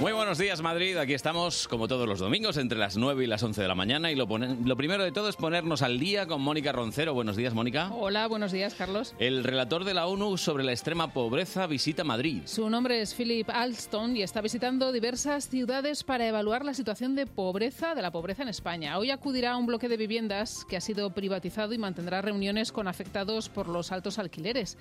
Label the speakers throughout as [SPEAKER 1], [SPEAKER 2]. [SPEAKER 1] Muy buenos días Madrid, aquí estamos como todos los domingos entre las 9 y las 11 de la mañana y lo, pone- lo primero de todo es ponernos al día con Mónica Roncero. Buenos días Mónica.
[SPEAKER 2] Hola, buenos días, Carlos.
[SPEAKER 1] El relator de la ONU sobre la extrema pobreza visita Madrid.
[SPEAKER 2] Su nombre es Philip Alston y está visitando diversas ciudades para evaluar la situación de pobreza de la pobreza en España. Hoy acudirá a un bloque de viviendas que ha sido privatizado y mantendrá reuniones con afectados por los altos alquileres.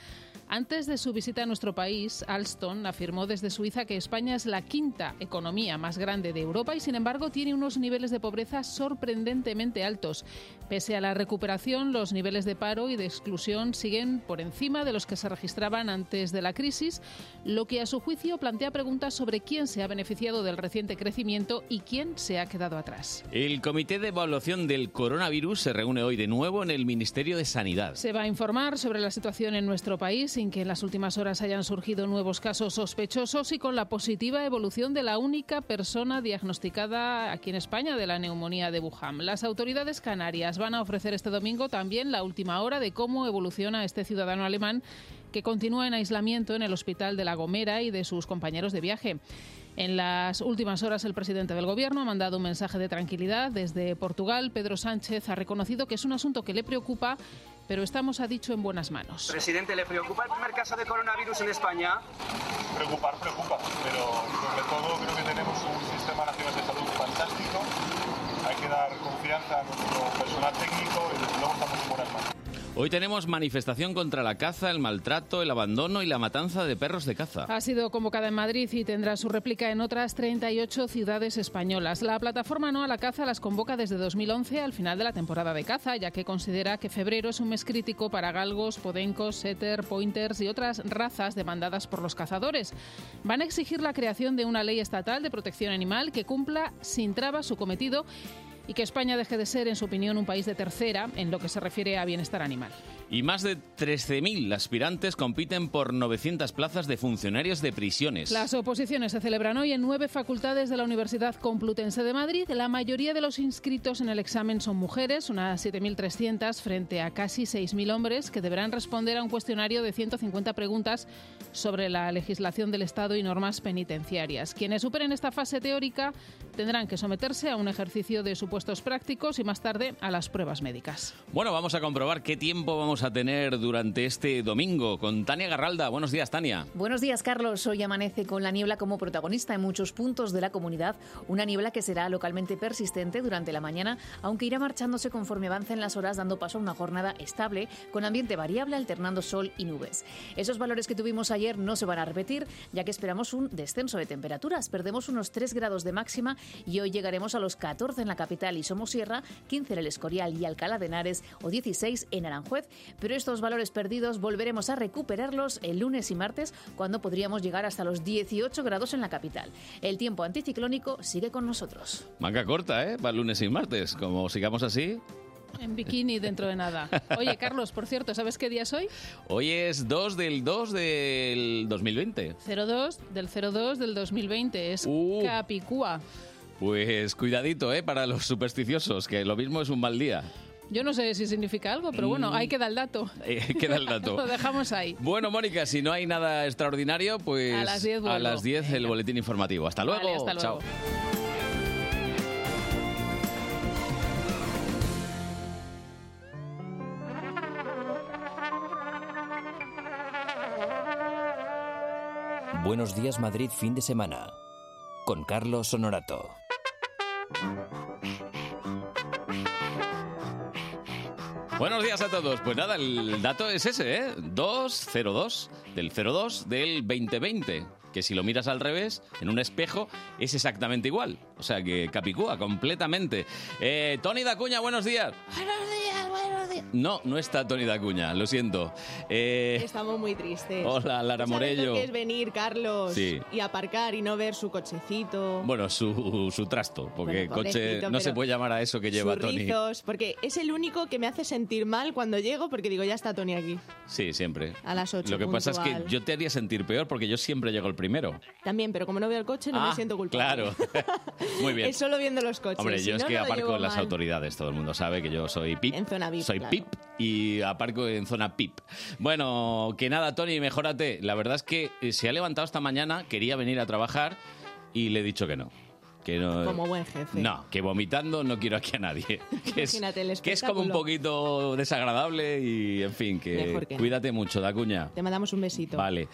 [SPEAKER 2] Antes de su visita a nuestro país, Alston afirmó desde Suiza que España es la quinta economía más grande de Europa y, sin embargo, tiene unos niveles de pobreza sorprendentemente altos. Pese a la recuperación, los niveles de paro y de exclusión siguen por encima de los que se registraban antes de la crisis, lo que a su juicio plantea preguntas sobre quién se ha beneficiado del reciente crecimiento y quién se ha quedado atrás.
[SPEAKER 1] El Comité de Evaluación del Coronavirus se reúne hoy de nuevo en el Ministerio de Sanidad.
[SPEAKER 2] Se va a informar sobre la situación en nuestro país sin que en las últimas horas hayan surgido nuevos casos sospechosos y con la positiva evolución de la única persona diagnosticada aquí en España de la neumonía de Wuhan. Las autoridades canarias van a ofrecer este domingo también la última hora de cómo evoluciona este ciudadano alemán que continúa en aislamiento en el hospital de La Gomera y de sus compañeros de viaje. En las últimas horas, el presidente del Gobierno ha mandado un mensaje de tranquilidad desde Portugal. Pedro Sánchez ha reconocido que es un asunto que le preocupa, pero estamos, ha dicho, en buenas manos.
[SPEAKER 3] Presidente, ¿le preocupa el primer caso de coronavirus en España?
[SPEAKER 4] Preocupar preocupa, pero sobre todo creo que tenemos un sistema nacional de salud fantástico. Hay que dar confianza a nuestro personal técnico y desde luego estamos en buenas manos.
[SPEAKER 1] Hoy tenemos manifestación contra la caza, el maltrato, el abandono y la matanza de perros de caza.
[SPEAKER 2] Ha sido convocada en Madrid y tendrá su réplica en otras 38 ciudades españolas. La plataforma No a la Caza las convoca desde 2011 al final de la temporada de caza, ya que considera que febrero es un mes crítico para galgos, podencos, setter, pointers y otras razas demandadas por los cazadores. Van a exigir la creación de una ley estatal de protección animal que cumpla sin trabas su cometido y que España deje de ser, en su opinión, un país de tercera en lo que se refiere a bienestar animal.
[SPEAKER 1] Y más de 13.000 aspirantes compiten por 900 plazas de funcionarios de prisiones.
[SPEAKER 2] Las oposiciones se celebran hoy en nueve facultades de la Universidad Complutense de Madrid. La mayoría de los inscritos en el examen son mujeres, unas 7.300 frente a casi 6.000 hombres que deberán responder a un cuestionario de 150 preguntas sobre la legislación del Estado y normas penitenciarias. Quienes superen esta fase teórica tendrán que someterse a un ejercicio de supuestos prácticos y más tarde a las pruebas médicas.
[SPEAKER 1] Bueno, vamos a comprobar qué tiempo vamos a tener durante este domingo con Tania Garralda. Buenos días, Tania.
[SPEAKER 5] Buenos días, Carlos. Hoy amanece con la niebla como protagonista en muchos puntos de la comunidad. Una niebla que será localmente persistente durante la mañana, aunque irá marchándose conforme avancen las horas, dando paso a una jornada estable, con ambiente variable alternando sol y nubes. Esos valores que tuvimos ayer no se van a repetir, ya que esperamos un descenso de temperaturas. Perdemos unos 3 grados de máxima y hoy llegaremos a los 14 en la capital y Somosierra, 15 en el Escorial y Alcalá de Henares o 16 en Aranjuez. Pero estos valores perdidos volveremos a recuperarlos el lunes y martes, cuando podríamos llegar hasta los 18 grados en la capital. El tiempo anticiclónico sigue con nosotros.
[SPEAKER 1] Manga corta, ¿eh? Para lunes y martes. Como sigamos así.
[SPEAKER 2] En bikini dentro de nada. Oye, Carlos, por cierto, ¿sabes qué día es hoy?
[SPEAKER 1] Hoy es 2 del 2 del 2020.
[SPEAKER 2] 02 del 02 del 2020 es
[SPEAKER 1] Uh.
[SPEAKER 2] Capicúa.
[SPEAKER 1] Pues cuidadito, ¿eh? Para los supersticiosos, que lo mismo es un mal día.
[SPEAKER 2] Yo no sé si significa algo, pero bueno,
[SPEAKER 1] Mm.
[SPEAKER 2] hay que dar el dato.
[SPEAKER 1] Eh, queda el dato.
[SPEAKER 2] Lo dejamos ahí.
[SPEAKER 1] Bueno, Mónica, si no hay nada extraordinario, pues
[SPEAKER 2] A las 10 vuelvo.
[SPEAKER 1] a las 10 el boletín informativo. Hasta luego.
[SPEAKER 2] Vale, hasta
[SPEAKER 1] Chao.
[SPEAKER 2] luego.
[SPEAKER 6] Buenos días Madrid fin de semana con Carlos Honorato.
[SPEAKER 1] Buenos días a todos. Pues nada, el dato es ese, ¿eh? 202 del 02 del 2020. Que si lo miras al revés, en un espejo, es exactamente igual. O sea que Capicúa, completamente. Eh, Tony Dacuña, buenos días.
[SPEAKER 7] Buenos días, buenos días.
[SPEAKER 1] No, no está Tony Dacuña, lo siento. Eh,
[SPEAKER 7] Estamos muy tristes.
[SPEAKER 1] hola, Lara
[SPEAKER 7] ¿Tú sabes lo
[SPEAKER 1] Morello.
[SPEAKER 7] que es venir, Carlos,
[SPEAKER 1] Sí.
[SPEAKER 7] y aparcar y no ver su cochecito,
[SPEAKER 1] Bueno, su, su trasto, porque
[SPEAKER 7] Bueno,
[SPEAKER 1] coche
[SPEAKER 7] pobrecito,
[SPEAKER 1] no se
[SPEAKER 7] pero
[SPEAKER 1] puede llamar a eso que lleva
[SPEAKER 7] sus
[SPEAKER 1] Tony.
[SPEAKER 7] rizos, porque es el único que me hace sentir mal cuando llego, porque digo, ya está Tony aquí,
[SPEAKER 1] Sí, siempre.
[SPEAKER 7] a las 8.
[SPEAKER 1] Lo que pasa es que
[SPEAKER 7] puntual.
[SPEAKER 1] yo te haría sentir peor porque yo siempre llego el primero.
[SPEAKER 7] También, pero como no veo el coche, no
[SPEAKER 1] Ah,
[SPEAKER 7] me siento culpable.
[SPEAKER 1] Claro. Muy bien.
[SPEAKER 7] Es solo viendo los coches.
[SPEAKER 1] Hombre,
[SPEAKER 7] si
[SPEAKER 1] yo es
[SPEAKER 7] no,
[SPEAKER 1] que
[SPEAKER 7] no lo
[SPEAKER 1] aparco
[SPEAKER 7] llevo
[SPEAKER 1] las
[SPEAKER 7] mal.
[SPEAKER 1] autoridades, todo el mundo sabe que yo soy PIP.
[SPEAKER 7] En zona VIP,
[SPEAKER 1] soy
[SPEAKER 8] claro.
[SPEAKER 1] PIP y aparco en zona PIP. Bueno, que nada, Tony, mejórate. La verdad es que eh, se ha levantado esta mañana, quería venir a trabajar y le he dicho que no. Que no
[SPEAKER 9] Como buen jefe.
[SPEAKER 1] No, que vomitando no quiero aquí a nadie. Que es,
[SPEAKER 9] Imagínate el
[SPEAKER 1] que es como un
[SPEAKER 9] espectáculo.
[SPEAKER 1] poquito desagradable y, en fin, que,
[SPEAKER 9] Mejor que no.
[SPEAKER 1] cuídate mucho, Dacuña.
[SPEAKER 9] Te mandamos un besito.
[SPEAKER 1] Vale.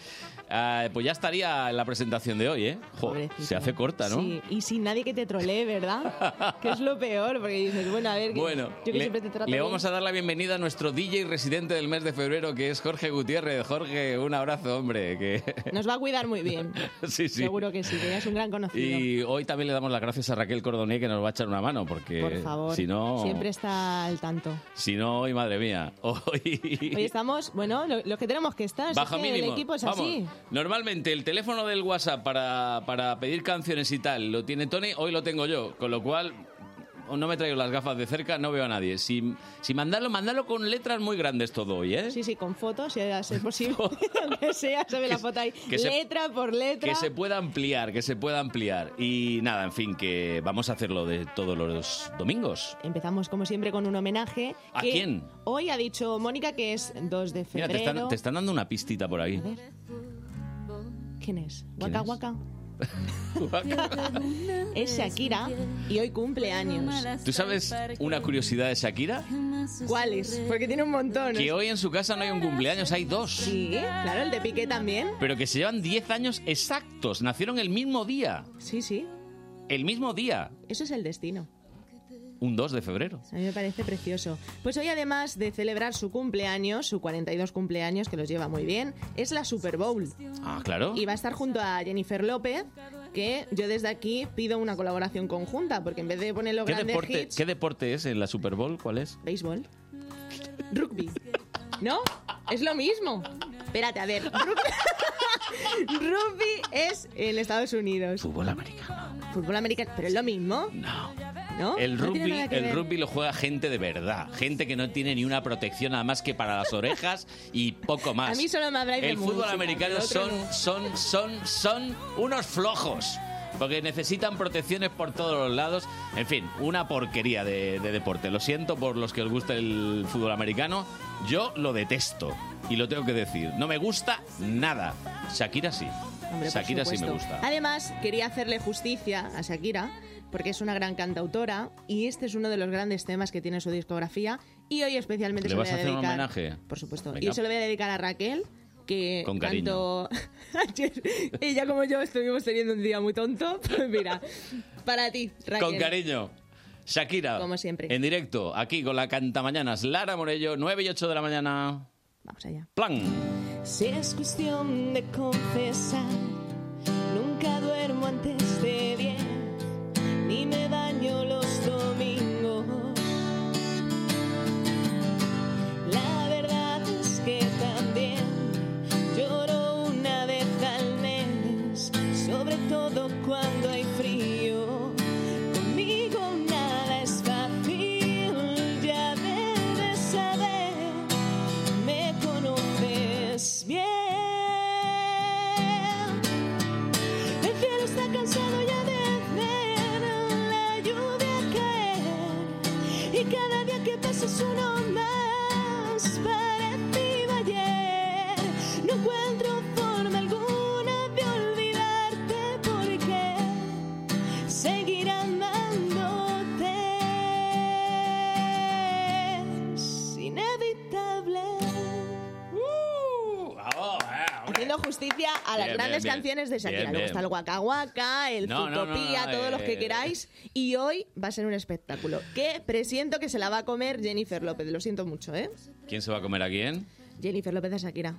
[SPEAKER 1] Ah, pues ya estaría la presentación de hoy, ¿eh? Jo,
[SPEAKER 9] Pobrecito.
[SPEAKER 1] se hace corta, ¿no?
[SPEAKER 9] Sí, y sin nadie que te trolee, ¿verdad? que es lo peor, porque dices, bueno, a ver, que
[SPEAKER 1] Bueno,
[SPEAKER 9] yo que
[SPEAKER 1] le,
[SPEAKER 9] siempre te trato
[SPEAKER 1] le
[SPEAKER 9] bien.
[SPEAKER 1] vamos a dar la bienvenida a nuestro DJ residente del mes de febrero, que es Jorge Gutiérrez. Jorge, un abrazo, hombre. Que...
[SPEAKER 9] Nos va a cuidar muy bien.
[SPEAKER 1] sí, sí.
[SPEAKER 9] Seguro que sí, que ella es un gran conocido.
[SPEAKER 1] Y hoy también le damos las gracias a Raquel Cordonier, que nos va a echar una mano, porque
[SPEAKER 9] Por favor,
[SPEAKER 1] eh, si no,
[SPEAKER 9] siempre está al tanto.
[SPEAKER 1] si no, hoy, madre mía, hoy...
[SPEAKER 9] Hoy estamos, bueno, lo- los que tenemos que estar, si
[SPEAKER 1] Baja
[SPEAKER 9] es que
[SPEAKER 1] mínimo.
[SPEAKER 9] el equipo es
[SPEAKER 1] Vamos.
[SPEAKER 9] así.
[SPEAKER 1] Normalmente el teléfono del WhatsApp para, para pedir canciones y tal lo tiene Tony, hoy lo tengo yo, con lo cual no me traigo las gafas de cerca, no veo a nadie. Si, si mandarlo, mandarlo con letras muy grandes todo hoy, ¿eh?
[SPEAKER 9] Sí, sí, con fotos, si a ser posible, aunque sea, se ve la foto ahí,
[SPEAKER 1] que se-
[SPEAKER 9] letra por letra.
[SPEAKER 1] Que se pueda ampliar, que se pueda ampliar. Y nada, en fin, que vamos a hacerlo de todos los domingos.
[SPEAKER 9] Empezamos, como siempre, con un homenaje.
[SPEAKER 1] ¿A
[SPEAKER 9] que
[SPEAKER 1] quién?
[SPEAKER 9] Hoy ha dicho Mónica que es 2 de
[SPEAKER 1] Mira,
[SPEAKER 9] febrero.
[SPEAKER 1] te están, te están dando una pistita por ahí.
[SPEAKER 9] A ver. ¿Quién es?
[SPEAKER 1] ¿Quién
[SPEAKER 9] Waka
[SPEAKER 1] es?
[SPEAKER 9] Waka. Es Shakira y hoy cumple años.
[SPEAKER 1] ¿Tú sabes una curiosidad de Shakira?
[SPEAKER 9] ¿Cuál es? Porque tiene un montón.
[SPEAKER 1] Que hoy en su casa no hay un cumpleaños, hay dos.
[SPEAKER 9] Sí, claro, el de Piqué también.
[SPEAKER 1] pero que se llevan 10 años exactos. Nacieron el mismo día.
[SPEAKER 9] Sí, sí.
[SPEAKER 1] El mismo día.
[SPEAKER 9] Eso es el destino.
[SPEAKER 1] Un 2 de febrero.
[SPEAKER 9] A mí me parece precioso. Pues hoy, además de celebrar su cumpleaños, su 42 cumpleaños, que los lleva muy bien, es la Super Bowl.
[SPEAKER 1] Ah, claro.
[SPEAKER 9] Y va a estar junto a Jennifer López, que yo desde aquí pido una colaboración conjunta, porque en vez de poner los
[SPEAKER 1] ¿Qué
[SPEAKER 9] grandes
[SPEAKER 1] deporte,
[SPEAKER 9] hits,
[SPEAKER 1] ¿Qué deporte es en la Super Bowl? ¿Cuál es?
[SPEAKER 9] béisbol, rugby. ¿No? Es lo mismo. Espérate, a ver. Rugby, rugby es en Estados Unidos.
[SPEAKER 1] Fútbol americano.
[SPEAKER 9] Fútbol americano, pero es lo mismo,
[SPEAKER 1] No.
[SPEAKER 9] ¿no?
[SPEAKER 1] El
[SPEAKER 9] Oh, No tiene
[SPEAKER 1] rugby,
[SPEAKER 9] nada que
[SPEAKER 1] el
[SPEAKER 9] ver.
[SPEAKER 1] rugby lo juega gente de verdad. Gente que no tiene ni una protección nada más que para las orejas y poco más.
[SPEAKER 9] A mí solo me habláis de
[SPEAKER 1] El fútbol
[SPEAKER 9] música,
[SPEAKER 1] americano
[SPEAKER 9] del otro
[SPEAKER 1] son, son, son, son unos flojos. Porque necesitan protecciones por todos los lados. En fin, una porquería de, de deporte. Lo siento por los que os gusta el fútbol americano. Yo lo detesto. Y lo tengo que decir. No me gusta nada. Shakira sí.
[SPEAKER 9] Hombre, por
[SPEAKER 1] Shakira sí me
[SPEAKER 9] supuesto.
[SPEAKER 1] gusta.
[SPEAKER 9] Además, quería hacerle justicia a Shakira, porque es una gran cantautora y este es uno de los grandes temas que tiene en su discografía. Y hoy especialmente
[SPEAKER 1] ¿Le
[SPEAKER 9] se lo
[SPEAKER 1] vas
[SPEAKER 9] voy a
[SPEAKER 1] a hacer un
[SPEAKER 9] dedicar.
[SPEAKER 1] homenaje?
[SPEAKER 9] Por supuesto.
[SPEAKER 1] Venga.
[SPEAKER 9] Y se lo voy a dedicar a Raquel, que
[SPEAKER 1] Con cariño.
[SPEAKER 9] tanto ayer ella como yo estuvimos teniendo un día muy tonto. Pues mira, para ti, Raquel.
[SPEAKER 1] Con cariño. Shakira.
[SPEAKER 9] Como siempre.
[SPEAKER 1] En directo, aquí con la Cantamañanas. Lara Morello, 9 y 8 de la mañana.
[SPEAKER 9] Vamos allá.
[SPEAKER 1] Plan.
[SPEAKER 9] Si es cuestión de confesar, nunca duermo antes de 10, ni me daño los domingos. La verdad es que también lloro una vez al mes, sobre todo cuando hay frío. Conmigo nada es fácil, ya debes saber me conoces bien. El cielo está cansado ya de ver la lluvia caer y cada día que pasa es uno más parecido a ayer. No encuentro forma alguna de olvidarte porque seguir amándote es inevitable.
[SPEAKER 1] Bravo, eh, hombre.
[SPEAKER 9] Haciendo justicia a las
[SPEAKER 1] Bien, bien,
[SPEAKER 9] grandes
[SPEAKER 1] bien.
[SPEAKER 9] canciones de Shakira.
[SPEAKER 1] Bien,
[SPEAKER 9] Luego
[SPEAKER 1] bien.
[SPEAKER 9] está el Waka Waka, el
[SPEAKER 1] No, no, no,
[SPEAKER 9] Zootopia,
[SPEAKER 1] no,
[SPEAKER 9] todos los que
[SPEAKER 1] eh.
[SPEAKER 9] queráis. Y hoy va a ser un espectáculo que presiento que se la va a comer Jennifer López. Lo siento mucho, ¿eh?
[SPEAKER 1] ¿Quién se va a comer a quién?
[SPEAKER 9] Jennifer López de Shakira.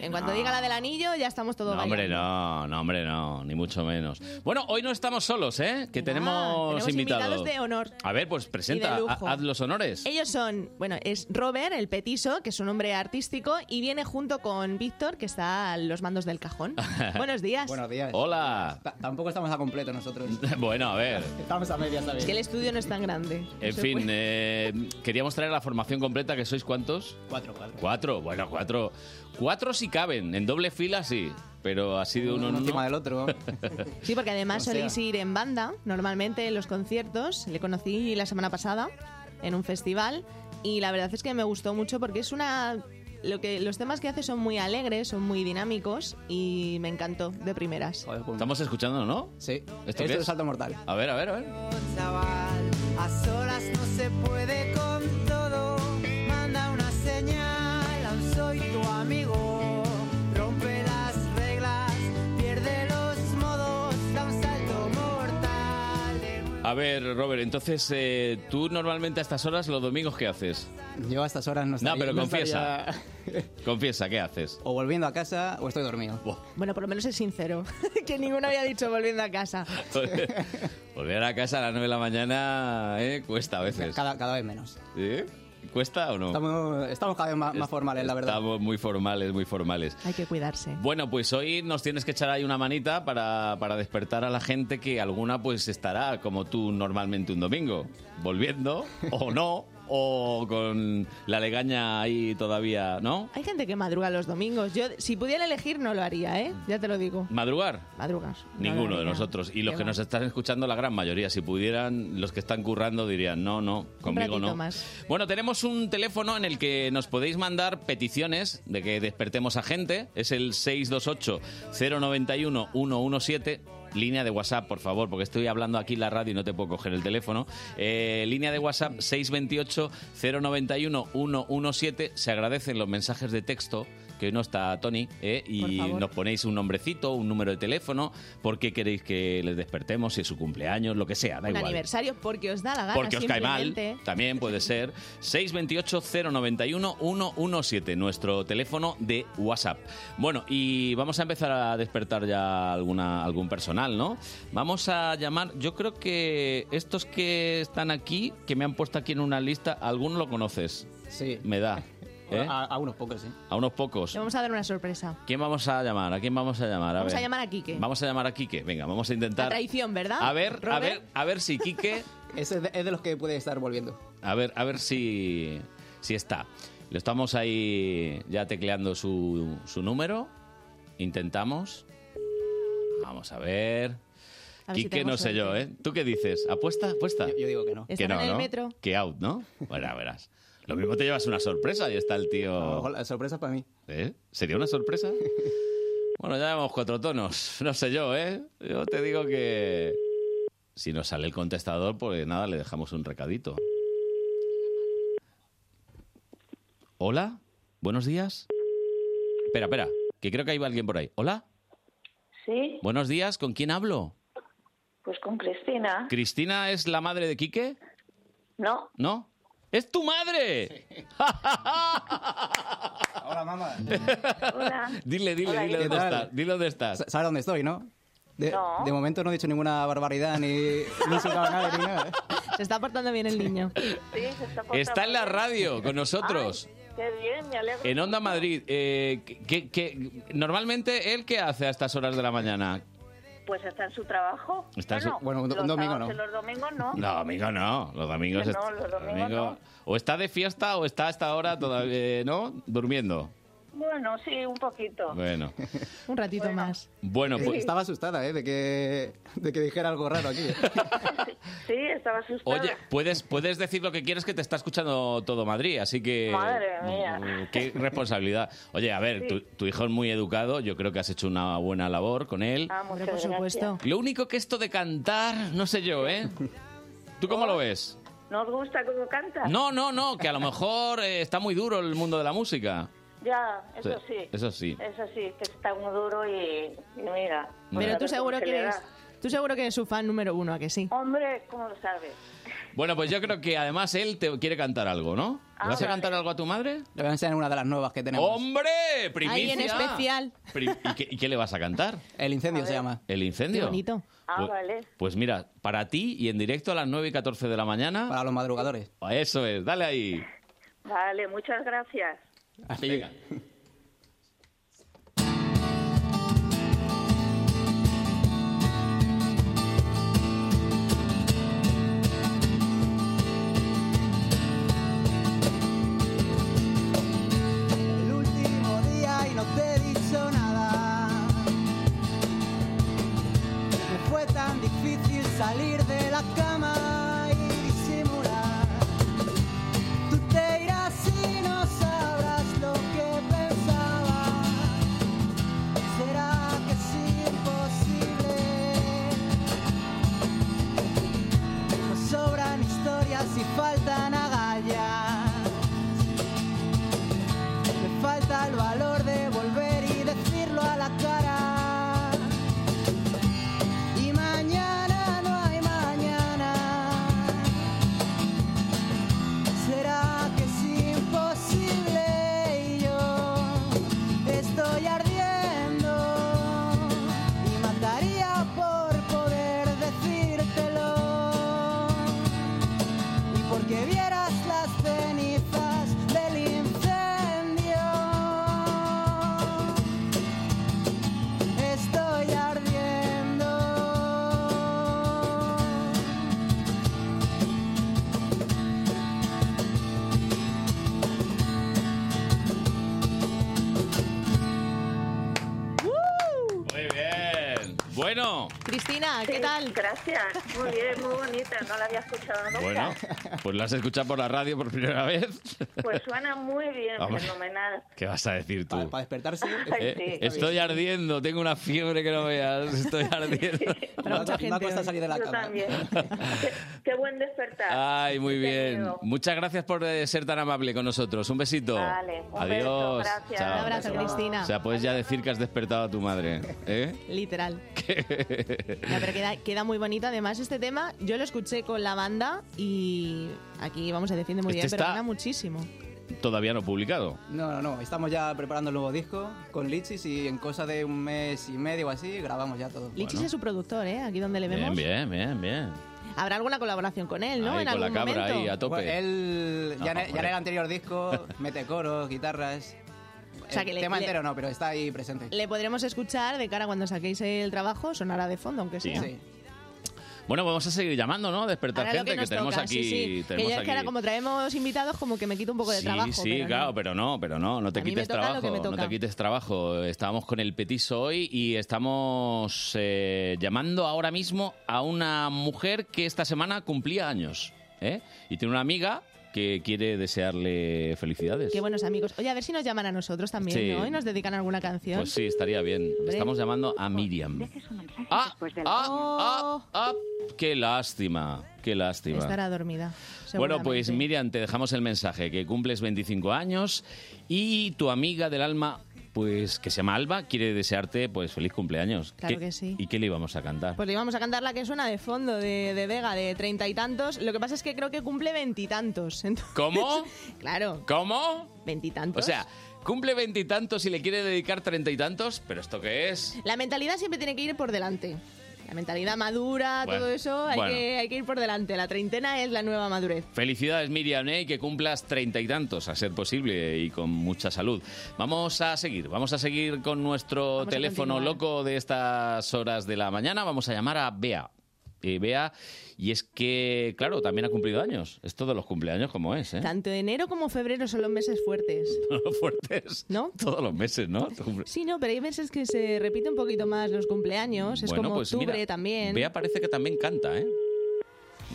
[SPEAKER 9] en cuanto diga la del anillo, ya estamos todos
[SPEAKER 1] No, hombre,
[SPEAKER 9] bailando.
[SPEAKER 1] no, no, hombre, no, ni mucho menos. Bueno, hoy no estamos solos, ¿eh? Que tenemos,
[SPEAKER 9] Ah, tenemos invitados
[SPEAKER 1] invitados.
[SPEAKER 9] de honor.
[SPEAKER 1] A ver, pues
[SPEAKER 9] Y
[SPEAKER 1] presenta,
[SPEAKER 9] de
[SPEAKER 1] ha-
[SPEAKER 9] lujo. Eh.
[SPEAKER 1] haz los honores.
[SPEAKER 9] Ellos son, bueno, es Robert, el petiso, que es su nombre artístico, y viene junto con Víctor, que está a los mandos del cajón. Buenos días.
[SPEAKER 10] Buenos días.
[SPEAKER 1] Hola.
[SPEAKER 10] Ta- Tampoco estamos a completo nosotros.
[SPEAKER 1] Bueno, a ver.
[SPEAKER 10] Estamos a medias,
[SPEAKER 9] Es
[SPEAKER 10] ¿sabes?
[SPEAKER 9] que el estudio no es tan grande. No
[SPEAKER 1] En
[SPEAKER 9] se
[SPEAKER 1] fin,
[SPEAKER 9] puede.
[SPEAKER 1] eh, queríamos traer la formación completa, que sois cuántos?
[SPEAKER 10] Cuatro, cuatro.
[SPEAKER 1] Cuatro, bueno, cuatro. Cuatro si caben, en doble fila sí, pero así de uno en
[SPEAKER 10] Uno encima
[SPEAKER 1] uno.
[SPEAKER 10] del otro.
[SPEAKER 9] Sí, porque además
[SPEAKER 10] o sea-
[SPEAKER 9] solís ir en banda, normalmente en los conciertos. Le conocí la semana pasada en un festival
[SPEAKER 7] y la verdad es que me gustó mucho porque es una lo que los temas que hace son muy alegres, son muy dinámicos y me encantó de primeras.
[SPEAKER 10] Joder, pues-
[SPEAKER 1] Estamos escuchando, ¿no?
[SPEAKER 10] Sí.
[SPEAKER 1] ¿Esto qué
[SPEAKER 10] es
[SPEAKER 1] es?
[SPEAKER 10] Salto Mortal.
[SPEAKER 1] A ver, a ver, a ver.
[SPEAKER 11] chaval. A solas no se puede con todo. Manda una señal, aún soy tu amigo. Rompe las reglas, pierde los modos, da un salto mortal. de nuevo.
[SPEAKER 1] A ver, Robert, entonces, eh, tú normalmente a estas horas, los domingos, ¿qué haces?
[SPEAKER 10] Yo a estas horas no estaría...
[SPEAKER 1] pero confiesa.
[SPEAKER 10] estaría-
[SPEAKER 1] Confiesa, ¿qué haces?
[SPEAKER 10] O volviendo a casa o estoy dormido.
[SPEAKER 7] Bueno, por lo menos es sincero, que ninguno había dicho volviendo a casa.
[SPEAKER 1] Volver a casa a las 9 de la mañana eh, cuesta a veces.
[SPEAKER 10] Cada, cada vez menos.
[SPEAKER 1] ¿Eh? ¿Cuesta o no?
[SPEAKER 10] Estamos, estamos cada vez más, más formales, la verdad.
[SPEAKER 1] Estamos muy formales, muy formales.
[SPEAKER 7] Hay que cuidarse.
[SPEAKER 1] Bueno, pues hoy nos tienes que echar ahí una manita para, para despertar a la gente que alguna pues estará como tú normalmente un domingo, volviendo o no, o con la legaña ahí todavía, ¿no?
[SPEAKER 7] Hay gente que madruga los domingos. Yo, si pudiera elegir, no lo haría, ¿eh? Ya te lo digo.
[SPEAKER 1] ¿Madrugar?
[SPEAKER 7] Madrugas. No
[SPEAKER 1] Ninguno
[SPEAKER 7] lo
[SPEAKER 1] de
[SPEAKER 7] haría.
[SPEAKER 1] nosotros. Y los
[SPEAKER 7] Qué
[SPEAKER 1] que
[SPEAKER 7] va.
[SPEAKER 1] nos están escuchando, la gran mayoría, si pudieran, los que están currando dirían, no, no, conmigo
[SPEAKER 7] ratito
[SPEAKER 1] no.
[SPEAKER 7] más.
[SPEAKER 1] Bueno, tenemos un teléfono en el que nos podéis mandar peticiones de que despertemos a gente. Es el 628-091-117. Línea de WhatsApp, por favor, porque estoy hablando aquí en la radio y no te puedo coger el teléfono. Eh, línea de WhatsApp 628-091-117. Se agradecen los mensajes de texto, que hoy no está Tony, ¿eh?
[SPEAKER 7] Por
[SPEAKER 1] y
[SPEAKER 7] favor.
[SPEAKER 1] nos ponéis un nombrecito, un número de teléfono, por qué queréis que les despertemos, si es su cumpleaños, lo que sea, da
[SPEAKER 7] Un
[SPEAKER 1] igual.
[SPEAKER 7] aniversario porque os da la gana.
[SPEAKER 1] Porque os cae mal,
[SPEAKER 7] simplemente.
[SPEAKER 1] también puede ser. 628-091-117, nuestro teléfono de WhatsApp. Bueno, y vamos a empezar a despertar ya alguna, algún personal, ¿no? Vamos a llamar, yo creo que estos que están aquí, que me han puesto aquí en una lista, alguno lo conoces,
[SPEAKER 10] Sí.
[SPEAKER 1] me da. ¿eh?
[SPEAKER 10] A, a unos pocos, sí.
[SPEAKER 1] A unos pocos.
[SPEAKER 7] Le vamos a dar una sorpresa.
[SPEAKER 1] ¿Quién vamos a llamar? ¿A quién vamos a llamar?
[SPEAKER 7] Vamos
[SPEAKER 1] ver.
[SPEAKER 7] a llamar a Quique.
[SPEAKER 1] Vamos a llamar a Quique. Venga, vamos a
[SPEAKER 7] La
[SPEAKER 1] intentar.
[SPEAKER 7] traición, ¿verdad?
[SPEAKER 1] A ver, a
[SPEAKER 7] Robert?
[SPEAKER 1] ver, a ver si Quique,
[SPEAKER 10] Ese es de, es de los que puede estar volviendo.
[SPEAKER 1] a ver, a ver si si está. Lo estamos ahí ya tecleando su, su número. Intentamos. Vamos a ver.
[SPEAKER 7] A ver si
[SPEAKER 1] Quique,
[SPEAKER 7] tenemos
[SPEAKER 1] no sé yo,
[SPEAKER 7] suerte.
[SPEAKER 1] ¿eh? ¿Tú qué dices? ¿Apuesta? ¿Apuesta?
[SPEAKER 10] Yo, yo digo que no.
[SPEAKER 7] Estará en el metro.
[SPEAKER 1] Que out, ¿no? Bueno, verás. Lo mismo te llevas una sorpresa y está el
[SPEAKER 10] A lo
[SPEAKER 1] tío.
[SPEAKER 10] mejor la sorpresa es para mí.
[SPEAKER 1] ¿Eh? ¿Sería una sorpresa? Bueno, ya vemos cuatro tonos. No sé yo, ¿eh? Yo te digo que... Si nos sale el contestador, pues nada, le dejamos un recadito. ¿Hola? ¿Buenos días? Espera, espera, que creo que hay alguien por ahí. ¿Hola?
[SPEAKER 12] Sí,
[SPEAKER 1] ¿Buenos días? ¿Con quién hablo?
[SPEAKER 12] pues con Cristina.
[SPEAKER 1] ¿Cristina es la madre de Quique?
[SPEAKER 12] No,
[SPEAKER 1] ¿No? ¡Es tu madre!
[SPEAKER 10] Hola, mamá.
[SPEAKER 12] hola.
[SPEAKER 1] Dile, dile,
[SPEAKER 12] Hola,
[SPEAKER 1] dile
[SPEAKER 12] ¿qué
[SPEAKER 1] dónde
[SPEAKER 10] tal?
[SPEAKER 1] estás. Dile dónde estás.
[SPEAKER 10] ¿Sabes dónde estoy, no? De,
[SPEAKER 12] No.
[SPEAKER 10] de momento no he dicho ninguna barbaridad ni, ni he insultado a nadie ni nada.
[SPEAKER 7] Se está portando bien el niño.
[SPEAKER 12] Sí, se
[SPEAKER 1] Eh,
[SPEAKER 12] está, portando
[SPEAKER 1] Está en la
[SPEAKER 12] bien.
[SPEAKER 1] radio con nosotros.
[SPEAKER 12] Ay, qué bien, me alegro.
[SPEAKER 1] En Onda Madrid, eh, ¿qué- qué- normalmente él qué hace a estas horas de la mañana?
[SPEAKER 12] Pues está en su trabajo.
[SPEAKER 1] Está en su-
[SPEAKER 10] Bueno, un-
[SPEAKER 12] los
[SPEAKER 10] un domingo no.
[SPEAKER 12] sábados y Los domingos no.
[SPEAKER 1] No, domingo no, los domingos...
[SPEAKER 12] No,
[SPEAKER 1] est-
[SPEAKER 12] los domingos no.
[SPEAKER 1] O está de fiesta o está a esta hora todavía, eh, ¿no? Durmiendo.
[SPEAKER 12] Bueno, sí, un poquito.
[SPEAKER 1] Bueno,
[SPEAKER 7] Un ratito
[SPEAKER 12] Bueno.
[SPEAKER 7] más.
[SPEAKER 1] bueno pues...
[SPEAKER 10] Estaba asustada, ¿eh? De que, de que dijera algo raro aquí.
[SPEAKER 12] Sí, estaba asustada.
[SPEAKER 1] Oye, puedes, puedes decir lo que quieres que te está escuchando todo Madrid, así que...
[SPEAKER 12] Madre mía.
[SPEAKER 1] eh, Mm, Qué responsabilidad. Oye, a ver,
[SPEAKER 12] Sí.
[SPEAKER 1] tu, tu hijo es muy educado, yo creo que has hecho una buena labor con él.
[SPEAKER 12] Ah,
[SPEAKER 7] Hombre,
[SPEAKER 12] muchas
[SPEAKER 7] por
[SPEAKER 12] gracias.
[SPEAKER 7] supuesto.
[SPEAKER 1] Lo único que esto de cantar, no sé yo, ¿eh? ¿Tú cómo lo
[SPEAKER 12] Oh.
[SPEAKER 1] ves?
[SPEAKER 12] ¿No os gusta cómo canta?
[SPEAKER 1] No, no, no, que a lo mejor eh, está muy duro el mundo de la música.
[SPEAKER 12] Ya, eso
[SPEAKER 1] Sí,
[SPEAKER 12] sí.
[SPEAKER 1] eso sí.
[SPEAKER 12] Eso sí, que está muy duro y, y mira.
[SPEAKER 7] Pero
[SPEAKER 12] Claro,
[SPEAKER 7] tú seguro
[SPEAKER 12] se
[SPEAKER 7] que
[SPEAKER 12] le
[SPEAKER 7] eres,
[SPEAKER 12] da.
[SPEAKER 7] tú seguro que eres su fan número uno, ¿a que sí?
[SPEAKER 12] Hombre, ¿cómo lo sabes?
[SPEAKER 1] Bueno, pues yo creo que además él te quiere cantar algo, ¿no? ¿Le
[SPEAKER 12] Ah,
[SPEAKER 1] vas a
[SPEAKER 12] vale.
[SPEAKER 1] cantar algo a tu madre?
[SPEAKER 10] Le voy a enseñar una de las nuevas que tenemos.
[SPEAKER 1] ¡Hombre! ¡Primicia!
[SPEAKER 7] Ahí en especial.
[SPEAKER 1] Pri- ¿Y qué, y qué le vas a cantar?
[SPEAKER 10] El incendio se llama.
[SPEAKER 1] ¿El incendio?
[SPEAKER 7] Qué bonito.
[SPEAKER 12] Ah,
[SPEAKER 1] Pues-
[SPEAKER 12] vale.
[SPEAKER 1] Pues mira, para ti y en directo a las 9 y 14 de la mañana. Ah,
[SPEAKER 10] Para los madrugadores.
[SPEAKER 1] Eso es, dale ahí.
[SPEAKER 12] Vale, muchas gracias.
[SPEAKER 1] Venga.
[SPEAKER 11] El último día y no te he dicho nada. No fue tan difícil salir de la cama y disimular. Tú te
[SPEAKER 1] Bueno,
[SPEAKER 13] Cristina, ¿qué tal? Gracias, muy bien, muy bonita, no la había escuchado nunca.
[SPEAKER 1] bueno, pues lo has escuchado por la radio por primera vez.
[SPEAKER 13] Pues suena muy bien,
[SPEAKER 1] Hombre.
[SPEAKER 13] fenomenal.
[SPEAKER 1] ¿Qué vas a decir tú?
[SPEAKER 10] Para despertarse.
[SPEAKER 13] Ay, sí.
[SPEAKER 1] Eh, estoy ardiendo, tengo una fiebre que no veas, estoy ardiendo.
[SPEAKER 10] Para mucha gente. cuesta salir de la
[SPEAKER 13] Yo
[SPEAKER 10] cama. Ah.
[SPEAKER 13] también. Qué buen despertar.
[SPEAKER 1] Ay, muy bien.
[SPEAKER 13] veo.
[SPEAKER 1] Muchas gracias por eh, ser tan amable con nosotros. Un besito.
[SPEAKER 13] Vale, un
[SPEAKER 1] Adiós.
[SPEAKER 13] beso, gracias.
[SPEAKER 1] Chao.
[SPEAKER 13] Un abrazo, Cristina.
[SPEAKER 1] O sea, puedes ya decir que has despertado a tu madre. ¿eh?
[SPEAKER 9] Literal. No, pero queda, queda muy bonito. Además, este tema yo lo escuché con la banda y aquí vamos a defiende muy
[SPEAKER 1] Este
[SPEAKER 9] bien, pero
[SPEAKER 1] está-
[SPEAKER 9] gana muchísimo. Este
[SPEAKER 1] Todavía no publicado.
[SPEAKER 10] No, no, no. Estamos ya preparando el nuevo disco con Lichis y en cosa de un mes y medio o así grabamos ya todo.
[SPEAKER 9] Lichis es su productor, ¿eh? Aquí donde le
[SPEAKER 1] Bien,
[SPEAKER 9] vemos.
[SPEAKER 1] bien, bien, bien.
[SPEAKER 9] Habrá alguna colaboración con él, ¿no?
[SPEAKER 1] Ahí,
[SPEAKER 9] en
[SPEAKER 1] con la
[SPEAKER 9] algún
[SPEAKER 1] cabra,
[SPEAKER 9] momento.
[SPEAKER 1] ahí, a tope.
[SPEAKER 10] Bueno, Pues él
[SPEAKER 1] Ah,
[SPEAKER 10] ya, en, el- ya en
[SPEAKER 1] hombre.
[SPEAKER 10] el anterior disco mete coros, guitarras.
[SPEAKER 9] O sea,
[SPEAKER 10] El
[SPEAKER 9] que le-
[SPEAKER 10] tema
[SPEAKER 9] le-
[SPEAKER 10] entero no, pero está ahí presente.
[SPEAKER 9] Le podremos escuchar de cara a cuando saquéis el trabajo, sonará de fondo, aunque
[SPEAKER 1] Sí.
[SPEAKER 9] sea.
[SPEAKER 1] Sí. Bueno, vamos a seguir llamando, ¿no? Despertar
[SPEAKER 9] Ahora lo
[SPEAKER 1] gente
[SPEAKER 9] que
[SPEAKER 1] que,
[SPEAKER 9] nos
[SPEAKER 1] tenemos
[SPEAKER 9] toca,
[SPEAKER 1] aquí.
[SPEAKER 9] sí, sí. Que
[SPEAKER 1] Tenemos
[SPEAKER 9] yo es
[SPEAKER 1] aquí.
[SPEAKER 9] que ahora como traemos invitados, como que me quito un poco Pues de
[SPEAKER 1] sí,
[SPEAKER 9] trabajo.
[SPEAKER 1] sí,
[SPEAKER 9] pero no.
[SPEAKER 1] claro, pero no, pero no, no te
[SPEAKER 9] A mí me
[SPEAKER 1] quites
[SPEAKER 9] toca lo que
[SPEAKER 1] trabajo,
[SPEAKER 9] me
[SPEAKER 1] no
[SPEAKER 9] toca.
[SPEAKER 1] te quites trabajo. Estábamos con el petiso hoy y estamos eh, llamando ahora mismo a una mujer que esta semana cumplía años, ¿eh? Y tiene una amiga que quiere desearle felicidades.
[SPEAKER 9] Qué buenos amigos. Oye, a ver si nos llaman a nosotros también,
[SPEAKER 1] Sí.
[SPEAKER 9] ¿no? Y nos dedican alguna canción.
[SPEAKER 1] Pues sí, estaría bien.
[SPEAKER 9] Hombre.
[SPEAKER 1] Estamos llamando a Miriam. Ah, ah, ah, ah, qué lástima, qué lástima.
[SPEAKER 9] Estará dormida.
[SPEAKER 1] Bueno, pues
[SPEAKER 9] seguramente.
[SPEAKER 1] Miriam, te dejamos el mensaje, que cumples 25 años y tu amiga del alma, pues que se llama Alba, quiere desearte pues feliz cumpleaños.
[SPEAKER 9] Claro
[SPEAKER 1] ¿Qué-
[SPEAKER 9] que sí.
[SPEAKER 1] ¿Y qué le íbamos a cantar?
[SPEAKER 9] Pues le íbamos a cantar la que suena de fondo, de, de Vega, de treinta y tantos. Lo que pasa es que creo que cumple veintitantos. entonces-
[SPEAKER 1] ¿Cómo?
[SPEAKER 9] Claro,
[SPEAKER 1] ¿Cómo?
[SPEAKER 9] veintitantos.
[SPEAKER 1] O sea, cumple veintitantos y le quiere dedicar treinta y tantos, pero ¿esto qué es?
[SPEAKER 9] La mentalidad siempre tiene que ir por delante. La mentalidad madura,
[SPEAKER 1] Bueno,
[SPEAKER 9] todo eso, hay,
[SPEAKER 1] bueno.
[SPEAKER 9] que, hay que ir por delante. La treintena es la nueva madurez.
[SPEAKER 1] Felicidades Miriam, ¿eh? Y que cumplas treinta y tantos, a ser posible, y con mucha salud. Vamos a seguir, vamos a seguir con nuestro
[SPEAKER 14] Vamos a
[SPEAKER 1] teléfono
[SPEAKER 14] continuar.
[SPEAKER 1] loco de estas horas de la mañana. Vamos a llamar a Bea. Eh, Bea, y es que, claro, también ha cumplido años. Es todos los cumpleaños como es, ¿eh?
[SPEAKER 9] Tanto enero como febrero son los meses fuertes.
[SPEAKER 1] Todos los fuertes.
[SPEAKER 9] ¿No?
[SPEAKER 1] Todos los meses, ¿no? Cumple-
[SPEAKER 9] Sí, no, pero hay veces que se repite un poquito más los cumpleaños. Es
[SPEAKER 1] Bueno,
[SPEAKER 9] como
[SPEAKER 1] pues
[SPEAKER 9] octubre
[SPEAKER 1] mira,
[SPEAKER 9] también.
[SPEAKER 1] Bea parece que también canta, ¿eh?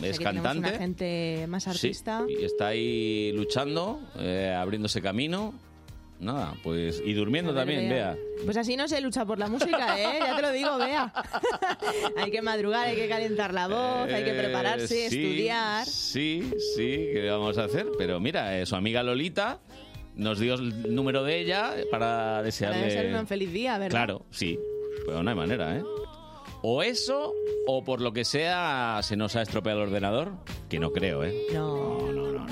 [SPEAKER 1] Es
[SPEAKER 9] Aquí tenemos
[SPEAKER 1] cantante.
[SPEAKER 9] Una gente más
[SPEAKER 1] Sí,
[SPEAKER 9] artista.
[SPEAKER 1] y está ahí luchando, eh, abriéndose camino. Nada, pues. Y durmiendo
[SPEAKER 9] A ver,
[SPEAKER 1] también,
[SPEAKER 9] Bea.
[SPEAKER 1] vea.
[SPEAKER 9] Pues así no se lucha por la música, ¿eh? Ya te lo digo, vea. hay que madrugar, hay que calentar la voz, hay que
[SPEAKER 1] Eh,
[SPEAKER 9] prepararse,
[SPEAKER 1] sí,
[SPEAKER 9] estudiar.
[SPEAKER 1] Sí, sí, ¿qué le vamos a hacer? Pero mira, eh, su amiga Lolita nos dio el número de ella para
[SPEAKER 9] Para
[SPEAKER 1] desearle.
[SPEAKER 9] desearle un feliz día, ¿verdad?
[SPEAKER 1] Claro, sí. Pero no hay manera, ¿eh? O eso, o por lo que sea, se nos ha estropeado el ordenador, que no creo, ¿eh?
[SPEAKER 9] No.
[SPEAKER 1] No, no, no.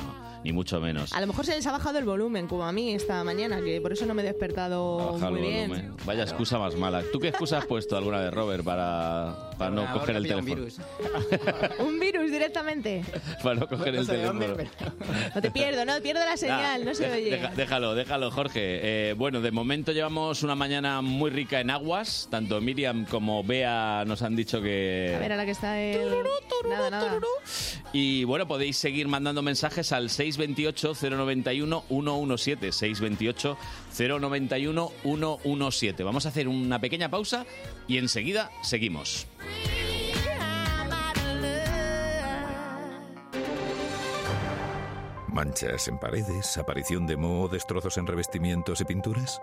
[SPEAKER 1] Ni mucho menos.
[SPEAKER 9] A lo mejor se les ha bajado el volumen, como a mí esta mañana, que por eso no me he despertado
[SPEAKER 1] Baja el
[SPEAKER 9] muy bien.
[SPEAKER 1] volumen. Vaya excusa más mala. ¿Tú qué excusa has puesto alguna vez, Robert, para, para no
[SPEAKER 10] Ahora
[SPEAKER 1] coger el
[SPEAKER 10] pilla un
[SPEAKER 1] teléfono?
[SPEAKER 10] virus.
[SPEAKER 9] Un virus directamente.
[SPEAKER 1] Para no coger el
[SPEAKER 10] sé de dónde,
[SPEAKER 1] teléfono.
[SPEAKER 9] No te pierdo, no pierdo la señal,
[SPEAKER 1] Nah,
[SPEAKER 9] no se
[SPEAKER 1] deja-
[SPEAKER 9] oye.
[SPEAKER 1] deja- déjalo, déjalo, Jorge. Eh, bueno, de momento llevamos una mañana muy rica en aguas. Tanto Miriam como Bea nos han dicho
[SPEAKER 9] A ver,
[SPEAKER 1] que...
[SPEAKER 9] ahora que está el... Nada, nada.
[SPEAKER 1] Y bueno, podéis seguir mandando mensajes al 628-091-117. 628-091-117. Vamos a hacer una pequeña pausa y enseguida seguimos.
[SPEAKER 15] ¿Manchas en paredes, aparición de moho, destrozos en revestimientos y pinturas?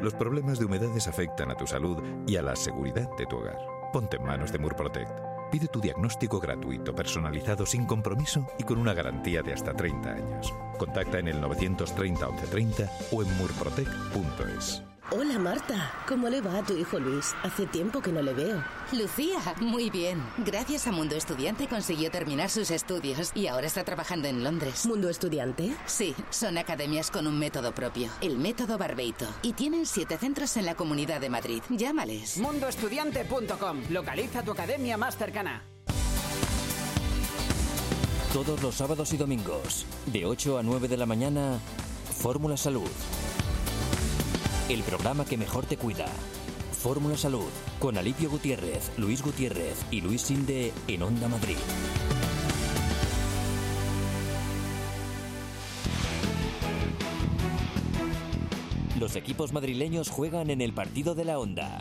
[SPEAKER 15] Los problemas de humedades afectan a tu salud y a la seguridad de tu hogar. Ponte en manos de Murprotect. Pide tu diagnóstico gratuito, personalizado, sin compromiso y con una garantía de hasta 30 años. Contacta en el 930 1130 o en murprotect.es.
[SPEAKER 16] Hola Marta, ¿cómo le va a tu hijo Luis? Hace tiempo que no le veo.
[SPEAKER 17] Lucía, muy bien. Gracias a Mundo Estudiante consiguió terminar sus estudios y ahora está trabajando en Londres.
[SPEAKER 16] ¿Mundo Estudiante?
[SPEAKER 17] Sí, son academias con un método propio, el método Barbeito. Y tienen siete centros en la Comunidad de Madrid. Llámales.
[SPEAKER 18] Mundoestudiante.com. Localiza tu academia más cercana.
[SPEAKER 6] Todos los sábados y domingos, de 8 a 9 de la mañana, Fórmula Salud. El programa que mejor te cuida. Fórmula Salud, con Alipio Gutiérrez, Luis Gutiérrez y Luis Sinde en Onda Madrid. Los equipos madrileños juegan en el partido de la Onda.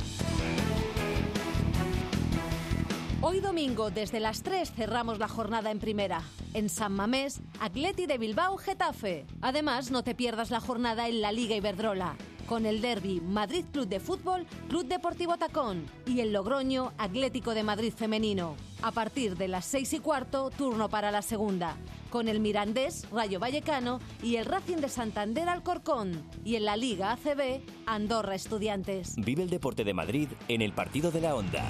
[SPEAKER 19] Hoy domingo, desde las 3, cerramos la jornada en primera. En San Mamés, Atleti de Bilbao, Getafe. Además, no te pierdas la jornada en la Liga Iberdrola. Con el derby Madrid Club de Fútbol, Club Deportivo Tacón y el Logroño Atlético de Madrid Femenino. A partir de las 6 y cuarto, turno para la segunda. Con el Mirandés, Rayo Vallecano y el Racing de Santander Alcorcón. Y en la Liga ACB, Andorra Estudiantes.
[SPEAKER 6] Vive el deporte de Madrid en el partido de la onda.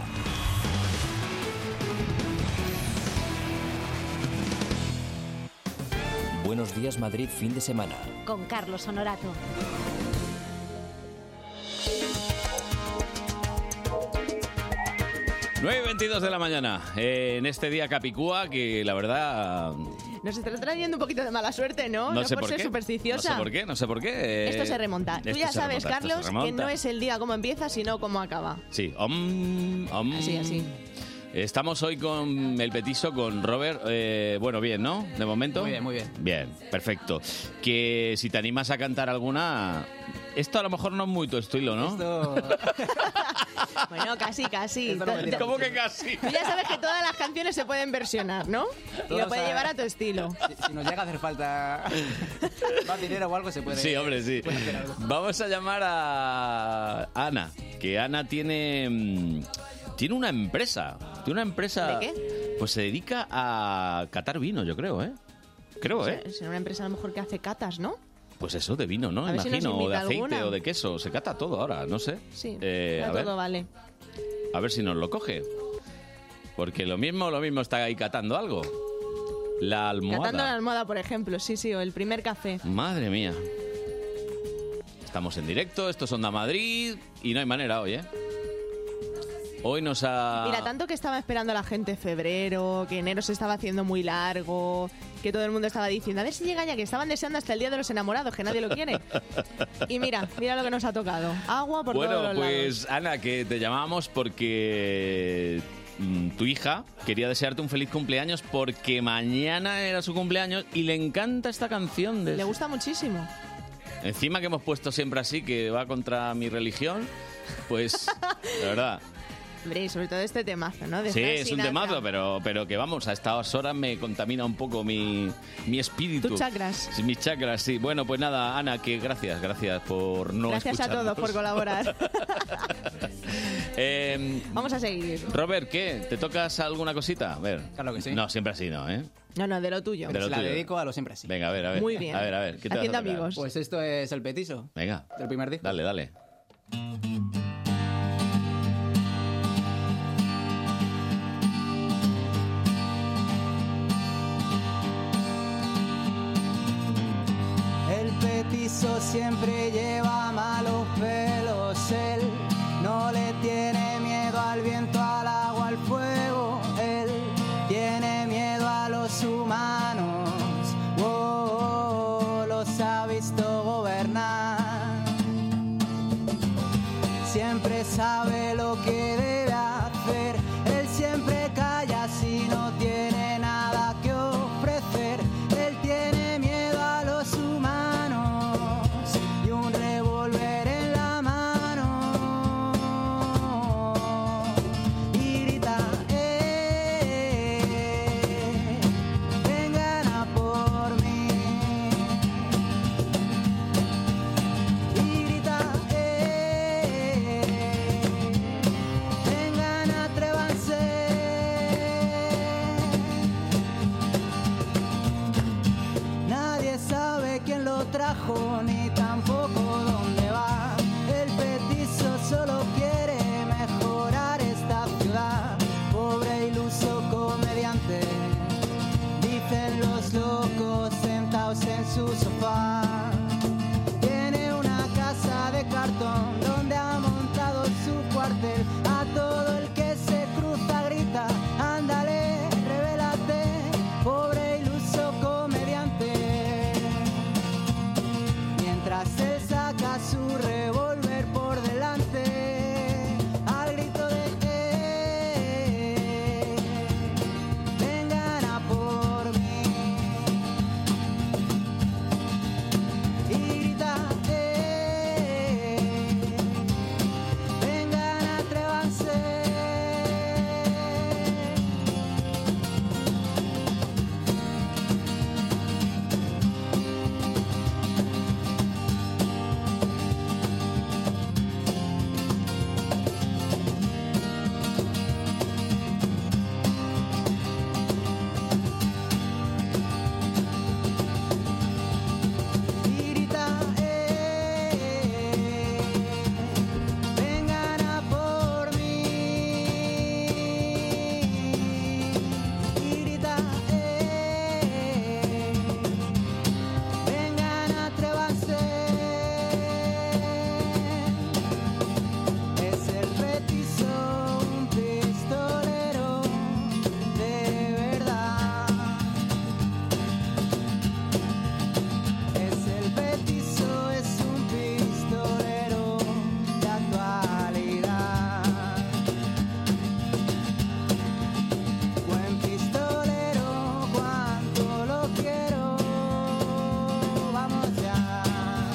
[SPEAKER 6] Buenos días Madrid fin de semana.
[SPEAKER 19] Con Carlos Honorato.
[SPEAKER 1] Nueve y 22 de la mañana, eh, en este día Capicúa, que la verdad
[SPEAKER 9] Nos está trayendo un poquito de mala suerte, Oh, ¿no?
[SPEAKER 1] no, sé
[SPEAKER 9] por,
[SPEAKER 1] por,
[SPEAKER 9] ser
[SPEAKER 1] qué.
[SPEAKER 9] supersticiosa.
[SPEAKER 1] No sé por qué, no sé por qué. eh,
[SPEAKER 9] Esto se remonta. Tú
[SPEAKER 1] esto
[SPEAKER 9] ya
[SPEAKER 1] se
[SPEAKER 9] sabes,
[SPEAKER 1] remonta, esto se
[SPEAKER 9] Carlos, que
[SPEAKER 1] remonta.
[SPEAKER 9] no es el día como empieza, sino cómo acaba.
[SPEAKER 1] Sí, om, om.
[SPEAKER 9] Así, así.
[SPEAKER 1] Estamos hoy con el petiso, con Robert. Eh, bueno, bien, ¿no? De momento. Muy bien, muy bien. Bien, perfecto. Que si te animas a cantar alguna. Esto a lo mejor no es muy tu estilo, ¿no?
[SPEAKER 9] Bueno, casi, casi.
[SPEAKER 1] Esto no me tira ¿Cómo mucho. que
[SPEAKER 9] casi? Tú ya sabes que todas las canciones se pueden versionar, ¿no? Y
[SPEAKER 10] Todos
[SPEAKER 9] lo puedes
[SPEAKER 10] a-
[SPEAKER 9] llevar a tu estilo.
[SPEAKER 10] Si nos llega a hacer falta más dinero o algo, se puede.
[SPEAKER 1] Sí, hombre, sí. Vamos a llamar a Ana, que Ana tiene mm, tiene una empresa, tiene una empresa.
[SPEAKER 9] ¿De qué?
[SPEAKER 1] Pues se dedica a catar vino, yo creo, ¿eh? Creo, ¿eh?
[SPEAKER 9] Será una empresa a lo mejor que hace catas, ¿no?
[SPEAKER 1] Pues eso de vino, ¿no?
[SPEAKER 9] A ver si nos
[SPEAKER 1] Imagino, o de
[SPEAKER 9] invita
[SPEAKER 1] aceite
[SPEAKER 9] alguna.
[SPEAKER 1] o de queso, se cata todo ahora, no sé.
[SPEAKER 9] Sí.
[SPEAKER 1] Eh,
[SPEAKER 9] Ya
[SPEAKER 1] a ver,
[SPEAKER 9] todo vale.
[SPEAKER 1] a ver si nos lo coge. Porque lo mismo, lo mismo está ahí catando algo. La almohada.
[SPEAKER 9] Catando la almohada, por ejemplo, sí, sí, o el primer café.
[SPEAKER 1] Madre mía. Estamos en directo, esto es Onda Madrid y no hay manera hoy, ¿eh? Hoy nos ha...
[SPEAKER 9] Mira, tanto que estaba esperando a la gente febrero, que enero se estaba haciendo muy largo, que todo el mundo estaba diciendo, a ver si llega ya, que estaban deseando hasta el Día de los Enamorados, que nadie lo quiere. Y mira, mira lo que nos ha tocado. Agua por
[SPEAKER 1] bueno,
[SPEAKER 9] todos los lados.
[SPEAKER 1] pues Ana, que te llamamos porque mm, tu hija quería desearte un feliz cumpleaños porque mañana era su cumpleaños y le encanta esta canción. De...
[SPEAKER 9] Le gusta muchísimo.
[SPEAKER 1] Encima que hemos puesto siempre así, que va contra mi religión, pues, la verdad...
[SPEAKER 9] Hombre, y sobre todo este temazo, ¿no? De
[SPEAKER 1] Sí,
[SPEAKER 9] Frank
[SPEAKER 1] es un
[SPEAKER 9] Sinatra.
[SPEAKER 1] temazo, pero, pero que vamos, a estas horas me contamina un poco mi, mi espíritu.
[SPEAKER 9] Tus chakras.
[SPEAKER 1] Sí, mis chakras, sí. Bueno, pues nada, Ana, que gracias, gracias por no
[SPEAKER 9] Gracias a
[SPEAKER 1] escucharnos.
[SPEAKER 9] todos por colaborar.
[SPEAKER 1] Eh,
[SPEAKER 9] Vamos a seguir.
[SPEAKER 1] Robert, ¿qué? ¿Te tocas alguna cosita? A ver. Claro que sí. No, siempre así no, ¿eh?
[SPEAKER 9] No, no, de lo tuyo.
[SPEAKER 1] De lo tuyo.
[SPEAKER 10] a lo siempre así.
[SPEAKER 1] Venga, a ver, a ver.
[SPEAKER 9] Muy bien.
[SPEAKER 1] A ver, a ver. ¿Qué te vas a tocar?
[SPEAKER 10] Pues esto es el petiso.
[SPEAKER 1] Venga.
[SPEAKER 10] Del primer disco.
[SPEAKER 1] Dale, dale.
[SPEAKER 11] El petizo siempre lleva malos pelos, él no le tiene miedo al viento, al agua, al fuego, él tiene miedo a los humanos, oh, los ha visto gobernar. Siempre sabe lo que debe hacer, él siempre calla si no tiene nada que ofrecer, él tiene miedo a los humanos y un revólver en la mano y grita, "Eh, eh, eh, vengan a por mí y grita, "Eh, eh, eh, Oh,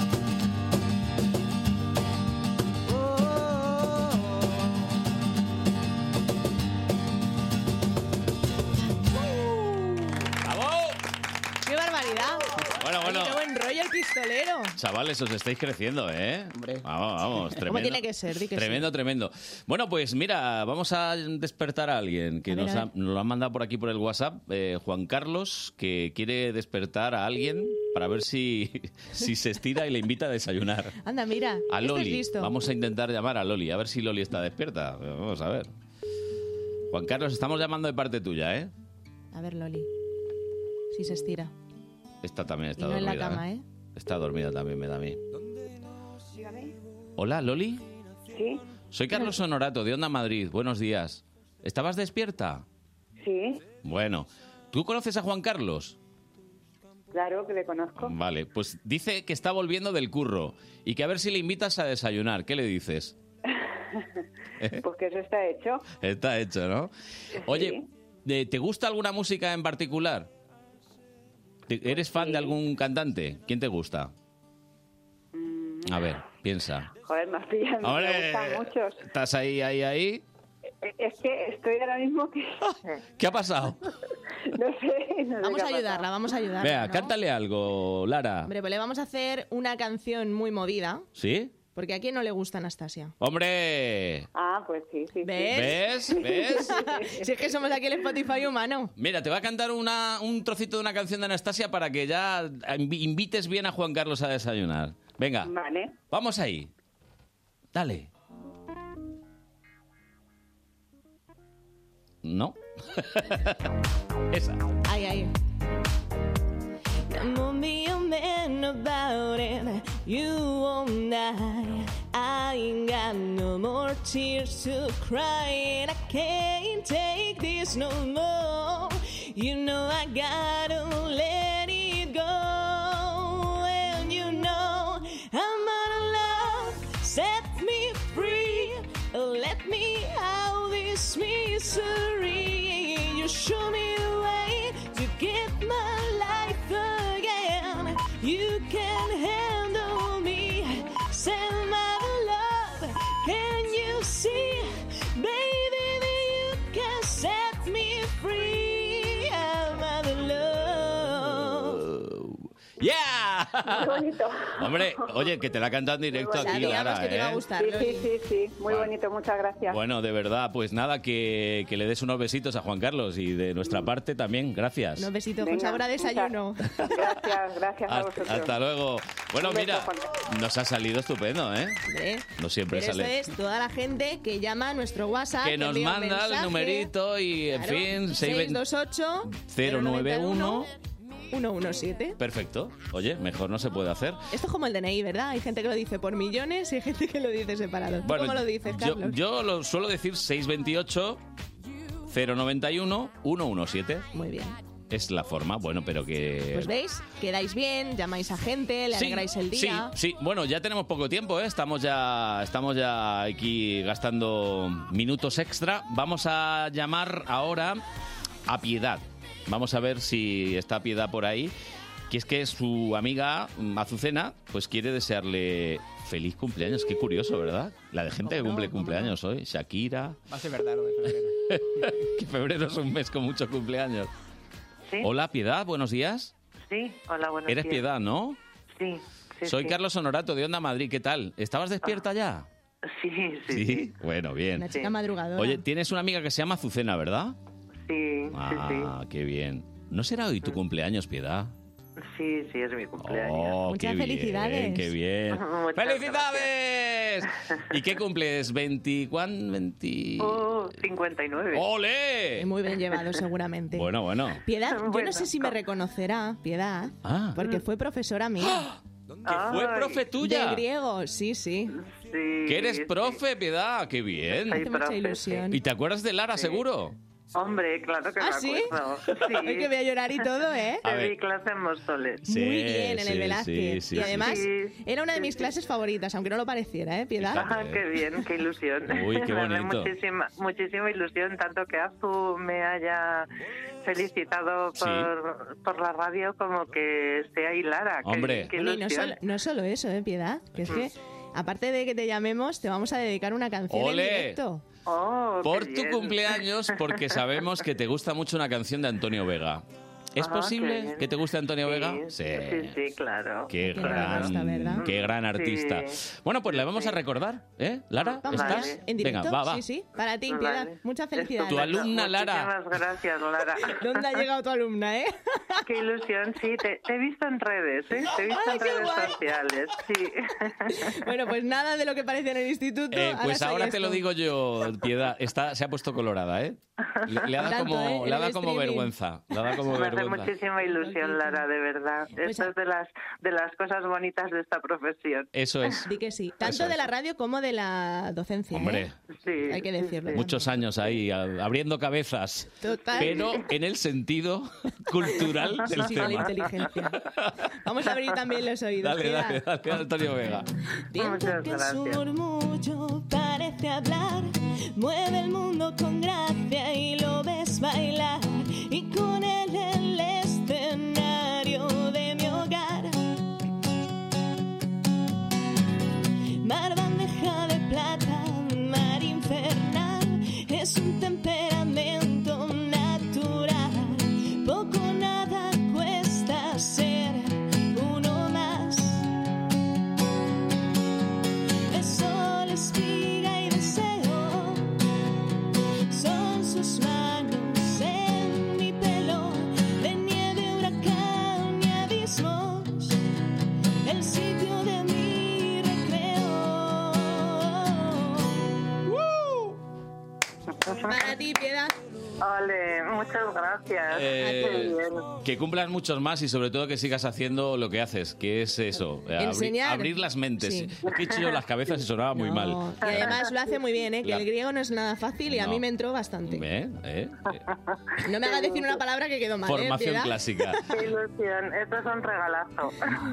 [SPEAKER 9] pistolero.
[SPEAKER 1] Chavales, os estáis creciendo, ¿eh? Vamos, vamos, tremendo.
[SPEAKER 9] Como tiene que ser, di que sí.
[SPEAKER 1] Tremendo, tremendo. Bueno, pues mira, vamos a despertar a alguien que
[SPEAKER 9] A ver,
[SPEAKER 1] nos,
[SPEAKER 9] a
[SPEAKER 1] ha-
[SPEAKER 9] ver.
[SPEAKER 1] nos lo han mandado por aquí por el WhatsApp, eh, Juan Carlos, que quiere despertar a alguien para ver si, si se estira y le invita a desayunar.
[SPEAKER 9] Anda, mira.
[SPEAKER 1] A
[SPEAKER 9] este es
[SPEAKER 1] Loli.
[SPEAKER 9] listo.
[SPEAKER 1] Vamos a intentar llamar a Loli, a ver si Loli está despierta. Vamos a ver. Juan Carlos, estamos llamando de parte tuya, ¿eh?
[SPEAKER 9] A ver, Loli. Si se estira.
[SPEAKER 1] Esta también
[SPEAKER 9] Y
[SPEAKER 1] está
[SPEAKER 9] no en
[SPEAKER 1] dormida.
[SPEAKER 9] la cama,
[SPEAKER 1] ¿eh?
[SPEAKER 9] ¿eh?
[SPEAKER 1] Está dormida también, me da a mí. Hola, Loli.
[SPEAKER 12] Sí,
[SPEAKER 1] Soy Carlos Sonorato, de Onda Madrid. Buenos días. ¿Estabas despierta?
[SPEAKER 12] sí,
[SPEAKER 1] Bueno, ¿tú conoces a Juan Carlos?
[SPEAKER 12] claro que le conozco.
[SPEAKER 1] Vale, pues dice que está volviendo del curro y que a ver si le invitas a desayunar. ¿Qué le dices?
[SPEAKER 12] Pues que eso está hecho.
[SPEAKER 1] Está hecho, ¿no? Oye, ¿de- ¿te gusta alguna música en particular? ¿Te- ¿Eres fan de algún cantante? ¿Quién te gusta? A ver, piensa.
[SPEAKER 12] Joder, más pillan, Mm. me
[SPEAKER 1] Hombre,
[SPEAKER 12] gustan muchos.
[SPEAKER 1] estás ahí, ahí, ahí.
[SPEAKER 12] Eh, Es que estoy ahora mismo que...
[SPEAKER 1] ¿Qué ha pasado?
[SPEAKER 12] No sé, no sé
[SPEAKER 9] Vamos
[SPEAKER 12] qué
[SPEAKER 9] a
[SPEAKER 12] ha
[SPEAKER 9] ayudarla, vamos a ayudarla.
[SPEAKER 1] Vea,
[SPEAKER 9] ¿no?
[SPEAKER 1] cántale algo, Lara.
[SPEAKER 9] Hombre, pues le vamos a hacer una canción muy movida,
[SPEAKER 1] ¿Sí?
[SPEAKER 9] porque a quién no le gusta Anastasia.
[SPEAKER 1] ¡Hombre!
[SPEAKER 12] Ah, pues sí, sí.
[SPEAKER 9] ¿Ves?
[SPEAKER 1] ¿Ves? ¿Ves?
[SPEAKER 9] si es que somos aquí el Spotify humano.
[SPEAKER 1] Mira, te va a cantar una- un trocito de una canción de Anastasia para que ya invi- invites bien a Juan Carlos a desayunar. Venga,
[SPEAKER 12] Vale.
[SPEAKER 1] vamos ahí. Dale. No. Esa.
[SPEAKER 9] Ay, ay.
[SPEAKER 7] Come on, be a man about it. You won't die. I ain't got no more tears to cry, and I can't take this no more. You know I gotta let it go, and you know I'm out of love. Set me free. Let me out this misery. You show me the way to get my life again. You can handle me. Send my love. Can you see, baby, that you can set me free? I'm out of love.
[SPEAKER 1] ¡Yeah!
[SPEAKER 12] Muy bonito.
[SPEAKER 1] Hombre, oye, que te la cantan directo aquí, Lara. ¿eh?
[SPEAKER 12] Sí, sí, sí, sí. Muy bonito, muchas gracias.
[SPEAKER 1] Bueno, de verdad, pues nada, que, que le des unos besitos a Juan Carlos y de nuestra parte también, gracias.
[SPEAKER 9] Unos besitos con
[SPEAKER 12] Venga,
[SPEAKER 9] sabor a desayuno.
[SPEAKER 12] Gracias, gracias a
[SPEAKER 1] Hasta,
[SPEAKER 12] vosotros.
[SPEAKER 1] hasta luego. Bueno,
[SPEAKER 9] Un beso,
[SPEAKER 1] mira,
[SPEAKER 9] Juan
[SPEAKER 1] nos ha salido estupendo, ¿eh?
[SPEAKER 9] Hombre,
[SPEAKER 1] No siempre
[SPEAKER 9] Pero eso
[SPEAKER 1] sale.
[SPEAKER 9] es toda la gente que llama a nuestro WhatsApp.
[SPEAKER 1] Que nos
[SPEAKER 9] envía un
[SPEAKER 1] manda el
[SPEAKER 9] mensaje.
[SPEAKER 1] numerito y, en
[SPEAKER 9] Claro,
[SPEAKER 1] fin, 620
[SPEAKER 9] 628
[SPEAKER 1] 091.
[SPEAKER 9] 117.
[SPEAKER 1] Perfecto. Oye, mejor no se puede hacer.
[SPEAKER 9] Esto es como el DNI, ¿verdad? Hay gente que lo dice por millones y hay gente que lo dice separado. ¿Tú
[SPEAKER 1] Bueno,
[SPEAKER 9] ¿Cómo lo dices,
[SPEAKER 1] yo,
[SPEAKER 9] Carlos?
[SPEAKER 1] yo lo suelo decir 628 091 117.
[SPEAKER 9] Muy bien.
[SPEAKER 1] Es la forma, bueno, pero que...
[SPEAKER 9] Pues veis, quedáis bien, llamáis a gente, le
[SPEAKER 1] Sí,
[SPEAKER 9] alegráis el día.
[SPEAKER 1] Sí, sí. Bueno, ya tenemos poco tiempo, ¿eh? Estamos ya, estamos ya aquí gastando minutos extra. Vamos a llamar ahora a Piedad. Vamos a ver si está Piedad por ahí. Que es que su amiga mm, Azucena, pues quiere desearle feliz cumpleaños. Qué curioso, ¿verdad? La de gente que cumple cumpleaños hoy. Shakira.
[SPEAKER 10] Va a ser verdad lo de febrero.
[SPEAKER 1] Que febrero es un mes con muchos cumpleaños. Hola, Piedad, buenos días.
[SPEAKER 20] Sí, hola, buenos
[SPEAKER 1] Eres
[SPEAKER 20] días.
[SPEAKER 1] Piedad, ¿no?
[SPEAKER 20] Sí, sí.
[SPEAKER 1] Soy
[SPEAKER 20] sí. Ah.
[SPEAKER 1] Carlos Honorato de Onda Madrid, ¿qué tal? ¿Estabas despierta ya?
[SPEAKER 20] Sí,
[SPEAKER 1] Sí. Bueno, bien.
[SPEAKER 9] Una chica madrugadora.
[SPEAKER 1] Oye, tienes una amiga que se llama Azucena, ¿verdad?
[SPEAKER 20] sí,
[SPEAKER 1] Ah, qué bien. ¿No será hoy tu cumpleaños, Piedad?
[SPEAKER 20] sí, sí, sí, es mi cumpleaños.
[SPEAKER 1] Oh, qué
[SPEAKER 20] Muchas
[SPEAKER 1] bien,
[SPEAKER 20] felicidades.
[SPEAKER 1] qué bien.
[SPEAKER 20] Muchas
[SPEAKER 1] ¡Felicidades! ¿Y qué cumples? ¿24? 20...
[SPEAKER 20] Oh, 59.
[SPEAKER 1] ¡Ole!
[SPEAKER 9] Muy bien llevado, seguramente.
[SPEAKER 1] Bueno, bueno.
[SPEAKER 9] Piedad, yo no sé si me reconocerá, Piedad,
[SPEAKER 1] Ah.
[SPEAKER 9] porque fue profesora mía.
[SPEAKER 1] fue Ay. profe tuya?
[SPEAKER 9] De griego, sí, sí.
[SPEAKER 1] ¿Que eres profe, Piedad? ¡Qué bien!
[SPEAKER 9] Soy Hace mucha profe, sí. ilusión.
[SPEAKER 1] ¿Y te acuerdas de Lara, seguro?
[SPEAKER 20] Hombre, claro que
[SPEAKER 9] ¿Ah,
[SPEAKER 20] me
[SPEAKER 9] sí?
[SPEAKER 20] acuerdo.
[SPEAKER 9] Ay, que voy a llorar y todo, ¿eh?
[SPEAKER 1] A
[SPEAKER 20] Te
[SPEAKER 1] ver.
[SPEAKER 20] di clase en Móstoles.
[SPEAKER 1] Sí,
[SPEAKER 9] Muy bien en
[SPEAKER 1] sí,
[SPEAKER 9] el Velázquez.
[SPEAKER 1] sí, sí,
[SPEAKER 9] y además,
[SPEAKER 20] sí.
[SPEAKER 9] era una de mis clases favoritas, aunque no lo pareciera, ¿eh, Piedad?
[SPEAKER 20] Ah, qué bien, qué ilusión.
[SPEAKER 1] Uy, qué
[SPEAKER 20] Me hace
[SPEAKER 1] bonito.
[SPEAKER 20] Muchísima, muchísima ilusión, tanto que Azu me haya felicitado
[SPEAKER 1] Sí.
[SPEAKER 20] por, por la radio como que sea Hilara. Qué-
[SPEAKER 1] Hombre.
[SPEAKER 20] qué
[SPEAKER 9] Bueno, y no
[SPEAKER 20] ilusión.
[SPEAKER 9] solo, no solo eso, ¿eh, Piedad? Que es que, aparte de que te llamemos, te vamos a dedicar una canción
[SPEAKER 1] ¡Ole!
[SPEAKER 9] en directo.
[SPEAKER 20] Oh,
[SPEAKER 1] Por tu cumpleaños, porque sabemos que te gusta mucho una canción de Antonio Vega. ¿Es
[SPEAKER 20] Ajá, Ah, qué
[SPEAKER 1] posible
[SPEAKER 20] bien.
[SPEAKER 1] que te guste Antonio Vega? Sí.
[SPEAKER 20] Sí, sí, claro.
[SPEAKER 1] Qué
[SPEAKER 20] Claro.
[SPEAKER 1] gran, qué gran
[SPEAKER 20] Sí.
[SPEAKER 1] artista. Bueno, pues la vamos a recordar, ¿eh? Lara,
[SPEAKER 9] Vamos
[SPEAKER 1] ¿estás?
[SPEAKER 9] allá. en directo.
[SPEAKER 1] Venga, va, va. Eh,
[SPEAKER 9] Sí, sí. Para ti, Piedad.
[SPEAKER 20] Vale.
[SPEAKER 9] Mucha felicidad.
[SPEAKER 1] Tu alumna, Lara.
[SPEAKER 20] Muchísimas gracias, Lara.
[SPEAKER 9] ¿Dónde ha llegado tu alumna, eh?
[SPEAKER 20] Qué ilusión, sí. Te, te he visto en redes, ¿eh? Te he visto
[SPEAKER 9] Ay,
[SPEAKER 20] en
[SPEAKER 9] qué
[SPEAKER 20] redes
[SPEAKER 9] guay.
[SPEAKER 20] sociales, sí.
[SPEAKER 9] Bueno, pues nada de lo que parece en el instituto.
[SPEAKER 1] Eh, pues
[SPEAKER 9] soy
[SPEAKER 1] ahora te lo
[SPEAKER 9] esto.
[SPEAKER 1] digo yo, Piedad. Está, se ha puesto colorada, ¿eh? Le, le ha dado
[SPEAKER 9] Tanto,
[SPEAKER 1] como,
[SPEAKER 9] ¿eh?
[SPEAKER 1] le ha
[SPEAKER 9] En
[SPEAKER 1] dado
[SPEAKER 9] el
[SPEAKER 1] como
[SPEAKER 9] streaming.
[SPEAKER 1] vergüenza. Le ha dado como
[SPEAKER 20] Me hace
[SPEAKER 1] vergüenza.
[SPEAKER 20] muchísima ilusión, Lara, de verdad.
[SPEAKER 9] Pues
[SPEAKER 20] Esto es de las, de las cosas bonitas de esta profesión.
[SPEAKER 1] Eso es.
[SPEAKER 9] Di que sí. Tanto de la radio como de la docencia. ¿eh?
[SPEAKER 1] Hombre.
[SPEAKER 9] Hay que decirlo.
[SPEAKER 1] Muchos años ahí a- abriendo cabezas,
[SPEAKER 9] Total.
[SPEAKER 1] pero en el sentido cultural
[SPEAKER 9] Sí,
[SPEAKER 1] del
[SPEAKER 9] sí, de la
[SPEAKER 1] tema.
[SPEAKER 9] inteligencia. Vamos a abrir también los oídos.
[SPEAKER 1] Dale,
[SPEAKER 9] Piedad.
[SPEAKER 1] dale, dale, Antonio Vega.
[SPEAKER 7] Viento que en su murmullo parece hablar, mueve el mundo con gracia y lo ves bailar. Y con él el escenario de mi hogar. Mar bandeja de plata, mar infernal, es un temperamento natural. Poco o nada cuesta ser uno más. El sol espiga y deseo Son sus manos en mi pelo De nieve, huracán y abismos El sitio de mi recreo
[SPEAKER 9] Para ti, Piedad.
[SPEAKER 20] Ole, muchas gracias.
[SPEAKER 1] Eh,
[SPEAKER 20] Qué bien.
[SPEAKER 1] que cumplas muchos más y sobre todo que sigas haciendo lo que haces, que es eso, eh, abri-
[SPEAKER 9] Enseñar.
[SPEAKER 1] abrir las mentes.
[SPEAKER 9] Sí.
[SPEAKER 1] Es que he hecho yo las cabezas y sonaba muy mal.
[SPEAKER 9] Y además lo hace muy bien, ¿eh? que
[SPEAKER 1] La-
[SPEAKER 9] el griego no es nada fácil y a
[SPEAKER 1] No.
[SPEAKER 9] mí me entró bastante.
[SPEAKER 1] ¿Eh? ¿Eh?
[SPEAKER 9] No me hagas decir una palabra que quedó mal. ¿eh,
[SPEAKER 1] Formación
[SPEAKER 9] Piedad?
[SPEAKER 1] clásica.
[SPEAKER 20] Qué ilusión. Esto es un regalazo.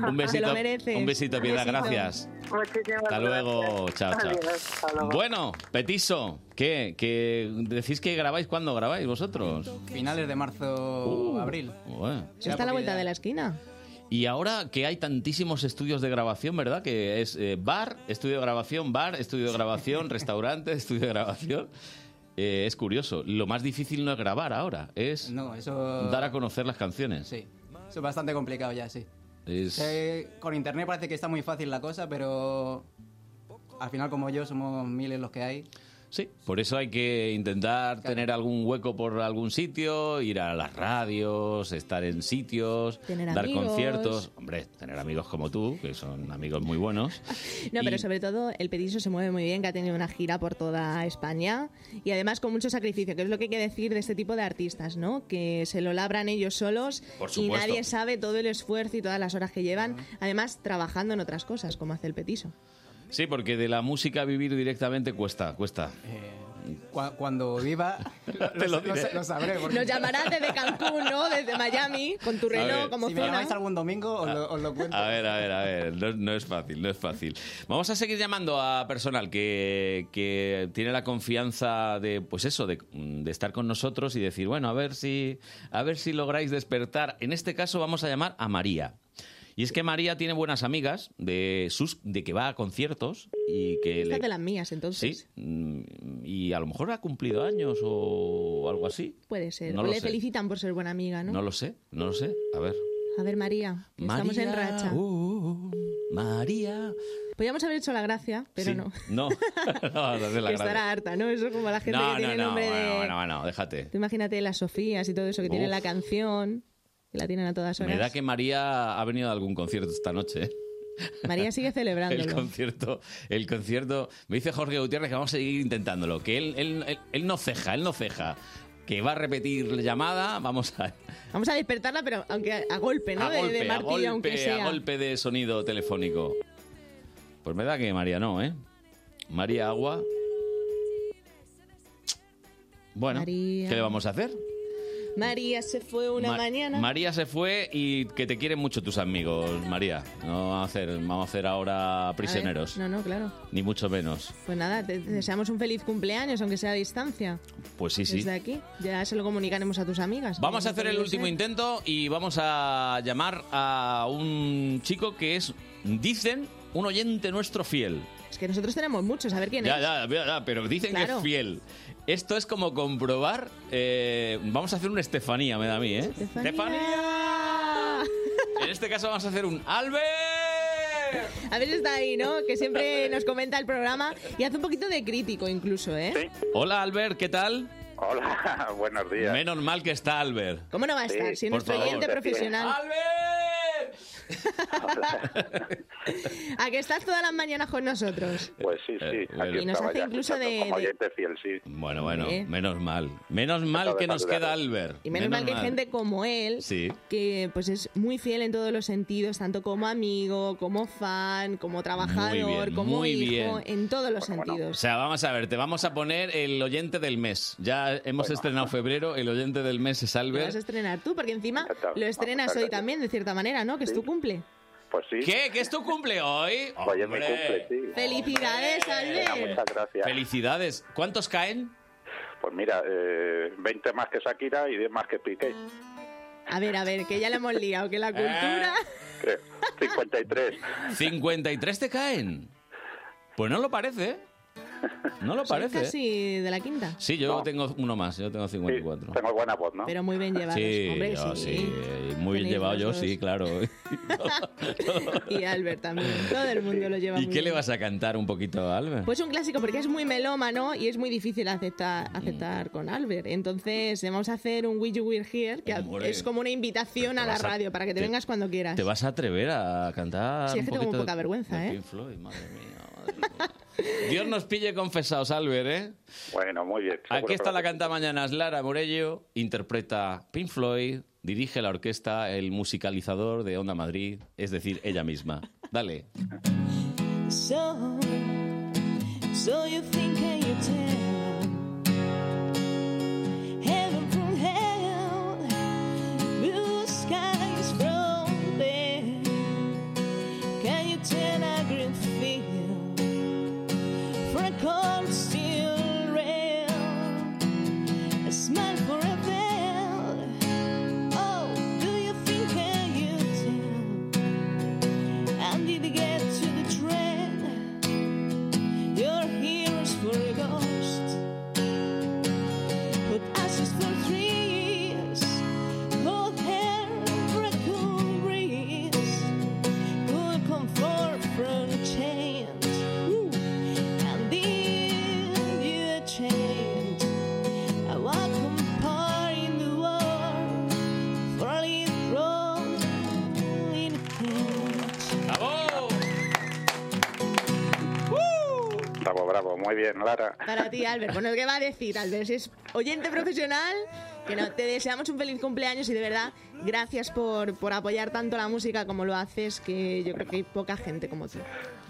[SPEAKER 1] Un besito, un besito, Piedad, gracias.
[SPEAKER 20] Muchísimas
[SPEAKER 1] Hasta luego,
[SPEAKER 20] gracias.
[SPEAKER 1] chao, chao.
[SPEAKER 20] Adiós, hasta luego.
[SPEAKER 1] Bueno, Petiso, ¿qué? ¿Que decís que grabáis cuándo grabáis vosotros?
[SPEAKER 10] Finales de marzo,
[SPEAKER 1] Uh,
[SPEAKER 10] abril.
[SPEAKER 1] bueno.
[SPEAKER 9] Eso está a la vuelta de la esquina.
[SPEAKER 1] Y ahora que hay tantísimos estudios de grabación, ¿verdad? Que es eh, bar, estudio de grabación, bar, estudio de grabación, restaurante, estudio de grabación. Eh, es curioso. Lo más difícil no es grabar ahora, es
[SPEAKER 10] No, eso.
[SPEAKER 1] dar a conocer las canciones.
[SPEAKER 10] Sí. Eso es bastante complicado ya, sí.
[SPEAKER 1] Es-
[SPEAKER 10] Eh, con internet parece que está muy fácil la cosa, pero. Al final, como yo, somos miles los que hay.
[SPEAKER 1] Sí. Por eso hay que intentar tener algún hueco por algún sitio, ir a las radios, estar en sitios,
[SPEAKER 9] Tener
[SPEAKER 1] dar
[SPEAKER 9] amigos.
[SPEAKER 1] conciertos. Hombre, tener amigos como tú, que son amigos muy buenos.
[SPEAKER 9] No,
[SPEAKER 1] Y-
[SPEAKER 9] pero sobre todo el Petiso se mueve muy bien, que ha tenido una gira por toda España y además con mucho sacrificio, que es lo que hay que decir de este tipo de artistas, ¿no? Que se lo labran ellos solos
[SPEAKER 1] Por
[SPEAKER 9] y
[SPEAKER 1] supuesto.
[SPEAKER 9] nadie sabe todo el esfuerzo y todas las horas que llevan, además trabajando en otras cosas, como hace el Petiso.
[SPEAKER 1] Sí, porque de la música vivir directamente cuesta, cuesta.
[SPEAKER 10] Eh, Cua- cuando viva, lo,
[SPEAKER 1] Te lo
[SPEAKER 10] lo
[SPEAKER 1] diré.
[SPEAKER 10] sa- lo sabré. porque-
[SPEAKER 9] Nos llamarás desde Cancún, ¿no? Desde Miami, con tu
[SPEAKER 1] A
[SPEAKER 9] reloj,
[SPEAKER 1] ver.
[SPEAKER 9] como
[SPEAKER 10] si me
[SPEAKER 9] zona.
[SPEAKER 10] llamáis algún domingo, os lo, os lo cuento.
[SPEAKER 1] A ver, a ver, a ver. No, no es fácil, no es fácil. Vamos a seguir llamando a personal que, que tiene la confianza de, pues eso, de, de estar con nosotros y decir, bueno, a ver si, a ver si lográis despertar. En este caso vamos a llamar a María. Y es que María tiene buenas amigas de sus, de que va a conciertos y que
[SPEAKER 9] Estas
[SPEAKER 1] le-
[SPEAKER 9] de las mías, entonces.
[SPEAKER 1] sí, mm, y a lo mejor ha cumplido años o algo así.
[SPEAKER 9] Puede ser.
[SPEAKER 1] No
[SPEAKER 9] O
[SPEAKER 1] lo
[SPEAKER 9] le
[SPEAKER 1] sé.
[SPEAKER 9] felicitan por ser buena amiga, ¿no?
[SPEAKER 1] No lo sé, no lo sé. A ver,
[SPEAKER 9] A ver, María, que estamos en
[SPEAKER 1] María, Uh,
[SPEAKER 9] racha.
[SPEAKER 1] María.
[SPEAKER 9] Podríamos haber hecho la gracia, pero
[SPEAKER 1] Sí.
[SPEAKER 9] no.
[SPEAKER 1] No, no, no, hace la
[SPEAKER 9] Que
[SPEAKER 1] gracia.
[SPEAKER 9] estará harta, ¿no? Eso es como la gente
[SPEAKER 1] no,
[SPEAKER 9] que tiene
[SPEAKER 1] no, no,
[SPEAKER 9] nombre de...
[SPEAKER 1] bueno, bueno, bueno, déjate.
[SPEAKER 9] Tú imagínate las Sofías y todo eso que tiene
[SPEAKER 1] Uf.
[SPEAKER 9] la canción, que la tienen a todas horas.
[SPEAKER 1] Me da que María ha venido a algún concierto esta noche. ¿eh?
[SPEAKER 9] María sigue
[SPEAKER 1] El
[SPEAKER 9] celebrándolo.
[SPEAKER 1] concierto, el concierto. Me dice Jorge Gutiérrez que vamos a seguir intentándolo, que él, él- él- él no ceja, él no ceja. Que va a repetir la llamada, vamos a,
[SPEAKER 9] Vamos a despertarla, pero aunque a, a golpe, ¿no?
[SPEAKER 1] a
[SPEAKER 9] de, de
[SPEAKER 1] golpe, a
[SPEAKER 9] martillo,
[SPEAKER 1] golpe,
[SPEAKER 9] aunque
[SPEAKER 1] a
[SPEAKER 9] sea.
[SPEAKER 1] golpe de sonido telefónico. Pues me da que María no, ¿eh? María Agua. Bueno,
[SPEAKER 9] María.
[SPEAKER 1] ¿qué le vamos a hacer?
[SPEAKER 9] María se fue una
[SPEAKER 1] Ma-
[SPEAKER 9] mañana.
[SPEAKER 1] María se fue y que te quieren mucho tus amigos, María. No vamos a hacer, vamos a hacer ahora
[SPEAKER 9] A ver,
[SPEAKER 1] prisioneros,
[SPEAKER 9] No, no, claro.
[SPEAKER 1] ni mucho menos.
[SPEAKER 9] Pues nada, te te deseamos un feliz cumpleaños, aunque sea a distancia.
[SPEAKER 1] Pues sí, sí.
[SPEAKER 9] Desde aquí. Ya se lo comunicaremos a tus amigas.
[SPEAKER 1] Vamos
[SPEAKER 9] que
[SPEAKER 1] a hacer el
[SPEAKER 9] podría
[SPEAKER 1] último
[SPEAKER 9] ser.
[SPEAKER 1] intento y vamos a llamar a un chico que es, dicen, un oyente nuestro fiel.
[SPEAKER 9] Es que nosotros tenemos muchos, a ver quién
[SPEAKER 1] Ya,
[SPEAKER 9] es.
[SPEAKER 1] ya, ya, ya, pero dicen que
[SPEAKER 9] Claro.
[SPEAKER 1] es fiel. Esto es como comprobar. eh, vamos a hacer una Estefanía, me da a mí, ¿eh? En este caso vamos a hacer un Albert.
[SPEAKER 9] A ver, está ahí, ¿no? Que siempre nos comenta el programa y hace un poquito de crítico incluso, ¿eh?
[SPEAKER 1] Hola Albert, ¿qué tal?
[SPEAKER 15] Hola, buenos días.
[SPEAKER 1] Menos mal que está Albert.
[SPEAKER 9] ¿Cómo no va a estar? si es nuestro oyente profesional. ¿A que estás todas las mañanas con nosotros?
[SPEAKER 15] Pues sí, sí. aquí
[SPEAKER 9] eh, Y nos
[SPEAKER 15] estaba
[SPEAKER 9] hace
[SPEAKER 15] ya
[SPEAKER 9] incluso
[SPEAKER 15] escuchando
[SPEAKER 9] de-
[SPEAKER 15] Como
[SPEAKER 9] de-
[SPEAKER 15] oyente fiel, sí.
[SPEAKER 1] Eh, Bueno, bueno,
[SPEAKER 9] Hombre.
[SPEAKER 1] menos mal. Menos mal que nos queda Albert.
[SPEAKER 9] Y menos, mal que hay gente como él,
[SPEAKER 1] Sí.
[SPEAKER 9] que pues es muy fiel en todos los sentidos, tanto como amigo, como fan, como trabajador,
[SPEAKER 1] bien,
[SPEAKER 9] como
[SPEAKER 1] muy
[SPEAKER 9] hijo,
[SPEAKER 1] bien.
[SPEAKER 9] en todos los
[SPEAKER 1] O
[SPEAKER 9] sentidos.
[SPEAKER 1] sea, vamos a ver, te vamos a poner el oyente del mes. Ya hemos estrenado febrero, el oyente del mes es
[SPEAKER 9] Lo vas a
[SPEAKER 1] Albert.
[SPEAKER 9] estrenar tú, porque encima lo estrenas
[SPEAKER 1] muchas
[SPEAKER 9] hoy
[SPEAKER 1] gracias.
[SPEAKER 9] también, de cierta manera, ¿no? Que es tu cumple.
[SPEAKER 15] Pues sí.
[SPEAKER 1] ¿Qué? ¿Que es tu cumple hoy?
[SPEAKER 15] Hoy es mi
[SPEAKER 1] ¡Hombre!
[SPEAKER 15] cumple, sí.
[SPEAKER 9] ¡Felicidades,
[SPEAKER 15] Venga,
[SPEAKER 9] Albert!
[SPEAKER 15] muchas gracias.
[SPEAKER 1] Felicidades. ¿Cuántos caen?
[SPEAKER 15] Pues mira, eh, 20 más que Shakira y 10 más que Piqué.
[SPEAKER 9] A ver, a ver, que ya la hemos liado,
[SPEAKER 1] Eh,
[SPEAKER 9] que la cultura...
[SPEAKER 15] Creo. 53.
[SPEAKER 1] 53 te caen. Pues no lo parece. ¿eh? No lo
[SPEAKER 9] Soy
[SPEAKER 1] parece. ¿eh?
[SPEAKER 9] casi de la quinta.
[SPEAKER 1] Sí, yo tengo uno más, yo tengo 54.
[SPEAKER 15] tengo buena voz, ¿no?
[SPEAKER 9] Pero muy bien llevados.
[SPEAKER 1] Sí,
[SPEAKER 9] Hombre,
[SPEAKER 1] yo
[SPEAKER 9] sí.
[SPEAKER 1] sí. Muy bien
[SPEAKER 9] Tenéis
[SPEAKER 1] llevado
[SPEAKER 9] los
[SPEAKER 1] yo,
[SPEAKER 9] dos.
[SPEAKER 1] sí, claro.
[SPEAKER 9] Y Albert también. Todo el mundo lo lleva
[SPEAKER 1] ¿Y
[SPEAKER 9] muy
[SPEAKER 1] qué le
[SPEAKER 9] bien.
[SPEAKER 1] vas a cantar un poquito a Albert?
[SPEAKER 9] Pues un clásico porque es muy melómano y es muy difícil aceptar,
[SPEAKER 1] Mm.
[SPEAKER 9] aceptar con Albert. Entonces eh, vamos a hacer un We You We're Here, que
[SPEAKER 1] Hombre.
[SPEAKER 9] es como una invitación a la
[SPEAKER 1] vas a-
[SPEAKER 9] radio para que te,
[SPEAKER 1] te-
[SPEAKER 9] vengas cuando quieras.
[SPEAKER 1] ¿Te vas a atrever a cantar?
[SPEAKER 9] Sí,
[SPEAKER 1] un
[SPEAKER 9] es que tengo
[SPEAKER 1] poquito
[SPEAKER 9] poca
[SPEAKER 1] de-
[SPEAKER 9] vergüenza,
[SPEAKER 1] de
[SPEAKER 9] ¿eh?
[SPEAKER 1] Pink Floyd? Madre mía, madre mía. Dios nos pille confesados, Albert, ¿eh?
[SPEAKER 15] Bueno, muy bien.
[SPEAKER 1] Aquí está
[SPEAKER 15] que
[SPEAKER 1] la canta mañanas. Lara Morello interpreta Pink Floyd, dirige la orquesta, el musicalizador de Onda Madrid, es decir, ella misma. Dale.
[SPEAKER 7] So, so you think and you tell heaven from hell, blue skies from there. Can you tell a green field for a cold steel rail? A smile for a veil. Oh, do you think and you tell? And did you get to the train? Your heroes for a ghost. Put ashes for trees. Cold hair for a cool breeze. Cool comfort from change. Woo. And did you change? A welcome part in the world. For a little role in a cage.
[SPEAKER 1] ¡Bravo!
[SPEAKER 15] Bravo, bravo. Muy bien, Lara.
[SPEAKER 9] Para ti, Albert. Bueno, ¿qué va a decir, Albert? Si es oyente profesional, que no, te deseamos un feliz cumpleaños y de verdad, gracias por, por apoyar tanto la música como lo haces, que yo creo que hay poca gente como tú.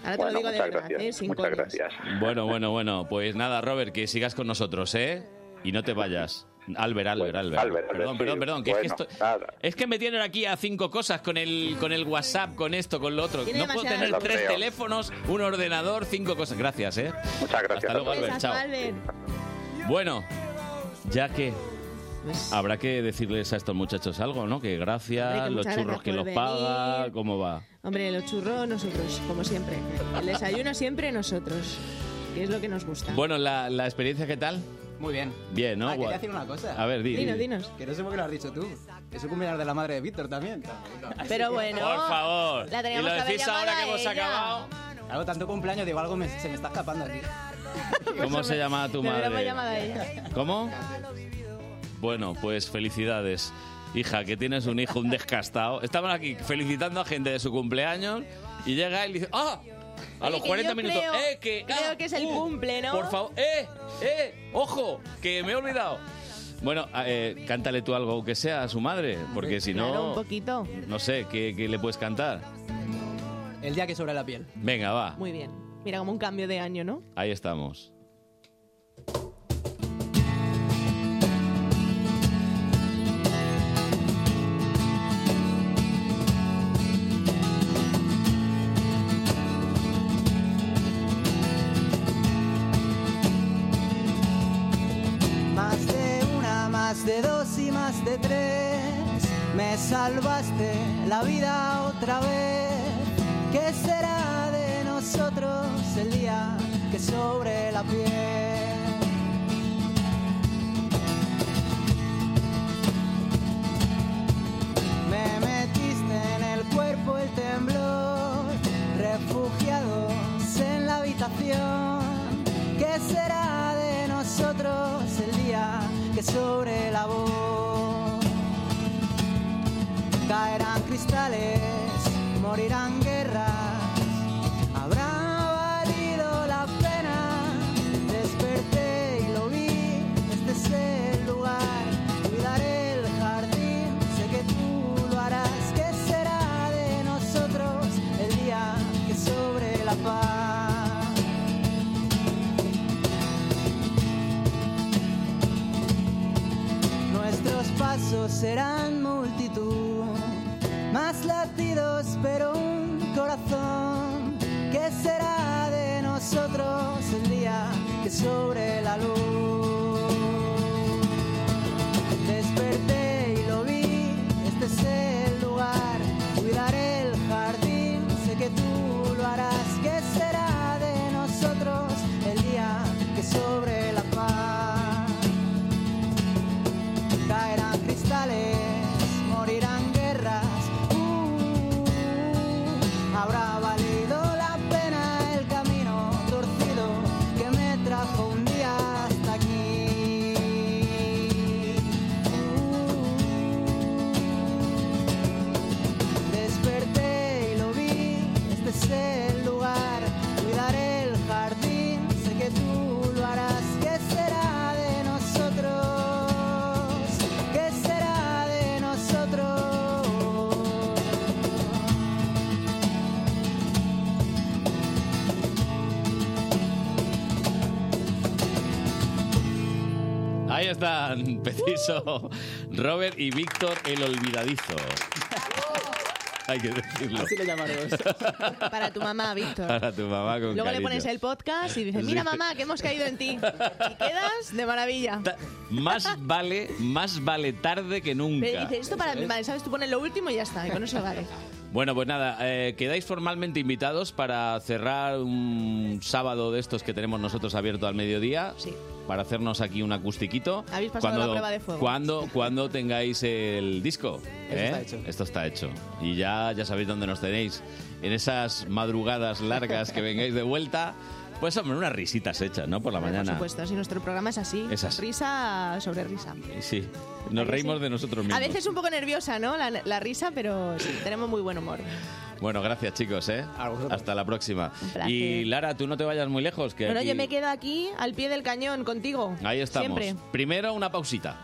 [SPEAKER 9] Ahora te
[SPEAKER 15] Bueno,
[SPEAKER 9] lo digo de
[SPEAKER 15] muchas
[SPEAKER 9] verdad, ¿eh?
[SPEAKER 15] gracias.
[SPEAKER 9] Sin
[SPEAKER 15] muchas
[SPEAKER 9] coñas.
[SPEAKER 15] gracias.
[SPEAKER 1] Bueno, bueno, bueno. Pues nada, Robert, que sigas con nosotros, ¿eh? Y no te vayas. Albert, Albert, Albert.
[SPEAKER 15] Albert,
[SPEAKER 1] perdón,
[SPEAKER 15] sí,
[SPEAKER 1] perdón, perdón. Que es que
[SPEAKER 15] bueno,
[SPEAKER 1] esto- es que me tienen aquí a cinco cosas con el, con el WhatsApp, con esto, con lo otro.
[SPEAKER 9] Tiene
[SPEAKER 1] No puedo
[SPEAKER 9] demasiadas
[SPEAKER 1] tener
[SPEAKER 9] cosas.
[SPEAKER 1] tres
[SPEAKER 9] Lo creo.
[SPEAKER 1] teléfonos, un ordenador, cinco cosas. Gracias, ¿eh?
[SPEAKER 15] Muchas gracias.
[SPEAKER 1] Hasta luego,
[SPEAKER 9] Un
[SPEAKER 1] Albert.
[SPEAKER 9] besazo,
[SPEAKER 1] Chao.
[SPEAKER 9] Albert. Pues-
[SPEAKER 1] Bueno, ya que habrá que decirles a estos muchachos algo, ¿no? Que gracias,
[SPEAKER 9] Hombre, que
[SPEAKER 1] los
[SPEAKER 9] muchas
[SPEAKER 1] churros
[SPEAKER 9] gracias
[SPEAKER 1] que
[SPEAKER 9] por
[SPEAKER 1] los paga, ¿cómo va?
[SPEAKER 9] Hombre, los churros nosotros, como siempre. El desayuno siempre nosotros, que es lo que nos gusta.
[SPEAKER 1] Bueno, la, la experiencia, ¿qué tal?
[SPEAKER 10] Muy bien.
[SPEAKER 1] Bien, ¿no?
[SPEAKER 10] Ah, quería
[SPEAKER 1] Guay.
[SPEAKER 10] decir una cosa.
[SPEAKER 1] A ver, di, di, di.
[SPEAKER 10] Que no sé por qué lo has dicho tú. Es un cumpleaños de la madre de Víctor también. Así
[SPEAKER 9] Pero
[SPEAKER 10] que-
[SPEAKER 9] bueno, Por favor. la teníamos Y lo que haber decís ahora llamado que a hemos ella. acabado.
[SPEAKER 10] Claro, tanto cumpleaños, digo, algo me- se me está escapando aquí.
[SPEAKER 1] ¿Cómo
[SPEAKER 9] Pues
[SPEAKER 1] se llama tu
[SPEAKER 10] me hubiéramos
[SPEAKER 1] madre?
[SPEAKER 10] llamado a
[SPEAKER 9] ella.
[SPEAKER 1] ¿Cómo? Bueno, pues felicidades. Hija, que tienes un hijo, un descastado. Estaban aquí felicitando a gente de su cumpleaños y llega él y dice, ¡ah! A los
[SPEAKER 9] que
[SPEAKER 1] 40
[SPEAKER 9] yo
[SPEAKER 1] minutos,
[SPEAKER 9] creo-
[SPEAKER 1] ¡eh! Que,
[SPEAKER 9] creo
[SPEAKER 1] ah,
[SPEAKER 9] que es el
[SPEAKER 1] uh,
[SPEAKER 9] cumple, ¿no?
[SPEAKER 1] Por favor, ¡eh! ¡eh! ¡Ojo! Que me he olvidado. Bueno, ah, eh, cántale tú algo que sea a su madre, porque si
[SPEAKER 9] Claro, un
[SPEAKER 1] no,
[SPEAKER 9] poquito.
[SPEAKER 1] no sé, ¿qué, qué le puedes cantar?
[SPEAKER 10] El día que sobra la piel.
[SPEAKER 1] Venga, va,
[SPEAKER 9] Muy bien. Mira, como un cambio de año, ¿no?
[SPEAKER 1] ahí estamos.
[SPEAKER 11] Más de una, más de dos y más de tres. Me salvaste la vida otra vez. ¿Qué será de nosotros el día que sobre la piel? nosotros el día que sobre la voz caerán cristales, morirán guerras, habrá valido la pena. Desperté y lo vi, este es el lugar, cuidaré el jardín, sé que tú lo harás, ¿qué será de nosotros el día que sobre la paz? Nuestros pasos serán multitud, más latidos pero un corazón. ¿Qué será de nosotros el día que sobre la luz? Desperté y lo vi, este es el lugar, cuidaré el jardín, sé que tú lo harás. ¿Qué será de nosotros el día que sobre la paz? caerán cristales, morirán guerras. Uh, habrá valido la pena el camino torcido que me trajo un día hasta aquí. Uh, desperté y lo vi, este es el lugar, cuidaré el jardín, sé que tú lo harás. ¿Qué será de nosotros? ¿Qué será de nosotros?
[SPEAKER 1] Ahí están, Petiso, Robert y Víctor el Olvidadizo. Hay que decirlo.
[SPEAKER 9] Así lo llamaremos. Para tu mamá, Víctor.
[SPEAKER 1] Para tu mamá con
[SPEAKER 9] Luego le
[SPEAKER 1] cariño.
[SPEAKER 9] pones el podcast y dices,
[SPEAKER 1] Sí.
[SPEAKER 9] mira mamá, que hemos caído en ti. Y quedas de maravilla.
[SPEAKER 1] Más vale, más vale tarde que nunca.
[SPEAKER 9] Pero dices, esto para
[SPEAKER 1] ¿Sabes?
[SPEAKER 9] mi madre, ¿sabes? Tú pones lo último y ya está, y con eso vale.
[SPEAKER 1] Bueno, pues nada, eh, quedáis formalmente invitados para cerrar un sábado de estos que tenemos nosotros abierto al mediodía. Sí. Para hacernos aquí un acustiquito.
[SPEAKER 9] Habéis pasado la prueba de fuego.
[SPEAKER 1] Cuando, cuando tengáis el disco.
[SPEAKER 9] Eso
[SPEAKER 1] ¿eh?
[SPEAKER 9] está hecho.
[SPEAKER 1] Esto está hecho. Y ya, ya sabéis dónde nos tenéis. En esas madrugadas largas que vengáis de vuelta. Pues hombre, unas risitas hechas, ¿no? Por la
[SPEAKER 9] Por
[SPEAKER 1] mañana.
[SPEAKER 9] supuesto, si nuestro programa es así.
[SPEAKER 1] Es así.
[SPEAKER 9] Risa sobre risa.
[SPEAKER 1] Sí. Nos
[SPEAKER 9] que
[SPEAKER 1] reímos
[SPEAKER 9] sí?
[SPEAKER 1] de nosotros mismos.
[SPEAKER 9] A veces un poco nerviosa, ¿no? La, la risa, pero sí, tenemos muy buen humor.
[SPEAKER 1] Bueno, gracias chicos, ¿eh? Hasta la próxima.
[SPEAKER 9] placer.
[SPEAKER 1] Y Lara, tú no te vayas muy lejos. Que
[SPEAKER 9] Bueno,
[SPEAKER 1] aquí-
[SPEAKER 9] yo me quedo aquí al pie del cañón contigo.
[SPEAKER 1] Ahí estamos.
[SPEAKER 9] Siempre.
[SPEAKER 1] Primero una pausita.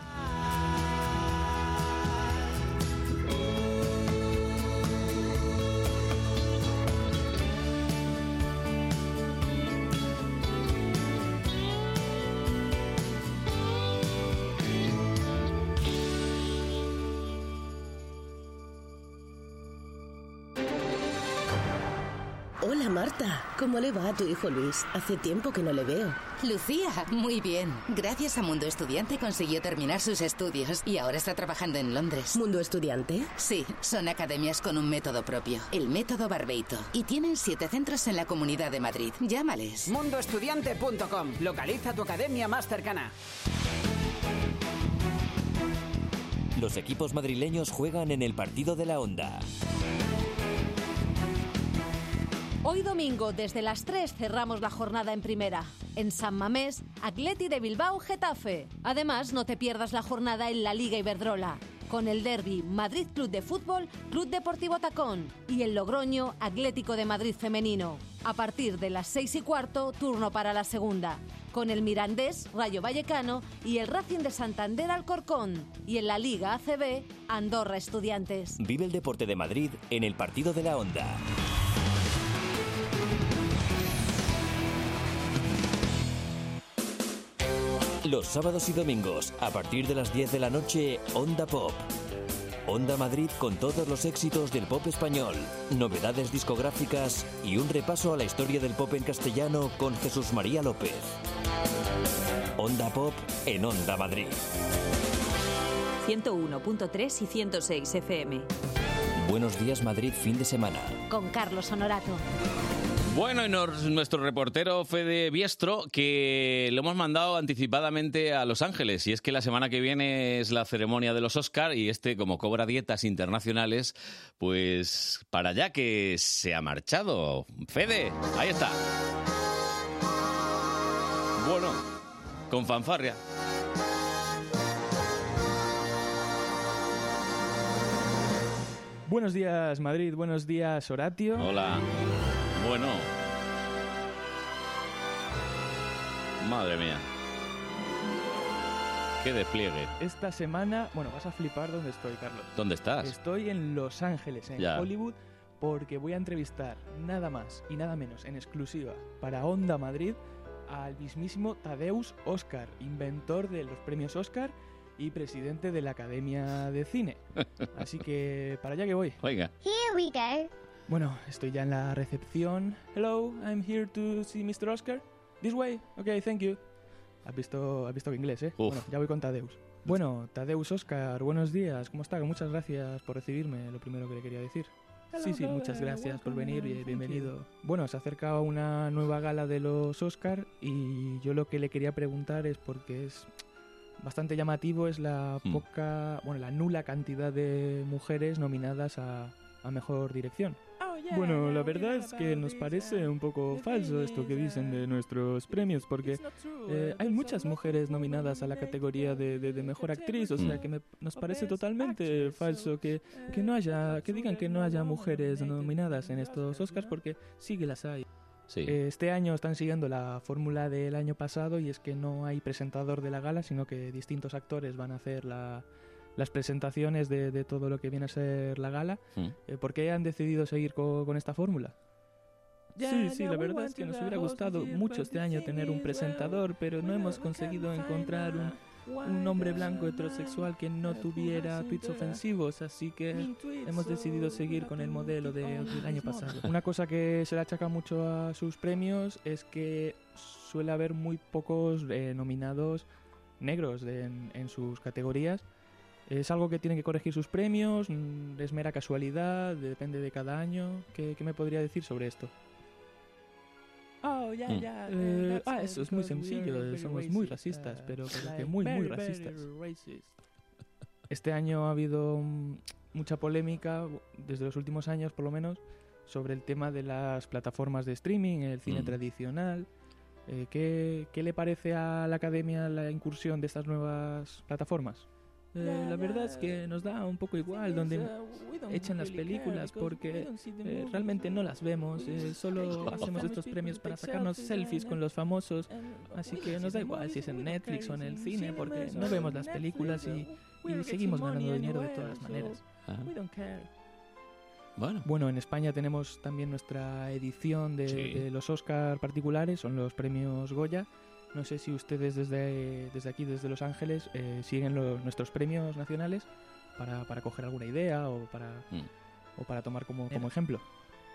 [SPEAKER 21] Hola Marta, ¿cómo le va a tu hijo Luis? Hace tiempo que no le veo.
[SPEAKER 17] Lucía, muy bien. Gracias a Mundo Estudiante consiguió terminar sus estudios y ahora está trabajando en Londres.
[SPEAKER 21] ¿Mundo Estudiante?
[SPEAKER 17] Sí, son academias con un método propio, el método Barbeito. Y tienen siete centros en la Comunidad de Madrid. Llámales.
[SPEAKER 22] Mundoestudiante.com. Localiza tu academia más cercana.
[SPEAKER 6] Los equipos madrileños juegan en el partido de la onda.
[SPEAKER 19] Hoy domingo, desde las 3, cerramos la jornada en primera. En San Mamés, Atleti de Bilbao, Getafe. Además, no te pierdas la jornada en la Liga Iberdrola. Con el derby Madrid Club de Fútbol, Club Deportivo Tacón y el Logroño Atlético de Madrid Femenino. A partir de las 6 y cuarto, turno para la segunda. Con el Mirandés, Rayo Vallecano y el Racing de Santander Alcorcón. Y en la Liga ACB, Andorra Estudiantes.
[SPEAKER 6] Vive el deporte de Madrid en el partido de la onda. Los sábados y domingos, a partir de las 10 de la noche, Onda Pop. Onda Madrid con todos los éxitos del pop español, novedades discográficas y un repaso a la historia del pop en castellano con Jesús María López. Onda Pop en Onda Madrid.
[SPEAKER 23] 101.3 y 106 FM.
[SPEAKER 6] Buenos días Madrid fin de semana.
[SPEAKER 19] Con Carlos Honorato.
[SPEAKER 1] Bueno, y nos- nuestro reportero Fede Biestro, que lo hemos mandado anticipadamente a Los Ángeles. Y es que la semana que viene es la ceremonia de los Oscar y este, como cobra dietas internacionales, pues para allá que se ha marchado. Fede, ahí está. Bueno, Con fanfarria.
[SPEAKER 24] Buenos días, Madrid. Buenos días, Horatio.
[SPEAKER 1] Hola. Bueno. Madre mía. Qué despliegue.
[SPEAKER 24] Esta semana, bueno, vas a flipar dónde estoy, Carlos.
[SPEAKER 1] ¿Dónde estás?
[SPEAKER 24] Estoy en Los Ángeles, en
[SPEAKER 1] Ya.
[SPEAKER 24] Hollywood, porque voy a entrevistar nada más y nada menos en exclusiva para Onda Madrid al mismísimo Tadeus Oscar, inventor de los premios Oscar y presidente de la Academia de Cine. Así que para allá que voy.
[SPEAKER 1] Oiga.
[SPEAKER 24] Here we go. Bueno, estoy ya en la recepción. Hello, I'm here to see Mr. Oscar. This way. Okay, thank you. Has visto, has visto que inglés, ¿eh?
[SPEAKER 1] Uf.
[SPEAKER 24] Bueno, ya voy con Tadeus. Bueno, Tadeus Oscar, buenos días. ¿Cómo está? Muchas gracias por recibirme, lo primero que le quería decir.
[SPEAKER 25] Hello,
[SPEAKER 24] sí, sí,
[SPEAKER 25] brother.
[SPEAKER 24] muchas gracias por
[SPEAKER 25] Welcome
[SPEAKER 24] venir
[SPEAKER 25] and
[SPEAKER 24] y
[SPEAKER 25] thank
[SPEAKER 24] bienvenido. Bueno, se acerca una nueva gala de los Oscar y yo lo que le quería preguntar es porque es bastante llamativo es la
[SPEAKER 1] Mm.
[SPEAKER 24] poca, bueno, la nula cantidad de mujeres nominadas a, a mejor dirección. Bueno, la verdad es que nos parece un poco falso esto que dicen de nuestros premios, porque eh, hay muchas mujeres nominadas a la categoría de, de- de mejor actriz, o sea
[SPEAKER 1] Mm.
[SPEAKER 24] que me- nos parece totalmente falso que, que no haya, que digan que no haya mujeres nominadas en estos Oscars, porque sí que las hay.
[SPEAKER 1] Sí.
[SPEAKER 24] Eh, Este año están siguiendo la fórmula del año pasado y es que no hay presentador de la gala, sino que distintos actores van a hacer la- las presentaciones de, de todo lo que viene a ser la gala.
[SPEAKER 1] Mm.
[SPEAKER 24] Eh, ¿Por qué han decidido seguir co- con esta fórmula? Sí, sí, la
[SPEAKER 1] we
[SPEAKER 24] verdad
[SPEAKER 1] want
[SPEAKER 24] es que
[SPEAKER 1] to
[SPEAKER 24] nos
[SPEAKER 1] the
[SPEAKER 24] hubiera
[SPEAKER 1] host
[SPEAKER 24] gustado
[SPEAKER 1] here,
[SPEAKER 24] mucho
[SPEAKER 1] but
[SPEAKER 24] este año tener un presentador, pero no hemos conseguido encontrar un, un hombre blanco heterosexual que no tuviera tweets ofensivos, así que hemos decidido seguir con el modelo de- del año pasado. Una cosa que se le achaca mucho a sus premios es que suele haber muy pocos eh, nominados negros en, en sus categorías. ¿Es algo que tienen que corregir sus premios? Mm, ¿Es mera casualidad? ¿Depende de cada año? ¿Qué, qué me podría decir sobre esto?
[SPEAKER 13] Oh, yeah,
[SPEAKER 24] Mm.
[SPEAKER 13] yeah.
[SPEAKER 24] Eh,
[SPEAKER 13] uh, that's
[SPEAKER 24] ah,
[SPEAKER 13] all
[SPEAKER 24] eso es muy
[SPEAKER 13] because we are
[SPEAKER 24] sencillo.
[SPEAKER 13] very
[SPEAKER 24] Somos muy
[SPEAKER 13] racist,
[SPEAKER 24] racistas,
[SPEAKER 13] uh,
[SPEAKER 24] pero, pero que
[SPEAKER 13] like
[SPEAKER 24] muy, muy
[SPEAKER 13] very,
[SPEAKER 24] racistas.
[SPEAKER 13] very racist.
[SPEAKER 24] Este año ha habido mm, mucha polémica, desde los últimos años por lo menos, sobre el tema de las plataformas de streaming, el cine
[SPEAKER 1] Mm.
[SPEAKER 24] tradicional. Eh, ¿qué, ¿Qué le parece a la academia la incursión de estas nuevas plataformas?
[SPEAKER 1] Eh,
[SPEAKER 24] la verdad es que nos da un poco igual donde echan las películas porque eh, realmente no las vemos, eh, solo hacemos estos premios para sacarnos selfies con los famosos, así que nos da igual si es en Netflix o en el cine porque no vemos las películas y, y seguimos ganando dinero de todas las maneras.
[SPEAKER 1] Ah.
[SPEAKER 13] We don't care.
[SPEAKER 1] Bueno.
[SPEAKER 24] en España tenemos también nuestra edición de,
[SPEAKER 1] Sí.
[SPEAKER 24] de los Oscar particulares, son los premios Goya. No sé si ustedes desde, desde aquí, desde Los Ángeles, eh, siguen lo- nuestros premios nacionales para, para coger alguna idea o para,
[SPEAKER 1] Mm.
[SPEAKER 24] o para tomar como, como ejemplo.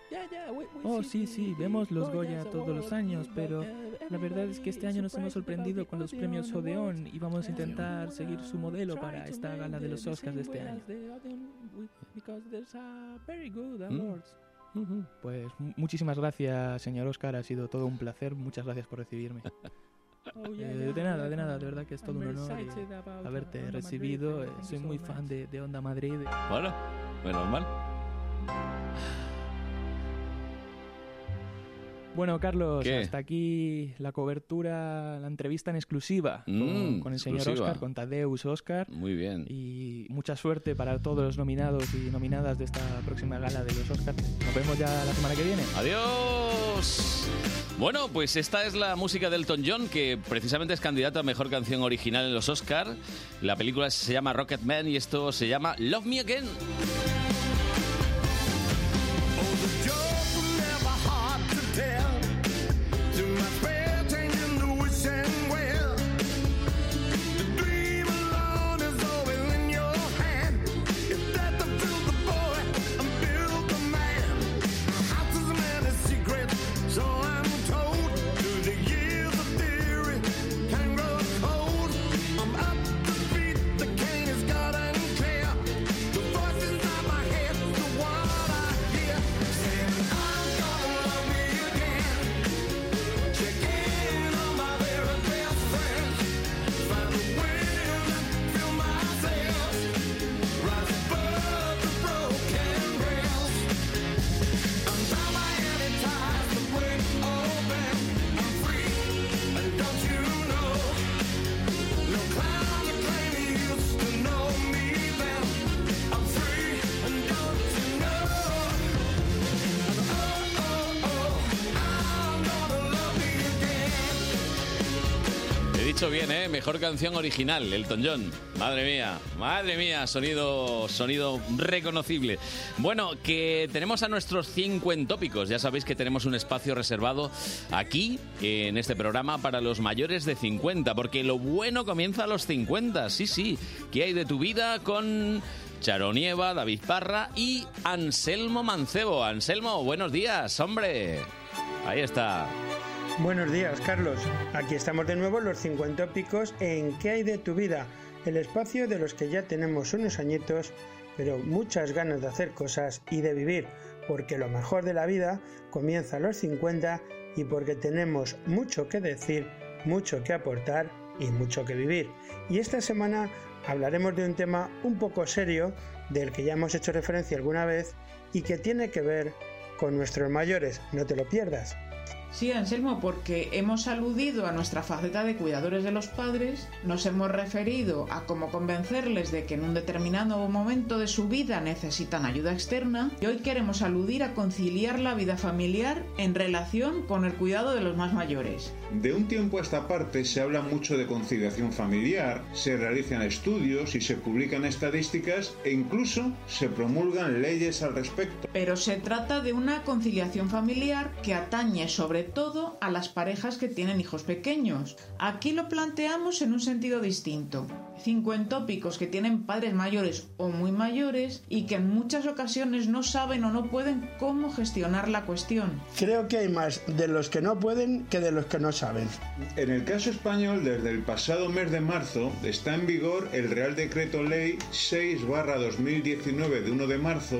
[SPEAKER 13] Yeah, yeah, we, we
[SPEAKER 24] Oh, sí,
[SPEAKER 13] see the-
[SPEAKER 24] sí,
[SPEAKER 13] the
[SPEAKER 24] vemos los
[SPEAKER 13] Goya's
[SPEAKER 24] Goya todos
[SPEAKER 13] Award,
[SPEAKER 24] los años,
[SPEAKER 13] but,
[SPEAKER 24] pero
[SPEAKER 13] uh,
[SPEAKER 24] la verdad es que este año nos hemos sorprendido con los premios Odeón y vamos a intentar seguir su modelo para esta gala de los Oscars de este año. Mm. Pues mu- muchísimas gracias, señor Oscar, ha sido todo un placer, muchas gracias por recibirme. Eh, de nada, de nada, de verdad que es todo un honor eh, haberte recibido, eh, soy muy fan de, de Onda Madrid.
[SPEAKER 1] Bueno, menos mal.
[SPEAKER 24] Bueno, Carlos,
[SPEAKER 1] ¿Qué?
[SPEAKER 24] hasta aquí la cobertura, la entrevista en exclusiva con,
[SPEAKER 1] Mm,
[SPEAKER 24] con el señor
[SPEAKER 1] exclusiva. Mm.
[SPEAKER 24] Oscar, con Tadeus Oscar.
[SPEAKER 1] Muy bien.
[SPEAKER 24] Y mucha suerte para todos los nominados y nominadas de esta próxima gala de los Oscars. Nos vemos ya la semana que viene.
[SPEAKER 1] Adiós. Bueno, pues esta es la música de Elton John, que precisamente es candidato a mejor canción original en los Oscar. La película se llama Rocket Man y esto se llama Love Me Again.
[SPEAKER 13] So I'm told through the years of theory can grow cold. I'm up to beat the cane is God and clear. The voices I
[SPEAKER 1] dicho bien, ¿eh? Mejor canción original, Elton John. Madre mía, madre mía, sonido, sonido reconocible. Bueno, que tenemos a nuestros 50 tópicos. Ya sabéis que tenemos un espacio reservado aquí, en este programa, para los mayores de 50, porque lo bueno comienza a los 50, sí, sí. ¿Qué hay de tu vida con Charonieva, David Parra y Anselmo Mancebo? Anselmo, buenos días, hombre. Ahí está.
[SPEAKER 26] Buenos días, Carlos. Aquí estamos de nuevo los 50 picos en ¿Qué hay de tu vida? El espacio de los que ya tenemos unos añitos, pero muchas ganas de hacer cosas y de vivir, porque lo mejor de la vida comienza a los 50 y porque tenemos mucho que decir, mucho que aportar y mucho que vivir. Y esta semana hablaremos de un tema un poco serio del que ya hemos hecho referencia alguna vez y que tiene que ver con nuestros mayores. No te lo pierdas.
[SPEAKER 25] Sí, Anselmo, porque hemos aludido a nuestra faceta de cuidadores de los padres, nos hemos referido a cómo convencerles de que en un determinado momento de su vida necesitan ayuda externa y hoy queremos aludir a conciliar la vida familiar en relación con el cuidado de los más mayores.
[SPEAKER 27] De un tiempo a esta parte se habla mucho de conciliación familiar, se realizan estudios y se publican estadísticas e incluso se promulgan leyes al respecto.
[SPEAKER 25] Pero se trata de una conciliación familiar que atañe sobre todo a las parejas que tienen hijos pequeños. Aquí lo planteamos en un sentido distinto. Cincuentópicos que tienen padres mayores o muy mayores y que en muchas ocasiones no saben o no pueden cómo gestionar la cuestión.
[SPEAKER 26] Creo que hay más de los que no pueden que de los que no saben.
[SPEAKER 27] En el caso español, desde el pasado mes de marzo está en vigor el Real Decreto Ley 6-2019 de 1 de marzo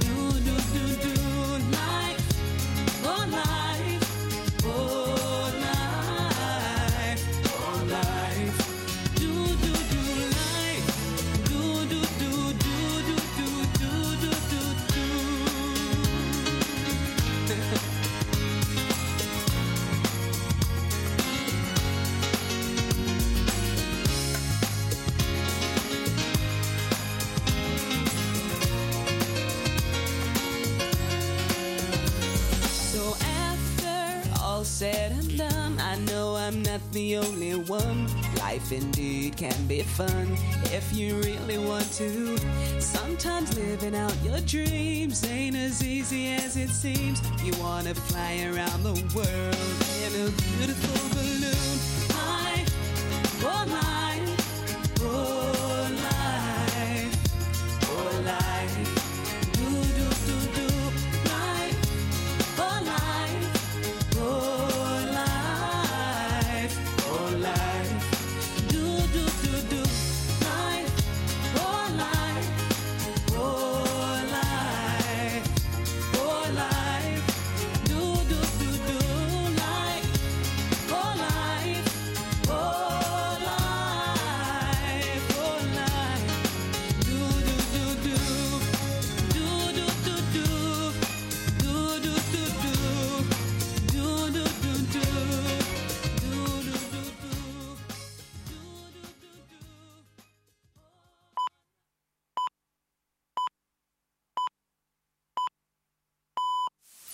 [SPEAKER 13] Do do do do life, oh life, oh life, oh life. Do do do life, do do do do do do do do do do. So after all said and done, I know I'm not the only one. Life indeed can be fun if you really want to. Sometimes living out your dreams ain't as easy as it seems. You wanna fly around the world in a beautiful balloon. I, oh life, oh life, oh life, do do do do life. Oh life, oh life, oh life, do do do do life, oh life, oh life, oh life, do do do do life, oh life, oh life, oh life, do do do do, do do do do. Do do do do do do do do do do do.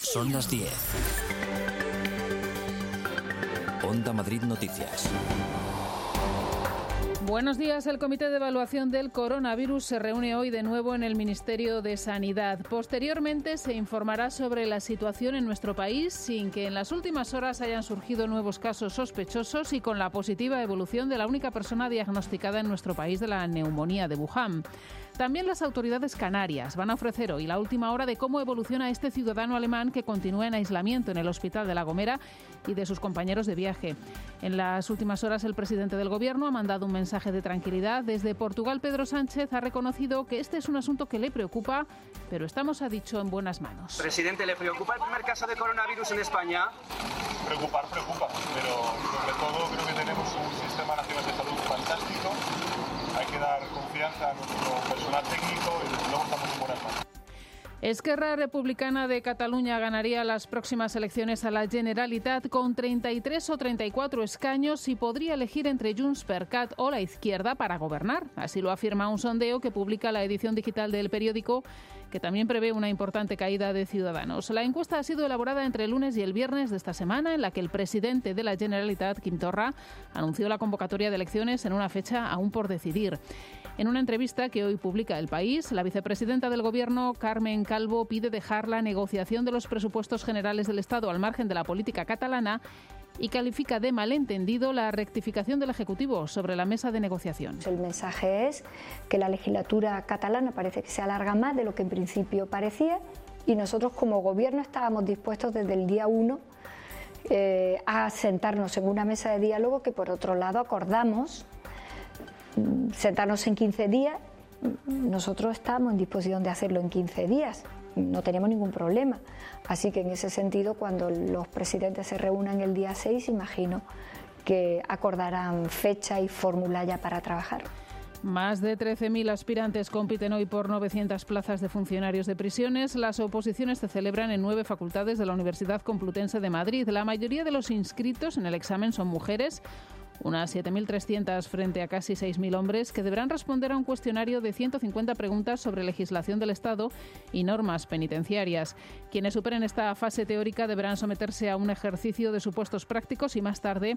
[SPEAKER 6] Son las 10. Onda Madrid Noticias.
[SPEAKER 2] Buenos días. El Comité de Evaluación del Coronavirus se reúne hoy de nuevo en el Ministerio de Sanidad. Posteriormente se informará sobre la situación en nuestro país sin que en las últimas horas hayan surgido nuevos casos sospechosos y con la positiva evolución de la única persona diagnosticada en nuestro país de la neumonía de Wuhan. También las autoridades canarias van a ofrecer hoy la última hora de cómo evoluciona este ciudadano alemán que continúa en aislamiento en el Hospital de La Gomera y de sus compañeros de viaje. En las últimas horas el presidente del Gobierno ha mandado un mensaje de tranquilidad. Desde Portugal, Pedro Sánchez ha reconocido que este es un asunto que le preocupa, pero estamos, ha dicho, en buenas manos.
[SPEAKER 10] Presidente, ¿le preocupa el primer caso de coronavirus en España? Preocupar, preocupa, pero sobre todo creo que tenemos un sistema nacional de salud fantástico. Hay que dar confianza a nuestro personal técnico y luego estamos en buenas manos.
[SPEAKER 2] Esquerra Republicana de Cataluña ganaría las próximas elecciones a la Generalitat con 33 o 34 escaños y podría elegir entre Junts per Cat o la izquierda para gobernar. Así lo afirma un sondeo que publica la edición digital del periódico, que también prevé una importante caída de ciudadanos. La encuesta ha sido elaborada entre el lunes y el viernes de esta semana, en la que el presidente de la Generalitat, Quim Torra, anunció la convocatoria de elecciones en una fecha aún por decidir. En una entrevista que hoy publica El País, la vicepresidenta del Gobierno, Carmen Calvo, pide dejar la negociación de los presupuestos generales del Estado al margen de la política catalana y califica de malentendido la rectificación del Ejecutivo sobre la mesa de negociación.
[SPEAKER 28] El mensaje es que la legislatura catalana parece que se alarga más de lo que en principio parecía y nosotros como gobierno estábamos dispuestos desde el día 1 eh, a sentarnos en una mesa de diálogo que por otro lado acordamos mm, sentarnos en 15 días. Mm, Nosotros estábamos en disposición de hacerlo en 15 días, no teníamos ningún problema. Así que en ese sentido, cuando los presidentes se reúnan el día 6, imagino que acordarán fecha y fórmula ya para trabajar.
[SPEAKER 2] Más de 13.000 aspirantes compiten hoy por 900 plazas de funcionarios de prisiones. Las oposiciones se celebran en nueve facultades de la Universidad Complutense de Madrid. La mayoría de los inscritos en el examen son mujeres, unas 7.300 frente a casi 6.000 hombres, que deberán responder a un cuestionario de 150 preguntas sobre legislación del Estado y normas penitenciarias. Quienes superen esta fase teórica deberán someterse a un ejercicio de supuestos prácticos y más tarde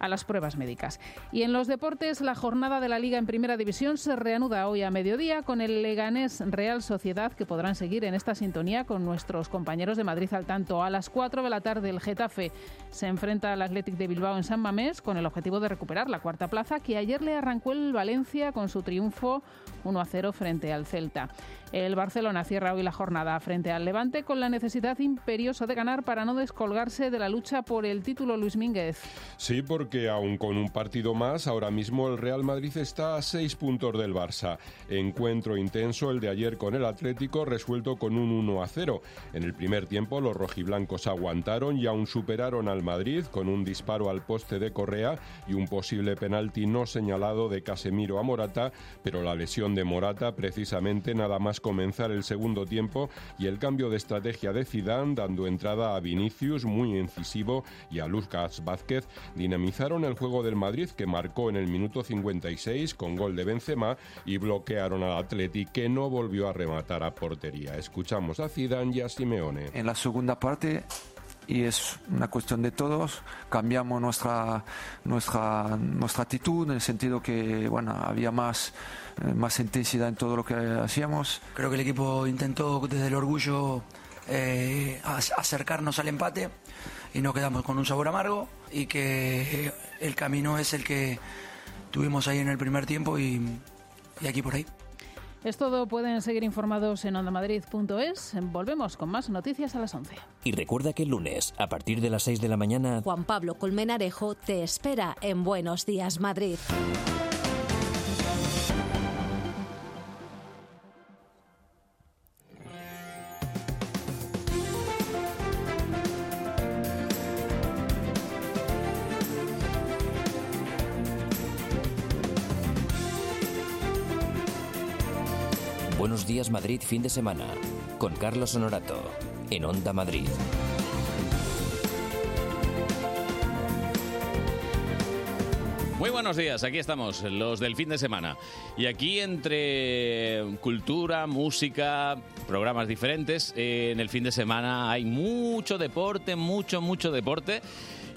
[SPEAKER 2] a las pruebas médicas. Y en los deportes, la jornada de la Liga en Primera División se reanuda hoy a mediodía con el Leganés Real Sociedad, que podrán seguir en esta sintonía con nuestros compañeros de Madrid al tanto. A las 4 de la tarde, el Getafe se enfrenta al Athletic de Bilbao en San Mamés con el objetivo de recuperar la cuarta plaza que ayer le arrancó el Valencia con su triunfo 1 a 0 frente al Celta. El Barcelona cierra hoy la jornada frente al Levante con la necesidad imperiosa de ganar para no descolgarse de la lucha por el título Luis Mínguez.
[SPEAKER 7] Sí, porque aún con un partido más, ahora mismo el Real Madrid está a seis puntos del Barça. Encuentro intenso el de ayer con el Atlético, resuelto con un 1 a 0. En el primer tiempo, los rojiblancos aguantaron y aún superaron al Madrid con un disparo al poste de Correa y un posible penalti no señalado de Casemiro a Morata, pero la lesión de Morata, precisamente nada más comenzar el segundo tiempo, y el cambio de estrategia de Zidane, dando entrada a Vinicius, muy incisivo, y a Lucas Vázquez, dinamizaron el juego del Madrid que marcó en el minuto 56 con gol de Benzema y bloquearon al Atleti que no volvió a rematar a portería. Escuchamos a Zidane y a Simeone.
[SPEAKER 12] En la segunda parte y es una cuestión de todos. Cambiamos nuestra, nuestra, nuestra actitud en el sentido que bueno, había más, eh, más intensidad en todo lo que hacíamos.
[SPEAKER 29] Creo que el equipo intentó desde el orgullo eh, ac- acercarnos al empate y nos quedamos con un sabor amargo y que eh, el camino es el que tuvimos ahí en el primer tiempo y, y aquí por ahí.
[SPEAKER 2] Es todo, pueden seguir informados en ondamadrid.es. Volvemos con más noticias a las 11.
[SPEAKER 6] Y recuerda que el lunes, a partir de las 6 de la mañana,
[SPEAKER 19] Juan Pablo Colmenarejo te espera en Buenos Días Madrid.
[SPEAKER 6] Buenos días Madrid fin de semana, con Carlos Honorato, en Onda Madrid.
[SPEAKER 1] Muy buenos días, aquí estamos, los del fin de semana. Y aquí entre cultura, música, programas diferentes, eh, en el fin de semana hay mucho deporte, mucho, mucho deporte.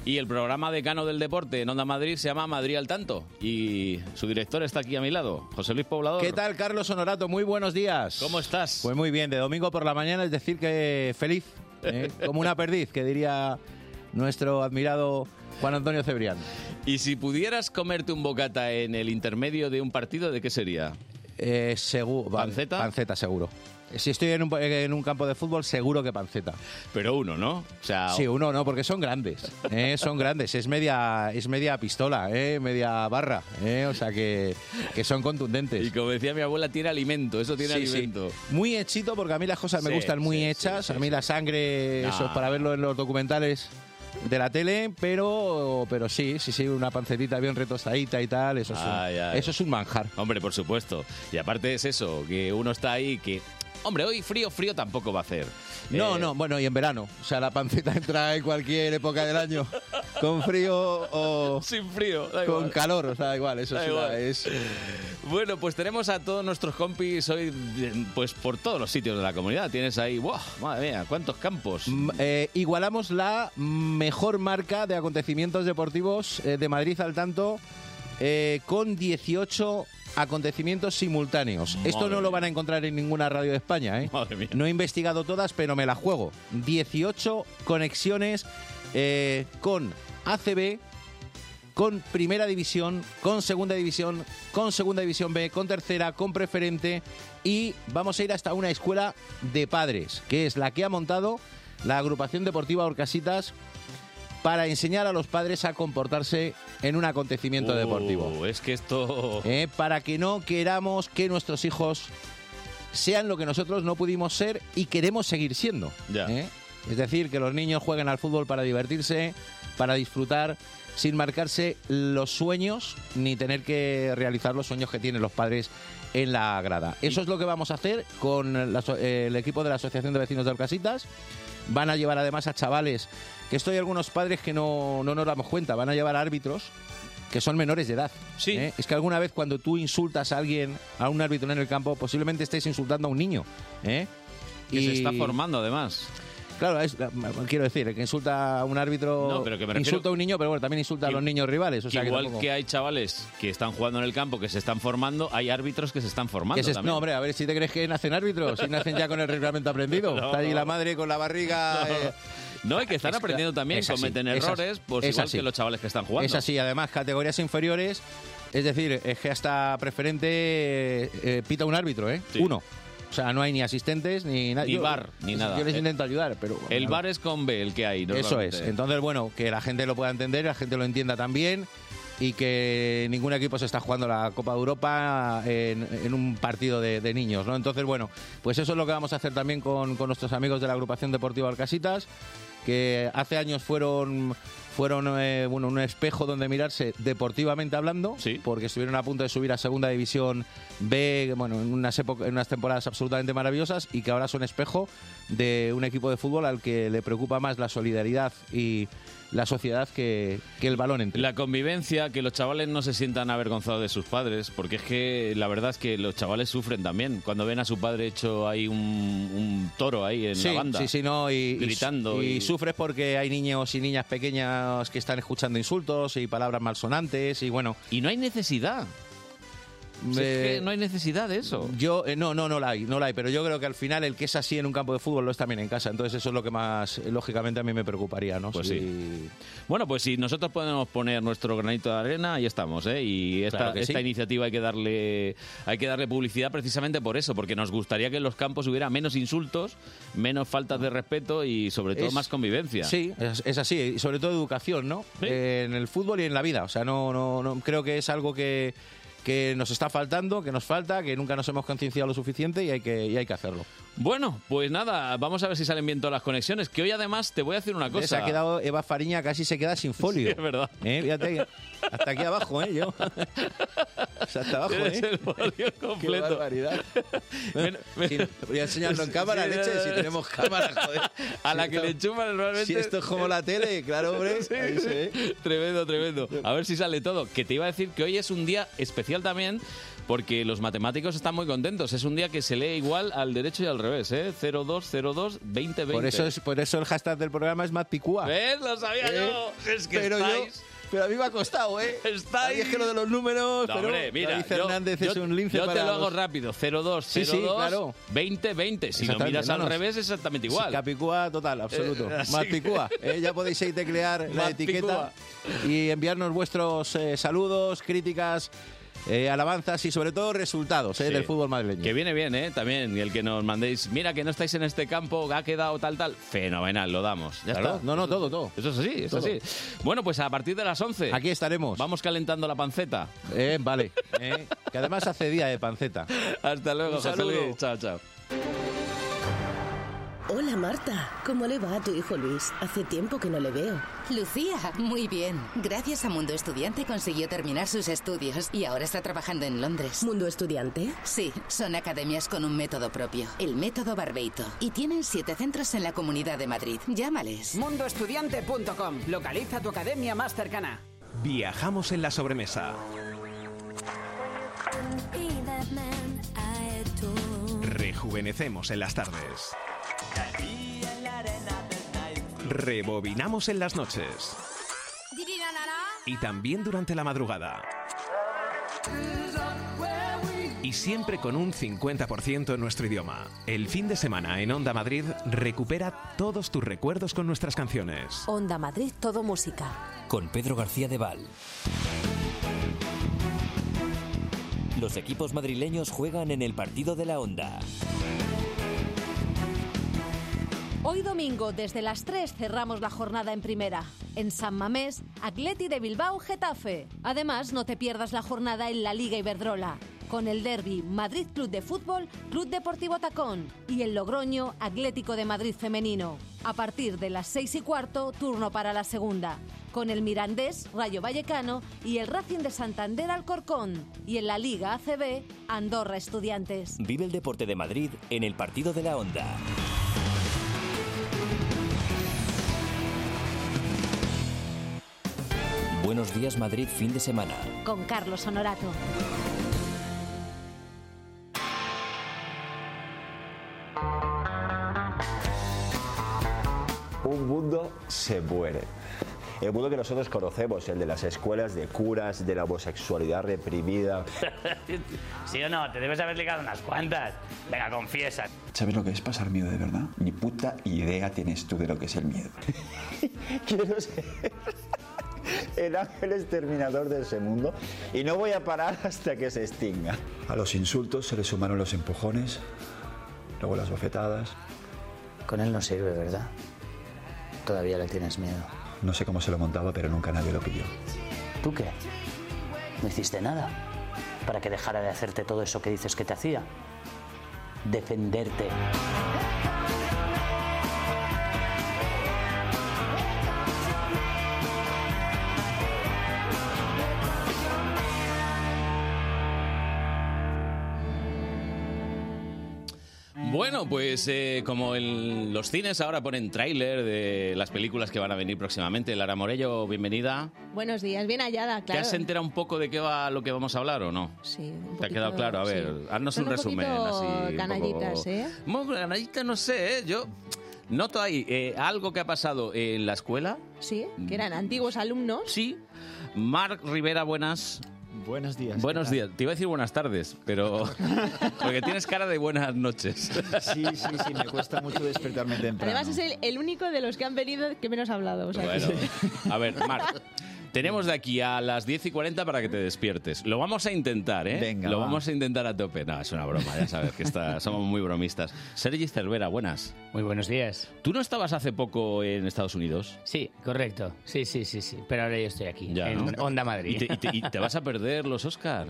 [SPEAKER 1] Y el programa decano del deporte en Onda Madrid se llama Madrid al Tanto. Y su director está aquí a mi lado, José Luis Poblador.
[SPEAKER 29] ¿Qué tal, Carlos Honorato? Muy buenos días.
[SPEAKER 1] ¿Cómo estás?
[SPEAKER 29] Pues muy bien, de domingo por la mañana, es decir, que feliz, ¿eh? como una perdiz, que diría nuestro admirado Juan Antonio Cebrián.
[SPEAKER 1] Y si pudieras comerte un bocata en el intermedio de un partido, ¿de qué sería?
[SPEAKER 29] Eh, seguro, ¿Panceta? Panceta, seguro. Si estoy en un, en un campo de fútbol, seguro que panceta.
[SPEAKER 1] Pero uno, ¿no? O sea,
[SPEAKER 29] Sí, uno no, porque son grandes. ¿eh? Son grandes. Es media, es media pistola, ¿eh? media barra. ¿eh? O sea que, que son contundentes.
[SPEAKER 1] Y como decía mi abuela, tiene alimento, eso tiene
[SPEAKER 29] Sí, sí.
[SPEAKER 1] alimento.
[SPEAKER 29] Muy hechito, porque a mí las cosas me
[SPEAKER 1] Sí,
[SPEAKER 29] gustan muy
[SPEAKER 1] sí,
[SPEAKER 29] hechas.
[SPEAKER 1] sí,
[SPEAKER 29] a mí
[SPEAKER 1] sí.
[SPEAKER 29] la sangre,
[SPEAKER 1] Nah.
[SPEAKER 29] eso es para verlo en los documentales de la tele, pero, pero sí, sí, sí, una pancetita bien retostadita y tal. Eso Eh, es un- eso
[SPEAKER 1] es un manjar. Ah, Hombre, por supuesto. Y aparte es eso, que uno está ahí que... Hombre, hoy frío, frío tampoco va a hacer.
[SPEAKER 29] No,
[SPEAKER 1] Eh,
[SPEAKER 29] no, bueno, y en verano. O sea, la panceta entra en cualquier época del año. Con frío o.
[SPEAKER 1] Sin frío, da
[SPEAKER 29] Con
[SPEAKER 1] igual.
[SPEAKER 29] calor, o sea, da igual, eso
[SPEAKER 1] Da
[SPEAKER 29] es una-
[SPEAKER 1] igual.
[SPEAKER 29] es.
[SPEAKER 1] Bueno, pues tenemos a todos nuestros compis hoy, de- pues por todos los sitios de la comunidad. Tienes ahí, ¡buah! Madre mía, cuántos campos.
[SPEAKER 29] Eh, igualamos la mejor marca de acontecimientos deportivos eh, de Madrid al tanto eh, con 18 acontecimientos simultáneos. Esto
[SPEAKER 1] Madre
[SPEAKER 29] no lo van a encontrar en ninguna radio de España. ¿eh? No he investigado todas, pero me la juego. 18 conexiones eh, con ACB, con Primera División, con Segunda División, con Segunda División B, con Tercera, con Preferente y vamos a ir hasta una escuela de padres, que es la que ha montado la agrupación deportiva Orcasitas para enseñar a los padres a comportarse en un acontecimiento
[SPEAKER 1] Uh,
[SPEAKER 29] deportivo.
[SPEAKER 1] Es que esto...
[SPEAKER 29] ¿eh? para que no queramos que nuestros hijos sean lo que nosotros no pudimos ser y queremos seguir siendo. ¿eh? Es decir, que los niños jueguen al fútbol para divertirse, para disfrutar, sin marcarse los sueños ni tener que realizar los sueños que tienen los padres en la grada. Eso es lo que vamos a hacer con la aso- eh, el equipo de la Asociación de Vecinos de Orcasitas. Van a llevar además a chavales, que esto hay algunos padres que no, no nos damos cuenta, van a llevar a árbitros que son menores de edad. ¿eh? Es que alguna vez cuando tú insultas a alguien, a un árbitro en el campo, posiblemente estés insultando a un niño. ¿eh?
[SPEAKER 1] Que se está formando además.
[SPEAKER 29] Claro, es- quiero decir, el que insulta a un árbitro
[SPEAKER 1] No, pero que me refiero-
[SPEAKER 29] insulta a un niño, pero bueno, también insulta a los niños rivales. O sea, que
[SPEAKER 1] Igual que,
[SPEAKER 29] tampoco-
[SPEAKER 1] hay chavales que están jugando en el campo, que se están formando, hay árbitros que se están formando
[SPEAKER 29] que se-
[SPEAKER 1] también.
[SPEAKER 29] no, hombre, a ver si te crees que nacen árbitros, si nacen ya con el reglamento aprendido.
[SPEAKER 1] No,
[SPEAKER 29] Está ahí
[SPEAKER 1] no.
[SPEAKER 29] la madre con la barriga.
[SPEAKER 1] No,
[SPEAKER 29] eh,
[SPEAKER 1] No, y que están
[SPEAKER 29] Es-
[SPEAKER 1] aprendiendo también,
[SPEAKER 29] es así,
[SPEAKER 1] cometen
[SPEAKER 29] es así,
[SPEAKER 1] errores, pues
[SPEAKER 29] es
[SPEAKER 1] igual
[SPEAKER 29] así.
[SPEAKER 1] que los chavales que están jugando.
[SPEAKER 29] Es así, además, categorías inferiores. Es decir, es que hasta preferente eh, eh, pita un árbitro, ¿eh? Uno. O sea, no hay ni asistentes ni nada.
[SPEAKER 1] Ni VAR, ni nada.
[SPEAKER 29] Yo les
[SPEAKER 1] Eh,
[SPEAKER 29] intento ayudar, pero.
[SPEAKER 1] El bar es con B, el que hay.
[SPEAKER 29] Eso es.
[SPEAKER 1] normalmente.
[SPEAKER 29] Entonces, bueno, que la gente lo pueda entender, la gente lo entienda también y que ningún equipo se está jugando la Copa de Europa en, en un partido de, de niños, ¿no? Entonces, bueno, pues eso es lo que vamos a hacer también con, con nuestros amigos de la agrupación deportiva Alcasitas, que hace años fueron fueron eh, bueno, un espejo donde mirarse deportivamente hablando, porque estuvieron a punto de subir a Segunda División B, bueno, en unas, época- en unas temporadas absolutamente maravillosas y que ahora son espejo de un equipo de fútbol al que le preocupa más la solidaridad y la sociedad que, que el balón entre.
[SPEAKER 1] La convivencia, que los chavales no se sientan avergonzados de sus padres, porque es que la verdad es que los chavales sufren también cuando ven a su padre hecho ahí un, un toro ahí en
[SPEAKER 29] sí,
[SPEAKER 1] la banda.
[SPEAKER 29] sí, sí, no, y, y-
[SPEAKER 1] gritando
[SPEAKER 29] Y,
[SPEAKER 1] y-
[SPEAKER 29] sufres porque hay niños y niñas pequeñas que están escuchando insultos y palabras malsonantes y bueno.
[SPEAKER 1] Y no hay necesidad. Si es que no hay necesidad de eso.
[SPEAKER 29] Yo, eh, no, no, no la hay, no la hay, pero yo creo que al final el que es así en un campo de fútbol lo es también en casa, entonces eso es lo que más, eh, lógicamente, a mí me preocuparía, ¿no?
[SPEAKER 1] Pues
[SPEAKER 29] Si-
[SPEAKER 1] sí. Bueno, pues si nosotros podemos poner nuestro granito de arena, ahí estamos, ¿eh? Y esta,
[SPEAKER 29] Claro que
[SPEAKER 1] esta
[SPEAKER 29] sí.
[SPEAKER 1] iniciativa hay que darle hay que darle publicidad precisamente por eso, porque nos gustaría que en los campos hubiera menos insultos, menos faltas de respeto y sobre todo
[SPEAKER 29] Es-
[SPEAKER 1] más convivencia.
[SPEAKER 29] Sí, es, es así, y sobre todo educación, ¿no? Eh, en el fútbol y en la vida, o sea, no, no, no creo que es algo que, que nos está faltando, que nos falta, que nunca nos hemos concienciado lo suficiente y hay que, y hay que hacerlo.
[SPEAKER 1] Bueno, pues nada, vamos a ver si salen bien todas las conexiones, que hoy además te voy a decir una cosa.
[SPEAKER 29] ¿Eh? Se ha quedado Eva Fariña casi se queda sin folio.
[SPEAKER 1] Sí, es verdad.
[SPEAKER 29] Eh, fíjate, hasta aquí abajo, ¿eh? Yo. O sea, hasta abajo,
[SPEAKER 1] Tienes
[SPEAKER 29] ¿eh?
[SPEAKER 1] el folio completo.
[SPEAKER 29] Qué barbaridad. Si- voy a enseñarlo en cámara,
[SPEAKER 1] Sí,
[SPEAKER 29] leche, si tenemos cámara, joder.
[SPEAKER 1] A la
[SPEAKER 29] Si
[SPEAKER 1] que le
[SPEAKER 29] esto-
[SPEAKER 1] chupan normalmente.
[SPEAKER 29] Si esto es como la tele, claro, hombre.
[SPEAKER 1] Sí,
[SPEAKER 29] ahí
[SPEAKER 1] sí.
[SPEAKER 29] se ve.
[SPEAKER 1] Tremendo, tremendo. A ver si sale todo. Que te iba a decir que hoy es un día especial también porque los matemáticos están muy contentos. Es un día que se lee igual al derecho y al revés, ¿eh? 0202 2020.
[SPEAKER 29] Por eso, es, por eso el hashtag del programa es Matpicúa.
[SPEAKER 1] ¿Ves? Lo sabía
[SPEAKER 29] Eh,
[SPEAKER 1] yo. Es que
[SPEAKER 29] pero yo-
[SPEAKER 1] estáis-
[SPEAKER 29] Pero a mí me ha costado, ¿eh? Está Es que lo de los números.
[SPEAKER 1] No,
[SPEAKER 29] pero
[SPEAKER 1] hombre, mira,
[SPEAKER 29] David
[SPEAKER 1] yo-
[SPEAKER 29] Fernández es
[SPEAKER 1] yo-
[SPEAKER 29] un lince
[SPEAKER 1] yo
[SPEAKER 29] para
[SPEAKER 1] te lo
[SPEAKER 29] los-
[SPEAKER 1] hago rápido, 0202
[SPEAKER 29] Sí, sí, claro.
[SPEAKER 1] 2020. Si lo
[SPEAKER 29] Exactamente,
[SPEAKER 1] miras
[SPEAKER 29] no,
[SPEAKER 1] al
[SPEAKER 29] no,
[SPEAKER 1] revés es exactamente igual.
[SPEAKER 29] Sí, Capicúa total, absoluto.
[SPEAKER 1] Eh, así
[SPEAKER 29] Matpicúa.
[SPEAKER 1] que-
[SPEAKER 29] eh, ya podéis ahí teclear la
[SPEAKER 1] Matpicúa.
[SPEAKER 29] etiqueta y enviarnos vuestros eh, saludos, críticas, eh, alabanzas y sobre todo resultados eh,
[SPEAKER 1] Sí.
[SPEAKER 29] del fútbol madrileño.
[SPEAKER 1] Que viene bien, ¿eh? También, y el que nos mandéis, mira que no estáis en este campo, ha quedado tal, tal. Fenomenal, lo damos. Ya
[SPEAKER 29] Claro.
[SPEAKER 1] está.
[SPEAKER 29] No, no, todo, todo.
[SPEAKER 1] Eso es así, es
[SPEAKER 29] Todo.
[SPEAKER 1] así. Bueno, pues a partir de las 11.
[SPEAKER 29] Aquí estaremos.
[SPEAKER 1] Vamos calentando la panceta.
[SPEAKER 29] Eh, vale. eh, que además hace día de panceta.
[SPEAKER 1] Hasta luego,
[SPEAKER 29] Un
[SPEAKER 1] José
[SPEAKER 29] saludo.
[SPEAKER 1] Luis. Chao, chao.
[SPEAKER 21] Hola Marta, ¿cómo le va a tu hijo Luis? Hace tiempo que no le veo.
[SPEAKER 17] Lucía, muy bien. Gracias a Mundo Estudiante consiguió terminar sus estudios y ahora está trabajando en Londres.
[SPEAKER 21] ¿Mundo Estudiante?
[SPEAKER 17] Sí, son academias con un método propio, el método Barbeito. Y tienen siete centros en la Comunidad de Madrid. Llámales.
[SPEAKER 22] Mundoestudiante.com. Localiza tu academia más cercana.
[SPEAKER 10] Viajamos en la sobremesa. Rejuvenecemos en las tardes. Rebobinamos en las noches. Y también durante la madrugada. Y siempre con un 50% en nuestro idioma. El fin de semana en Onda Madrid recupera todos tus recuerdos con nuestras canciones.
[SPEAKER 23] Onda Madrid, todo música.
[SPEAKER 6] Con Pedro García de Val. Los equipos madrileños juegan en el partido de la onda.
[SPEAKER 19] Hoy domingo, desde las 3, cerramos la jornada en primera. En San Mamés, Atleti de Bilbao, Getafe. Además, no te pierdas la jornada en la Liga Iberdrola. Con el derby Madrid Club de Fútbol, Club Deportivo Tacón y el Logroño Atlético de Madrid Femenino. A partir de las 6 y cuarto, turno para la segunda. Con el Mirandés, Rayo Vallecano y el Racing de Santander Alcorcón. Y en la Liga ACB, Andorra Estudiantes.
[SPEAKER 6] Vive el deporte de Madrid en el partido de la onda. Buenos días Madrid fin de semana.
[SPEAKER 19] Con Carlos Honorato.
[SPEAKER 11] Un mundo se muere. El mundo que nosotros conocemos, el de las escuelas de curas, de la homosexualidad reprimida.
[SPEAKER 9] ¿Sí o no? Te debes haber ligado unas cuantas. Venga, confiesa.
[SPEAKER 20] ¿Sabes lo que es pasar miedo de verdad? Ni puta idea tienes tú de lo que es el miedo.
[SPEAKER 11] Quiero ser el ángel exterminador de ese mundo y no voy a parar hasta que se extinga.
[SPEAKER 20] A los insultos se le sumaron los empujones, luego las bofetadas.
[SPEAKER 15] Con él no sirve, ¿verdad? Todavía le tienes miedo.
[SPEAKER 20] No sé cómo se lo montaba, pero nunca nadie lo pilló.
[SPEAKER 15] ¿Tú qué? No hiciste nada para que dejara de hacerte todo eso que dices que te hacía. Defenderte.
[SPEAKER 1] Bueno, pues eh, como en los cines ahora ponen tráiler de las películas que van a venir próximamente, Lara Morello, bienvenida.
[SPEAKER 30] Buenos días, bien hallada,
[SPEAKER 1] Ah. ¿Te
[SPEAKER 30] claro.
[SPEAKER 1] has enterado un poco de qué va lo que vamos a hablar o no?
[SPEAKER 30] Sí, un
[SPEAKER 1] ¿Te ha
[SPEAKER 30] poquito,
[SPEAKER 1] quedado claro? A ver,
[SPEAKER 30] sí.
[SPEAKER 1] haznos
[SPEAKER 30] Son
[SPEAKER 1] un resumen.
[SPEAKER 30] poquito
[SPEAKER 1] así, un poco-
[SPEAKER 30] canallitas, ¿eh?
[SPEAKER 1] Bueno, canallitas no sé, ¿eh? yo noto ahí eh, algo que ha pasado en la escuela.
[SPEAKER 30] Sí, que eran antiguos alumnos.
[SPEAKER 1] Sí. Marc Rivera, buenas.
[SPEAKER 14] Buenos días.
[SPEAKER 1] Buenos días. Te iba a decir buenas tardes, pero... Porque tienes cara de buenas noches.
[SPEAKER 14] Sí, sí, sí, me cuesta mucho despertarme temprano.
[SPEAKER 30] Además es el, el único de los que han venido que menos ha hablado. o sea que-
[SPEAKER 1] Bueno, a ver, Marc. Tenemos de aquí a las 10 y 40 para que te despiertes. Lo vamos a intentar, ¿eh?
[SPEAKER 14] Venga,
[SPEAKER 1] Lo
[SPEAKER 14] va.
[SPEAKER 1] vamos a intentar a tope. No, es una broma, ya sabes que está- somos muy bromistas. Sergi Cervera, buenas.
[SPEAKER 14] Muy buenos días.
[SPEAKER 1] ¿Tú no estabas hace poco en Estados Unidos?
[SPEAKER 14] Sí, correcto. Sí, sí, sí, sí. Pero ahora yo estoy aquí, en
[SPEAKER 1] ¿no?
[SPEAKER 14] Onda Madrid.
[SPEAKER 1] ¿Y te, y te- y te vas a perder los Oscar?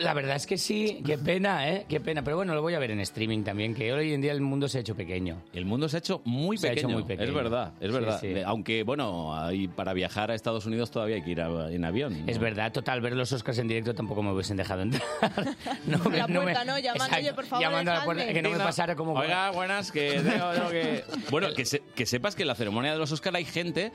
[SPEAKER 14] La verdad es que sí, qué pena, ¿eh? Qué pena. Pero bueno, lo voy a ver en streaming también, que hoy en día el mundo se ha hecho pequeño.
[SPEAKER 1] El mundo se ha hecho muy
[SPEAKER 14] Se ha hecho
[SPEAKER 1] pequeño,
[SPEAKER 14] muy pequeño.
[SPEAKER 1] Es verdad, es
[SPEAKER 14] Sí,
[SPEAKER 1] verdad.
[SPEAKER 14] sí.
[SPEAKER 1] Eh, Aunque, bueno, ahí para viajar a Estados Unidos todavía hay que ir a- en avión.
[SPEAKER 14] Es verdad, total, ver los Oscars en directo tampoco me hubiesen dejado entrar. No, me-
[SPEAKER 30] la
[SPEAKER 14] no me-
[SPEAKER 30] puerta, ¿no? Llamando,
[SPEAKER 14] Exacto,
[SPEAKER 30] oye, por favor,
[SPEAKER 14] llamando a la
[SPEAKER 30] dejadme.
[SPEAKER 14] puerta, que no me
[SPEAKER 1] Digna.
[SPEAKER 14] pasara como...
[SPEAKER 1] Oiga, buenas, que tengo- tengo que- Bueno, que, se- que sepas que en la ceremonia de los Oscar hay gente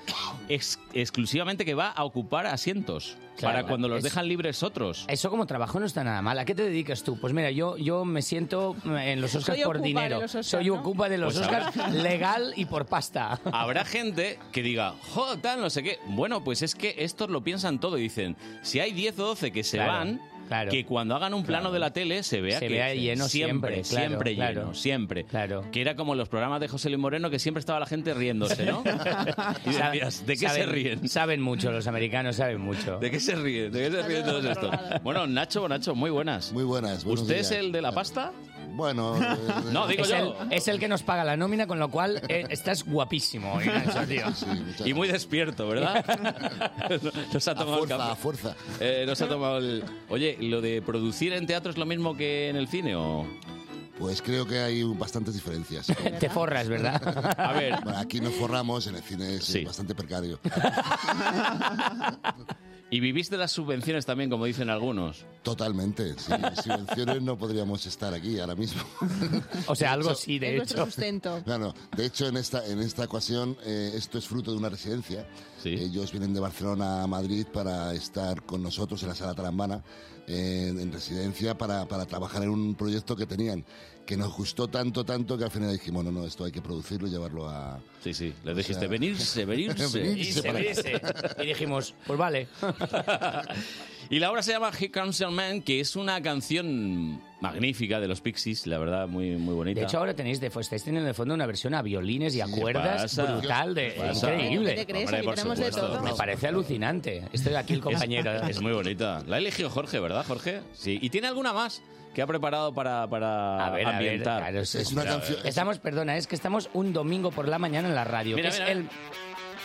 [SPEAKER 1] ex- exclusivamente que va a ocupar asientos
[SPEAKER 14] Claro,
[SPEAKER 1] para cuando los
[SPEAKER 14] es-
[SPEAKER 1] dejan libres otros.
[SPEAKER 14] Eso como trabajo no está nada mal. ¿A qué te dedicas tú? Pues mira, yo, yo me siento eh, en los Oscars
[SPEAKER 30] Soy
[SPEAKER 14] por
[SPEAKER 30] ocupa de
[SPEAKER 14] dinero.
[SPEAKER 30] los Oscars,
[SPEAKER 14] Soy
[SPEAKER 30] ¿no?
[SPEAKER 14] ocupa de los
[SPEAKER 1] Pues habrá-
[SPEAKER 14] Oscars legal y por pasta.
[SPEAKER 1] Habrá gente que diga, jo, tal, no sé qué. Bueno, pues es que estos lo piensan todo. Dicen, si hay 10 o 12 que se
[SPEAKER 14] Claro,
[SPEAKER 1] van, que cuando hagan un plano de la tele se vea
[SPEAKER 14] Se
[SPEAKER 1] que
[SPEAKER 14] vea lleno siempre, claro,
[SPEAKER 1] siempre
[SPEAKER 14] claro.
[SPEAKER 1] lleno, siempre. Que era como los programas de José Luis Moreno que siempre estaba la gente riéndose, ¿no?
[SPEAKER 14] Ah,
[SPEAKER 1] y decías, ¿de qué se
[SPEAKER 14] Saben-
[SPEAKER 1] ríen?
[SPEAKER 14] Saben mucho, los americanos saben mucho.
[SPEAKER 1] ¿De qué se ríen? ¿De qué se ríen todos estos? Bueno, Nacho, Nacho, muy buenas. Muy
[SPEAKER 31] buenas. buenos
[SPEAKER 1] ¿Usted es
[SPEAKER 31] días.
[SPEAKER 1] el de la pasta?
[SPEAKER 31] Bueno, eh,
[SPEAKER 1] No, digo
[SPEAKER 14] es
[SPEAKER 1] yo.
[SPEAKER 14] El, es el que nos paga la nómina, con lo cual eh, estás guapísimo. hoy, Nacho, tío.
[SPEAKER 1] y muy despierto, ¿verdad? nos ha tomado el café.
[SPEAKER 31] fuerza.
[SPEAKER 1] Eh, nos ha tomado el... Oye, ¿lo de producir en teatro es lo mismo que en el cine o...?
[SPEAKER 31] Pues creo que hay bastantes diferencias.
[SPEAKER 14] Te forras, ¿verdad?
[SPEAKER 31] A
[SPEAKER 1] ver.
[SPEAKER 31] aquí nos forramos, en el cine es eh, bastante precario.
[SPEAKER 1] Y vivís de las subvenciones también, como dicen algunos.
[SPEAKER 31] Totalmente. Sin subvenciones no podríamos estar aquí ahora mismo.
[SPEAKER 14] O sea, algo sí,
[SPEAKER 31] de
[SPEAKER 30] es nuestro sustento.
[SPEAKER 31] Claro, de hecho en esta, en esta ocasión eh, esto es fruto de una residencia. Ellos vienen de Barcelona a Madrid para estar con nosotros en la sala Tarambana, eh, en residencia, para, para trabajar en un proyecto que tenían, que nos gustó tanto, tanto, que al final dijimos, no, no, esto hay que producirlo y llevarlo a...
[SPEAKER 1] Sí, sí, les
[SPEAKER 31] O
[SPEAKER 1] dijiste
[SPEAKER 31] sea-
[SPEAKER 1] venirse, venirse.
[SPEAKER 31] Venirse para acá.
[SPEAKER 14] Y dijimos, pues vale.
[SPEAKER 1] y la obra se llama Here Comes Your Man, que es una canción magnífica de los Pixies, la verdad, muy, muy bonita.
[SPEAKER 14] De hecho, ahora tenéis de pues, estáis teniendo en el fondo una versión a violines y a cuerdas
[SPEAKER 1] pasa?
[SPEAKER 14] brutal, de,
[SPEAKER 1] ¿Qué pasa?
[SPEAKER 14] increíble.
[SPEAKER 1] ¿Qué te crees? Hombre, Aquí por tenemos de supuesto. todo.
[SPEAKER 14] Me parece alucinante. Estoy aquí el compañero.
[SPEAKER 1] Es muy bonita. La eligió Jorge, ¿verdad, Jorge? Sí. Y tiene alguna más que ha preparado para, para
[SPEAKER 14] A ver, a ver,
[SPEAKER 1] ambientar.
[SPEAKER 14] claro, Estamos, perdona, es que estamos un domingo por la mañana en la radio.
[SPEAKER 1] Mira,
[SPEAKER 14] que es
[SPEAKER 1] mira.
[SPEAKER 14] el-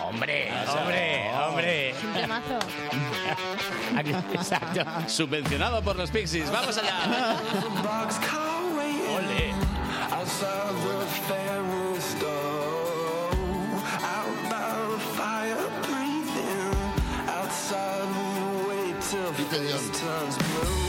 [SPEAKER 14] Hombre,
[SPEAKER 1] Ah,
[SPEAKER 14] hombre,
[SPEAKER 1] oh.
[SPEAKER 14] hombre.
[SPEAKER 30] Es un temazo.
[SPEAKER 14] Exacto.
[SPEAKER 1] Subvencionado por los Pixies. Vamos allá.
[SPEAKER 13] Ole. Outside the famous door, out by the fire breathing. Outside we wait till face turns blue.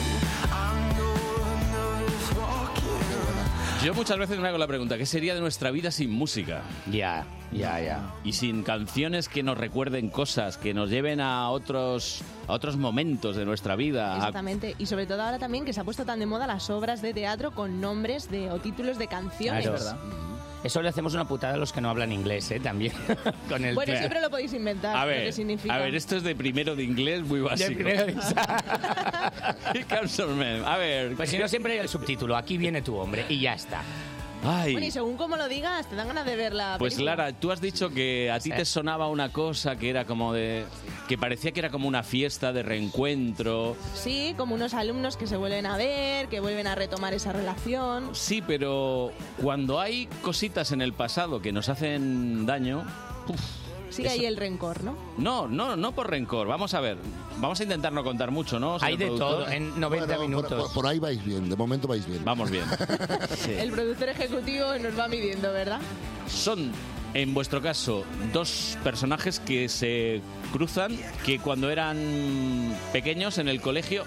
[SPEAKER 13] I know another's walking.
[SPEAKER 1] Yo muchas veces me hago la pregunta, ¿qué sería de nuestra vida sin música?
[SPEAKER 14] Ya, ya, ya.
[SPEAKER 1] Y sin canciones que nos recuerden cosas, que nos lleven a otros, a otros momentos de nuestra vida. a-
[SPEAKER 30] Exactamente. Y sobre todo ahora también que se ha puesto tan de moda las obras de teatro con nombres de, o títulos de canciones.
[SPEAKER 1] Claro.
[SPEAKER 14] Eso le hacemos una putada a los que no hablan inglés, ¿eh? También. Con el
[SPEAKER 30] bueno,
[SPEAKER 14] plan.
[SPEAKER 30] siempre lo podéis inventar.
[SPEAKER 1] A
[SPEAKER 30] lo que
[SPEAKER 1] ver,
[SPEAKER 30] significa.
[SPEAKER 1] a ver, esto es de primero de inglés muy básico.
[SPEAKER 14] primero de
[SPEAKER 1] Here comes our man. A ver.
[SPEAKER 14] Pues si no, siempre hay el subtítulo. Aquí viene tu hombre. Y ya está.
[SPEAKER 30] Bueno, y según como lo digas, te dan ganas de ver la
[SPEAKER 1] Pues
[SPEAKER 30] película.
[SPEAKER 1] Lara, tú has dicho que a ti te sonaba una cosa que era como de... que parecía que era como una fiesta de reencuentro.
[SPEAKER 30] Sí, como unos alumnos que se vuelven a ver, que vuelven a retomar esa relación.
[SPEAKER 1] Sí, pero cuando hay cositas en el pasado que nos hacen daño... uf,
[SPEAKER 30] Sigue
[SPEAKER 1] eso-
[SPEAKER 30] ahí el rencor, ¿no?
[SPEAKER 1] No, no, no por rencor. Vamos a ver. Vamos a intentar no contar mucho, ¿no? señor
[SPEAKER 14] Hay de
[SPEAKER 1] productor?
[SPEAKER 14] todo, en 90 Bueno, por- minutos.
[SPEAKER 31] Por, por ahí vais bien, de momento vais bien.
[SPEAKER 1] Vamos bien.
[SPEAKER 30] El productor ejecutivo nos va midiendo, ¿verdad?
[SPEAKER 1] Son, en vuestro caso, dos personajes que se cruzan, que cuando eran pequeños en el colegio,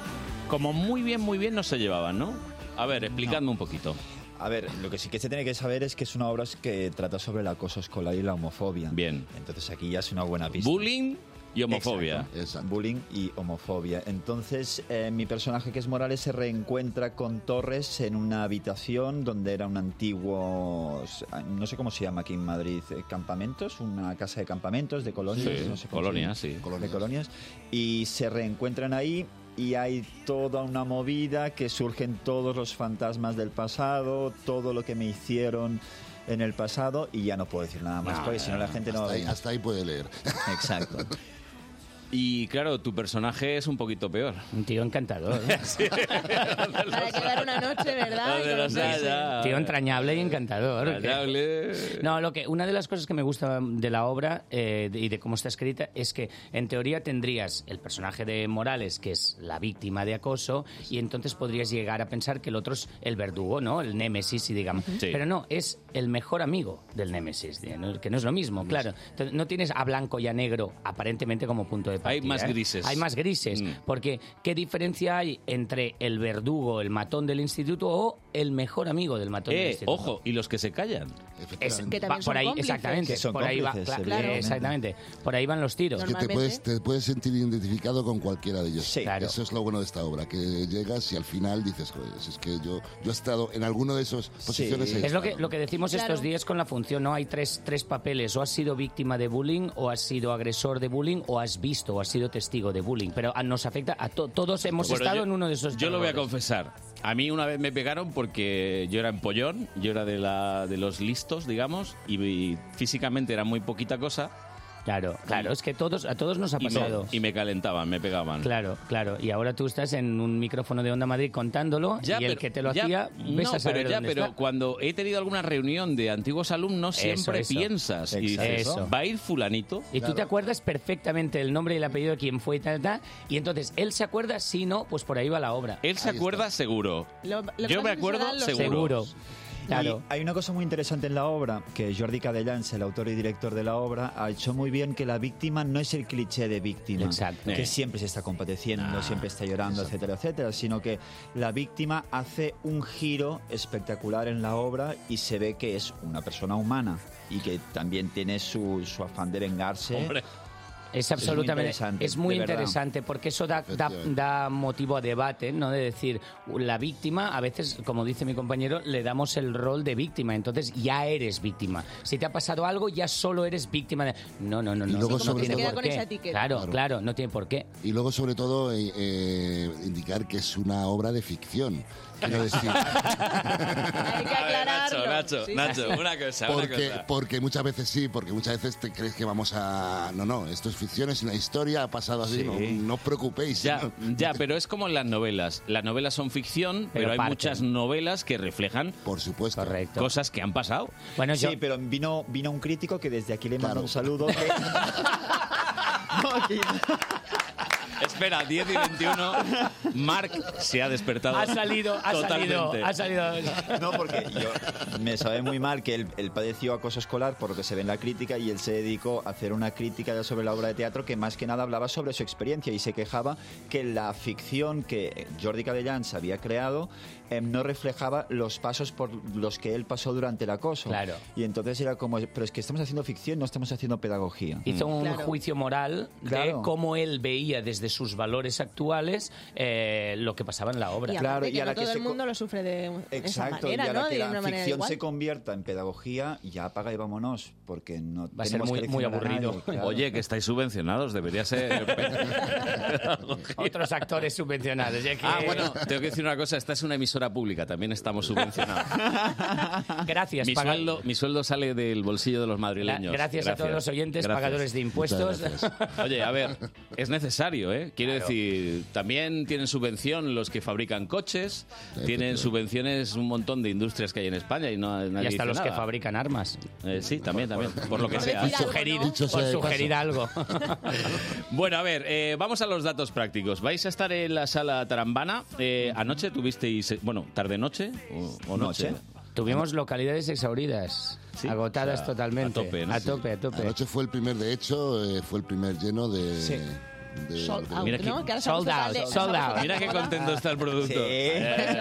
[SPEAKER 1] como muy bien, muy bien no se llevaban, ¿no? A ver, explicadme un poquito.
[SPEAKER 3] A ver, lo que sí que se tiene que saber es que es una obra que trata sobre el acoso escolar y la homofobia. Bien. Entonces aquí ya es una buena pista.
[SPEAKER 1] Bullying y homofobia.
[SPEAKER 3] Exacto. Bullying y homofobia. Entonces eh, mi personaje que es Morales se reencuentra con Torres en una habitación donde era un antiguo, no sé cómo se llama aquí en Madrid, eh, campamentos, una casa de campamentos, de colonias.
[SPEAKER 1] Sí,
[SPEAKER 3] no sé cómo se
[SPEAKER 1] colonias,
[SPEAKER 3] llama.
[SPEAKER 1] sí.
[SPEAKER 3] De colonias. Y se reencuentran ahí y hay toda una movida que surgen todos los fantasmas del pasado, todo lo que me hicieron en el pasado y ya no puedo decir nada más,
[SPEAKER 31] No,
[SPEAKER 3] porque si no la gente no va a
[SPEAKER 31] hasta ahí-
[SPEAKER 3] venir.
[SPEAKER 31] hasta ahí puede leer.
[SPEAKER 3] Exacto.
[SPEAKER 1] Y claro, tu personaje es un poquito peor.
[SPEAKER 14] Un tío encantador.
[SPEAKER 30] Para quedar una noche, ¿verdad?
[SPEAKER 1] Donde los haya.
[SPEAKER 14] Tío entrañable y encantador.
[SPEAKER 1] Entrañable.
[SPEAKER 14] No, lo que, una de las cosas que me gusta de la obra eh, de- y de cómo está escrita es que, en teoría, tendrías el personaje de Morales, que es la víctima de acoso, y entonces podrías llegar a pensar que el otro es el verdugo, ¿no? El némesis, si digamos.
[SPEAKER 1] Sí.
[SPEAKER 14] Pero no, es el mejor amigo del némesis, de- ¿no? que no es lo mismo, claro. Entonces, no tienes a blanco y a negro, aparentemente, como punto de partida.
[SPEAKER 1] más
[SPEAKER 14] ¿eh?
[SPEAKER 1] grises. Mm.
[SPEAKER 14] Hay más grises. Porque, ¿qué diferencia hay entre el verdugo, el matón del instituto, o el mejor amigo del matón del
[SPEAKER 1] Eh,
[SPEAKER 14] instituto?
[SPEAKER 1] ojo, y los que se callan.
[SPEAKER 14] Es-
[SPEAKER 1] Efectivamente.
[SPEAKER 14] va por ahí, exactamente, por ahí va, cla- eh, exactamente, por ahí van los tiros.
[SPEAKER 31] Es que te puedes, te puedes sentir identificado con cualquiera de ellos.
[SPEAKER 14] Claro.
[SPEAKER 31] Eso es lo bueno de esta obra, que llegas y al final dices, joder, es que yo, yo he estado en alguno de esos posiciones. he
[SPEAKER 14] Es lo
[SPEAKER 31] estado".
[SPEAKER 14] que, lo que decimos
[SPEAKER 31] Claro.
[SPEAKER 14] estos días con la función, ¿no? Hay tres, tres papeles, o has sido víctima de bullying, o has sido agresor de bullying, o has visto, o has sido testigo de bullying. Pero a- nos afecta a to- todos hemos
[SPEAKER 1] Bueno,
[SPEAKER 14] estado
[SPEAKER 1] yo-
[SPEAKER 14] en uno de esos
[SPEAKER 1] Yo lo voy a
[SPEAKER 14] terrores.
[SPEAKER 1] confesar. A mí una vez me pegaron porque yo era empollón, yo era de, la, de los listos, digamos, y, y físicamente era muy poquita cosa.
[SPEAKER 14] Claro, claro, es que todos, a todos nos ha
[SPEAKER 1] Y me-
[SPEAKER 14] pasado.
[SPEAKER 1] Y me, calentaban, me pegaban.
[SPEAKER 14] Claro, claro. Y ahora tú estás en un micrófono de Onda Madrid contándolo y el
[SPEAKER 1] pero-
[SPEAKER 14] que te lo
[SPEAKER 1] ya-
[SPEAKER 14] hacía, ves
[SPEAKER 1] no,
[SPEAKER 14] a saber
[SPEAKER 1] pero ya,
[SPEAKER 14] dónde
[SPEAKER 1] pero
[SPEAKER 14] está.
[SPEAKER 1] cuando he tenido alguna reunión de antiguos alumnos,
[SPEAKER 14] Eso,
[SPEAKER 1] siempre
[SPEAKER 14] eso.
[SPEAKER 1] piensas y
[SPEAKER 14] Exacto.
[SPEAKER 1] dices,
[SPEAKER 14] Eso.
[SPEAKER 1] va a ir fulanito.
[SPEAKER 14] Y tú te acuerdas perfectamente el nombre y el apellido de quién fue y tal, tal. Y entonces él se acuerda, si no, pues por ahí va la obra.
[SPEAKER 1] Él se acuerda seguro.
[SPEAKER 30] Lo- lo que
[SPEAKER 1] Yo
[SPEAKER 30] pasa
[SPEAKER 1] me
[SPEAKER 30] es que
[SPEAKER 1] acuerdo
[SPEAKER 30] se dan los-
[SPEAKER 1] seguro.
[SPEAKER 14] Claro.
[SPEAKER 3] Y hay una cosa muy interesante en la obra, que Jordi Cadellans, el autor y director de la obra, ha hecho muy bien que la víctima no es el cliché de víctima,
[SPEAKER 14] Exacto. Ah,
[SPEAKER 3] que
[SPEAKER 14] Eh.
[SPEAKER 3] siempre se está compadeciendo, siempre está llorando, etcétera, etcétera, sino que la víctima hace un giro espectacular en la obra y se ve que es una persona humana y que también tiene su, su afán de vengarse.
[SPEAKER 14] Hombre. Es
[SPEAKER 3] muy
[SPEAKER 14] absolutamente, es muy
[SPEAKER 3] interesante,
[SPEAKER 14] interesante,
[SPEAKER 3] de verdad.
[SPEAKER 14] porque eso da, da,
[SPEAKER 3] Efectivamente.
[SPEAKER 14] da motivo a debate, ¿no? De decir, la víctima, a veces, como dice mi compañero, le damos el rol de víctima, entonces ya eres víctima. Si te ha pasado algo, ya solo eres víctima de... No, no, no, no.
[SPEAKER 31] luego,
[SPEAKER 14] no
[SPEAKER 31] sobre
[SPEAKER 14] tiene
[SPEAKER 31] todo- Se
[SPEAKER 14] por
[SPEAKER 31] queda con
[SPEAKER 14] qué.
[SPEAKER 31] esa etiqueta.
[SPEAKER 14] Claro,
[SPEAKER 31] Claro.
[SPEAKER 14] claro, no tiene por qué.
[SPEAKER 31] Y luego, sobre todo, eh, eh, indicar que es una obra de ficción. Quiero decir,
[SPEAKER 1] Nacho, Nacho, Nacho, una cosa, una
[SPEAKER 31] porque,
[SPEAKER 1] cosa.
[SPEAKER 31] porque muchas veces sí, porque muchas veces te crees que vamos a... No, no, esto es ficción, es una historia, ha pasado así,
[SPEAKER 1] Sí.
[SPEAKER 31] no, no os preocupéis.
[SPEAKER 1] Ya, ya, pero es como en las novelas. Las novelas son ficción, pero, hay
[SPEAKER 3] parten.
[SPEAKER 1] muchas novelas que reflejan,
[SPEAKER 31] por supuesto,
[SPEAKER 1] cosas que han pasado.
[SPEAKER 3] sí, pero vino, vino un crítico que desde aquí le mando un saludo. que-
[SPEAKER 1] Espera, 10 y 21. Mark se ha despertado.
[SPEAKER 14] Ha salido, ha salido,
[SPEAKER 3] Totalmente.
[SPEAKER 14] ha salido.
[SPEAKER 3] No, porque yo me sabe muy mal que él, él padeció acoso escolar por lo que se ve en la crítica y él se dedicó a hacer una crítica sobre la obra de teatro que más que nada hablaba sobre su experiencia y se quejaba que la ficción que Jordi Cadellans había creado eh, no reflejaba los pasos por los que él pasó durante el acoso.
[SPEAKER 14] Claro.
[SPEAKER 3] Y entonces era como, pero es que
[SPEAKER 30] Mm.
[SPEAKER 3] estamos haciendo ficción, no estamos haciendo pedagogía.
[SPEAKER 14] Hizo un juicio moral de
[SPEAKER 3] Claro.
[SPEAKER 14] cómo él veía desde desde sus valores actuales eh, lo que pasaba en la obra.
[SPEAKER 30] Y claro, que no todo el mundo lo sufre de un- esa
[SPEAKER 3] Exacto,
[SPEAKER 30] manera,
[SPEAKER 3] y a la
[SPEAKER 30] ¿no?
[SPEAKER 3] que
[SPEAKER 30] De
[SPEAKER 3] la
[SPEAKER 30] una manera
[SPEAKER 3] ficción
[SPEAKER 30] igual.
[SPEAKER 3] se convierta en pedagogía, ya apaga y vámonos, porque no
[SPEAKER 1] Va a ser
[SPEAKER 3] tenemos
[SPEAKER 1] muy,
[SPEAKER 3] que
[SPEAKER 1] muy
[SPEAKER 3] leccionar a
[SPEAKER 1] aburrido.
[SPEAKER 3] nadie, claro.
[SPEAKER 1] Oye, que estáis subvencionados, debería ser.
[SPEAKER 14] Otros actores subvencionados. ya que-
[SPEAKER 1] Ah, bueno, tengo que decir una cosa, esta es una emisora pública, también estamos subvencionados.
[SPEAKER 14] Gracias,
[SPEAKER 1] Mi
[SPEAKER 14] paga-
[SPEAKER 1] sueldo, mi sueldo sale del bolsillo de los madrileños.
[SPEAKER 14] Gracias a todos los oyentes, pagadores de impuestos.
[SPEAKER 1] Muchas gracias. Oye, a ver, es necesario, ¿eh? Quiero decir, también tienen subvención los que fabrican coches, tienen subvenciones un montón de industrias que hay en España y no
[SPEAKER 14] Y hasta los que fabrican armas.
[SPEAKER 1] Eh, sí, también, también, por lo que sea.
[SPEAKER 14] sugerir, por sugerir algo.
[SPEAKER 1] Bueno, a ver, eh, vamos a los datos prácticos. Vais a estar en la sala Tarambana. Eh, anoche tuvisteis, eh, bueno, tarde-noche o, o noche.
[SPEAKER 14] Noche. Tuvimos localidades exhauridas,
[SPEAKER 31] o
[SPEAKER 14] agotadas
[SPEAKER 31] sea,
[SPEAKER 14] totalmente.
[SPEAKER 31] a tope, ¿no?
[SPEAKER 14] A tope, a tope.
[SPEAKER 31] Anoche fue el primer, de hecho, eh, fue el primer lleno de...
[SPEAKER 14] Sí.
[SPEAKER 31] de-
[SPEAKER 14] Sold
[SPEAKER 31] de-
[SPEAKER 14] out, Mira que- ¿no? Que ahora sold somos out, total de- sold somos out. total de
[SPEAKER 1] Mira qué contento está el producto.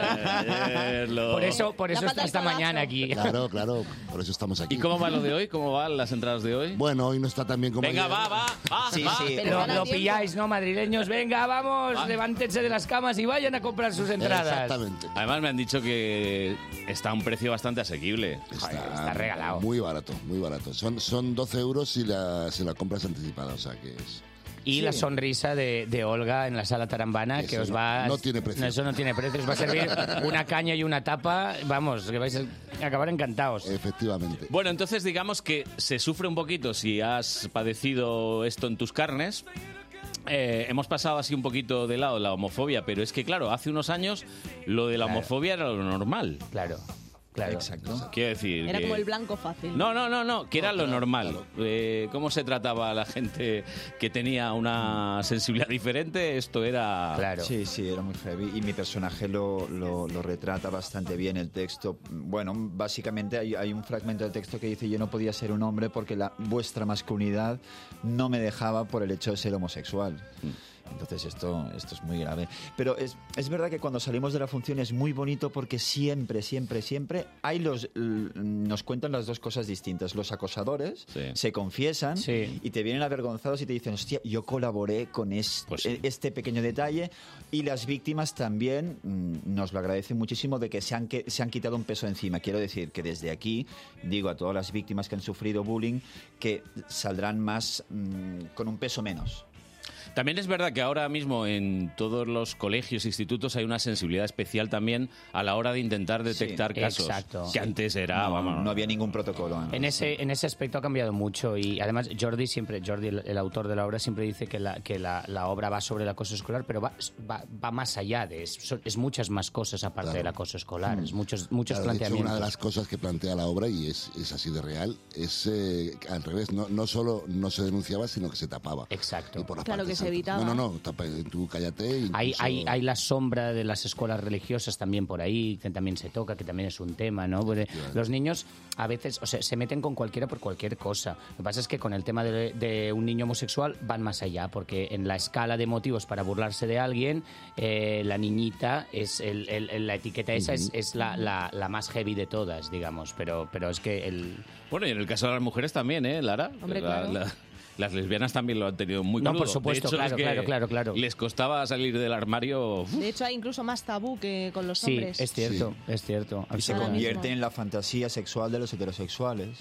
[SPEAKER 1] Eh, lo-
[SPEAKER 14] Por eso, por eso está esta mañana aquí.
[SPEAKER 31] Claro, claro, por eso estamos aquí.
[SPEAKER 1] ¿Y cómo va lo de hoy? ¿Cómo van las entradas de hoy?
[SPEAKER 31] Bueno, hoy no está tan bien como
[SPEAKER 1] Venga,
[SPEAKER 31] ayer.
[SPEAKER 1] va, va, va.
[SPEAKER 31] Sí,
[SPEAKER 1] va.
[SPEAKER 31] sí. Pero
[SPEAKER 14] Lo,
[SPEAKER 31] gana
[SPEAKER 14] lo
[SPEAKER 31] tiempo.
[SPEAKER 14] pilláis, ¿no, madrileños? Venga, vamos, levántense de las camas y vayan a comprar sus entradas.
[SPEAKER 1] Además me han dicho que está a un precio bastante asequible.
[SPEAKER 31] Está, regalado. Ah, Muy barato, muy barato. Son, son 12 euros si la, si la compras anticipada, o sea que es...
[SPEAKER 14] Y
[SPEAKER 31] Sí.
[SPEAKER 14] la sonrisa de, de Olga en la sala tarambana, que
[SPEAKER 31] Eso
[SPEAKER 14] os
[SPEAKER 31] no-
[SPEAKER 14] va...
[SPEAKER 31] no tiene precio.
[SPEAKER 14] No, eso no tiene precio. Os va a servir una caña y una tapa. Vamos, que vais a acabar encantados.
[SPEAKER 31] Efectivamente.
[SPEAKER 1] Bueno, entonces digamos que se sufre un poquito si has padecido esto en tus carnes. Eh, hemos pasado así un poquito de lado la homofobia, pero es que claro, hace unos años lo de la
[SPEAKER 14] Claro.
[SPEAKER 1] homofobia era lo normal.
[SPEAKER 14] Claro, claro.
[SPEAKER 1] Exacto. Quiero decir...
[SPEAKER 30] Era
[SPEAKER 1] que-
[SPEAKER 30] como el blanco fácil.
[SPEAKER 1] No, no, no, no, que era lo normal. Eh, ¿Cómo se trataba a la gente que tenía una sensibilidad diferente? Esto era...
[SPEAKER 3] Sí, sí, era muy heavy. Y mi personaje lo, lo- lo retrata bastante bien el texto. Bueno, básicamente hay, hay un fragmento del texto que dice yo no podía ser un hombre porque la, vuestra masculinidad no me dejaba por el hecho de ser homosexual.
[SPEAKER 1] Mm.
[SPEAKER 3] Entonces esto, esto es muy grave. Pero es, es verdad que cuando salimos de la función es muy bonito porque siempre, siempre, siempre hay los, l- nos cuentan las dos cosas distintas. Los acosadores se confiesan y te vienen avergonzados y te dicen, hostia, yo colaboré con es- e- este pequeño detalle. Y las víctimas también mm, nos lo agradecen muchísimo de que se han, que, se han quitado un peso encima. Quiero decir que desde aquí digo a todas las víctimas que han sufrido bullying que saldrán más mm, con un peso menos.
[SPEAKER 1] También es verdad que ahora mismo en todos los colegios e institutos hay una sensibilidad especial también a la hora de intentar detectar casos.
[SPEAKER 14] exacto.
[SPEAKER 1] Que antes era, vamos,
[SPEAKER 3] No había ningún protocolo. ¿no?
[SPEAKER 14] En ese, en ese aspecto ha cambiado mucho y además Jordi siempre, Jordi el, el autor de la obra siempre dice que la, que la, la obra va sobre el acoso escolar, pero va, va, va más allá de eso, es muchas más cosas aparte del acoso escolar, es muchos, muchos
[SPEAKER 31] Claro, de hecho,
[SPEAKER 14] planteamientos.
[SPEAKER 31] una de las cosas que plantea la obra, y es, es así de real, es eh, al revés, no, no solo no se denunciaba, sino que se tapaba.
[SPEAKER 14] Exacto.
[SPEAKER 30] Claro, que se evitaba.
[SPEAKER 31] No, no, no, tapa- tú cállate.
[SPEAKER 14] Hay,
[SPEAKER 31] incluso-
[SPEAKER 14] hay, hay la sombra de las escuelas religiosas también por ahí, que también se toca, que también es un tema, ¿no? Porque los niños a veces o sea, se meten con cualquiera por cualquier cosa. Lo que pasa es que con el tema de, de un niño homosexual van más allá, porque en la escala de motivos para burlarse de alguien, eh, la niñita es el- el- el- la etiqueta esa es,
[SPEAKER 1] Ujú.
[SPEAKER 14] es la, la- la más heavy de todas, digamos. Pero, pero es que el...
[SPEAKER 1] Bueno, y en el caso de las mujeres también, ¿eh, Lara?
[SPEAKER 14] Hombre,
[SPEAKER 1] La-
[SPEAKER 14] claro.
[SPEAKER 1] la- las lesbianas también lo han tenido muy
[SPEAKER 14] No,
[SPEAKER 1] crudo.
[SPEAKER 14] por supuesto,
[SPEAKER 1] De hecho,
[SPEAKER 14] claro,
[SPEAKER 1] es que
[SPEAKER 14] claro, claro,
[SPEAKER 1] Les costaba salir del armario. uf,
[SPEAKER 30] De hecho, hay incluso más tabú que con los
[SPEAKER 14] Sí,
[SPEAKER 30] hombres.
[SPEAKER 14] es cierto, es cierto.
[SPEAKER 3] Y se
[SPEAKER 30] Ahora
[SPEAKER 3] convierte
[SPEAKER 30] mismo.
[SPEAKER 3] en la fantasía sexual de los heterosexuales.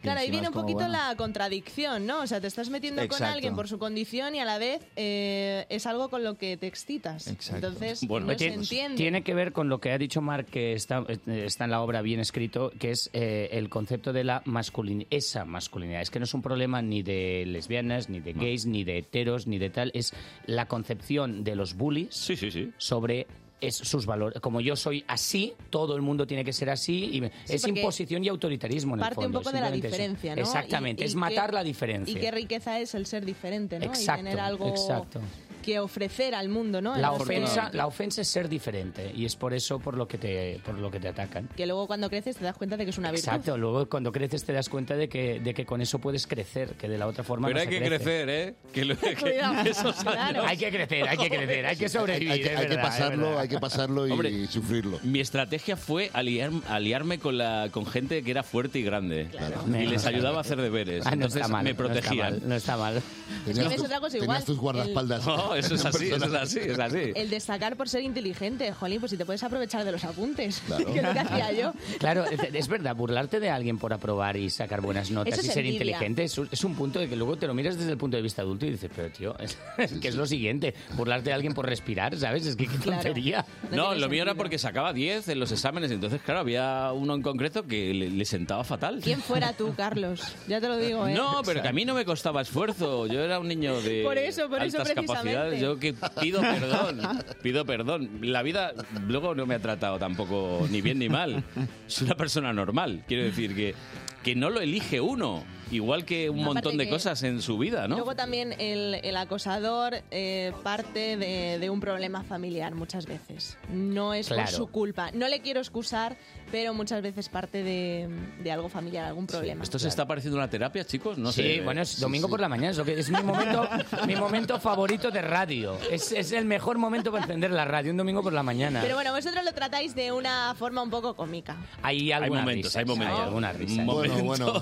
[SPEAKER 30] Claro, ahí viene un poquito la contradicción, ¿no? O sea, te estás metiendo con
[SPEAKER 3] Exacto.
[SPEAKER 30] alguien por su condición y a la vez eh, es algo con lo que te excitas. Entonces, no se
[SPEAKER 14] tiene,
[SPEAKER 30] entiende.
[SPEAKER 14] pues, tiene que ver con lo que ha dicho Marc, que está, eh, está en la obra bien escrito, que es eh, el concepto de la masculinidad, esa masculinidad. Es que no es un problema ni de lesbianas, ni de gays, ni de heteros, ni de tal. Es la concepción de los bullies sobre es sus valores. Como yo soy así, todo el mundo tiene que ser así. Y me-
[SPEAKER 30] Sí,
[SPEAKER 14] es
[SPEAKER 30] porque
[SPEAKER 14] imposición y autoritarismo en el
[SPEAKER 30] Parte un
[SPEAKER 14] fondo,
[SPEAKER 30] poco de la
[SPEAKER 14] simplemente eso.
[SPEAKER 30] diferencia, ¿no?
[SPEAKER 14] Exactamente,
[SPEAKER 30] Y- y
[SPEAKER 14] es matar
[SPEAKER 30] qué-
[SPEAKER 14] la diferencia.
[SPEAKER 30] Y qué riqueza es el ser diferente, ¿no?
[SPEAKER 14] Exacto,
[SPEAKER 30] y tener algo
[SPEAKER 14] exacto.
[SPEAKER 30] que ofrecer al mundo, ¿no?
[SPEAKER 14] La
[SPEAKER 30] Entonces,
[SPEAKER 14] ofensa, la ofensa es ser diferente y es por eso por lo que te, por lo que te atacan.
[SPEAKER 30] Que luego cuando creces te das cuenta de que es una virtud.
[SPEAKER 14] Exacto, luego cuando creces te das cuenta de que, de que con eso puedes crecer, que de la otra forma
[SPEAKER 1] Pero
[SPEAKER 14] no
[SPEAKER 1] hay
[SPEAKER 14] se
[SPEAKER 1] que
[SPEAKER 14] crece.
[SPEAKER 1] crecer, ¿eh? Que lo- que
[SPEAKER 30] Cuidado.
[SPEAKER 1] esos años-
[SPEAKER 30] Claro.
[SPEAKER 14] Hay que crecer, hay que crecer, hay que sobrevivir.
[SPEAKER 31] Hay que,
[SPEAKER 14] es
[SPEAKER 31] hay que
[SPEAKER 14] verdad, es
[SPEAKER 31] pasarlo,
[SPEAKER 14] verdad.
[SPEAKER 31] hay que pasarlo y
[SPEAKER 1] Hombre,
[SPEAKER 31] sufrirlo.
[SPEAKER 1] Mi estrategia fue aliar- aliarme con, la, con gente que era fuerte y grande. Y les ayudaba a hacer deberes.
[SPEAKER 14] Ah, no
[SPEAKER 1] Entonces
[SPEAKER 14] está mal,
[SPEAKER 1] me
[SPEAKER 14] no está
[SPEAKER 1] protegían.
[SPEAKER 14] mal, No está mal.
[SPEAKER 30] Es que ves otra cosa igual.
[SPEAKER 31] guardaespaldas.
[SPEAKER 30] El-
[SPEAKER 1] no, eso es así, eso es así, es así.
[SPEAKER 30] El destacar por ser inteligente, Jolín, pues si te puedes aprovechar de los apuntes, que es lo que hacía yo.
[SPEAKER 14] Claro, es, es verdad, burlarte de alguien por aprobar y sacar buenas notas
[SPEAKER 30] Eso
[SPEAKER 14] y
[SPEAKER 30] es
[SPEAKER 14] ser
[SPEAKER 30] envidia.
[SPEAKER 14] inteligente es un, es un punto de que luego te lo miras desde el punto de vista adulto y dices, pero tío, es, es que es lo siguiente, burlarte de alguien por respirar, ¿sabes? Es que qué tontería.
[SPEAKER 1] No, lo mío era porque sacaba 10 en los exámenes, entonces, claro, había uno en concreto que le, le sentaba fatal.
[SPEAKER 30] ¿Quién fuera tú, Carlos? Ya te lo digo, ¿eh?
[SPEAKER 1] No, pero que a mí no me costaba esfuerzo. Yo era un niño de
[SPEAKER 30] Por eso, por eso,
[SPEAKER 1] altas capacidades. Yo que pido perdón, pido perdón. La vida luego no me ha tratado tampoco ni bien ni mal. Soy una persona normal. Quiero decir que, que no lo elige uno, igual que un
[SPEAKER 30] Aparte
[SPEAKER 1] montón de
[SPEAKER 30] que-
[SPEAKER 1] cosas en su vida, ¿no?
[SPEAKER 30] Luego también el, el acosador eh, parte de, de un problema familiar muchas veces. No es
[SPEAKER 1] Claro.
[SPEAKER 30] por su culpa. No le quiero excusar, pero muchas veces parte de, de algo familiar, algún problema.
[SPEAKER 1] Esto se está pareciendo una terapia, chicos. No
[SPEAKER 14] sí,
[SPEAKER 1] sé.
[SPEAKER 14] bueno, es
[SPEAKER 1] Sí,
[SPEAKER 14] domingo
[SPEAKER 1] sí.
[SPEAKER 14] por la mañana, es, lo que, es mi, momento, mi momento favorito de radio. Es, es el mejor momento para encender la radio, un domingo por la mañana.
[SPEAKER 30] Pero bueno, vosotros lo tratáis de una forma un poco cómica.
[SPEAKER 14] hay, algunas
[SPEAKER 1] momentos,
[SPEAKER 14] risas,
[SPEAKER 1] hay momentos.
[SPEAKER 14] algunas risas.
[SPEAKER 31] Bueno, bueno.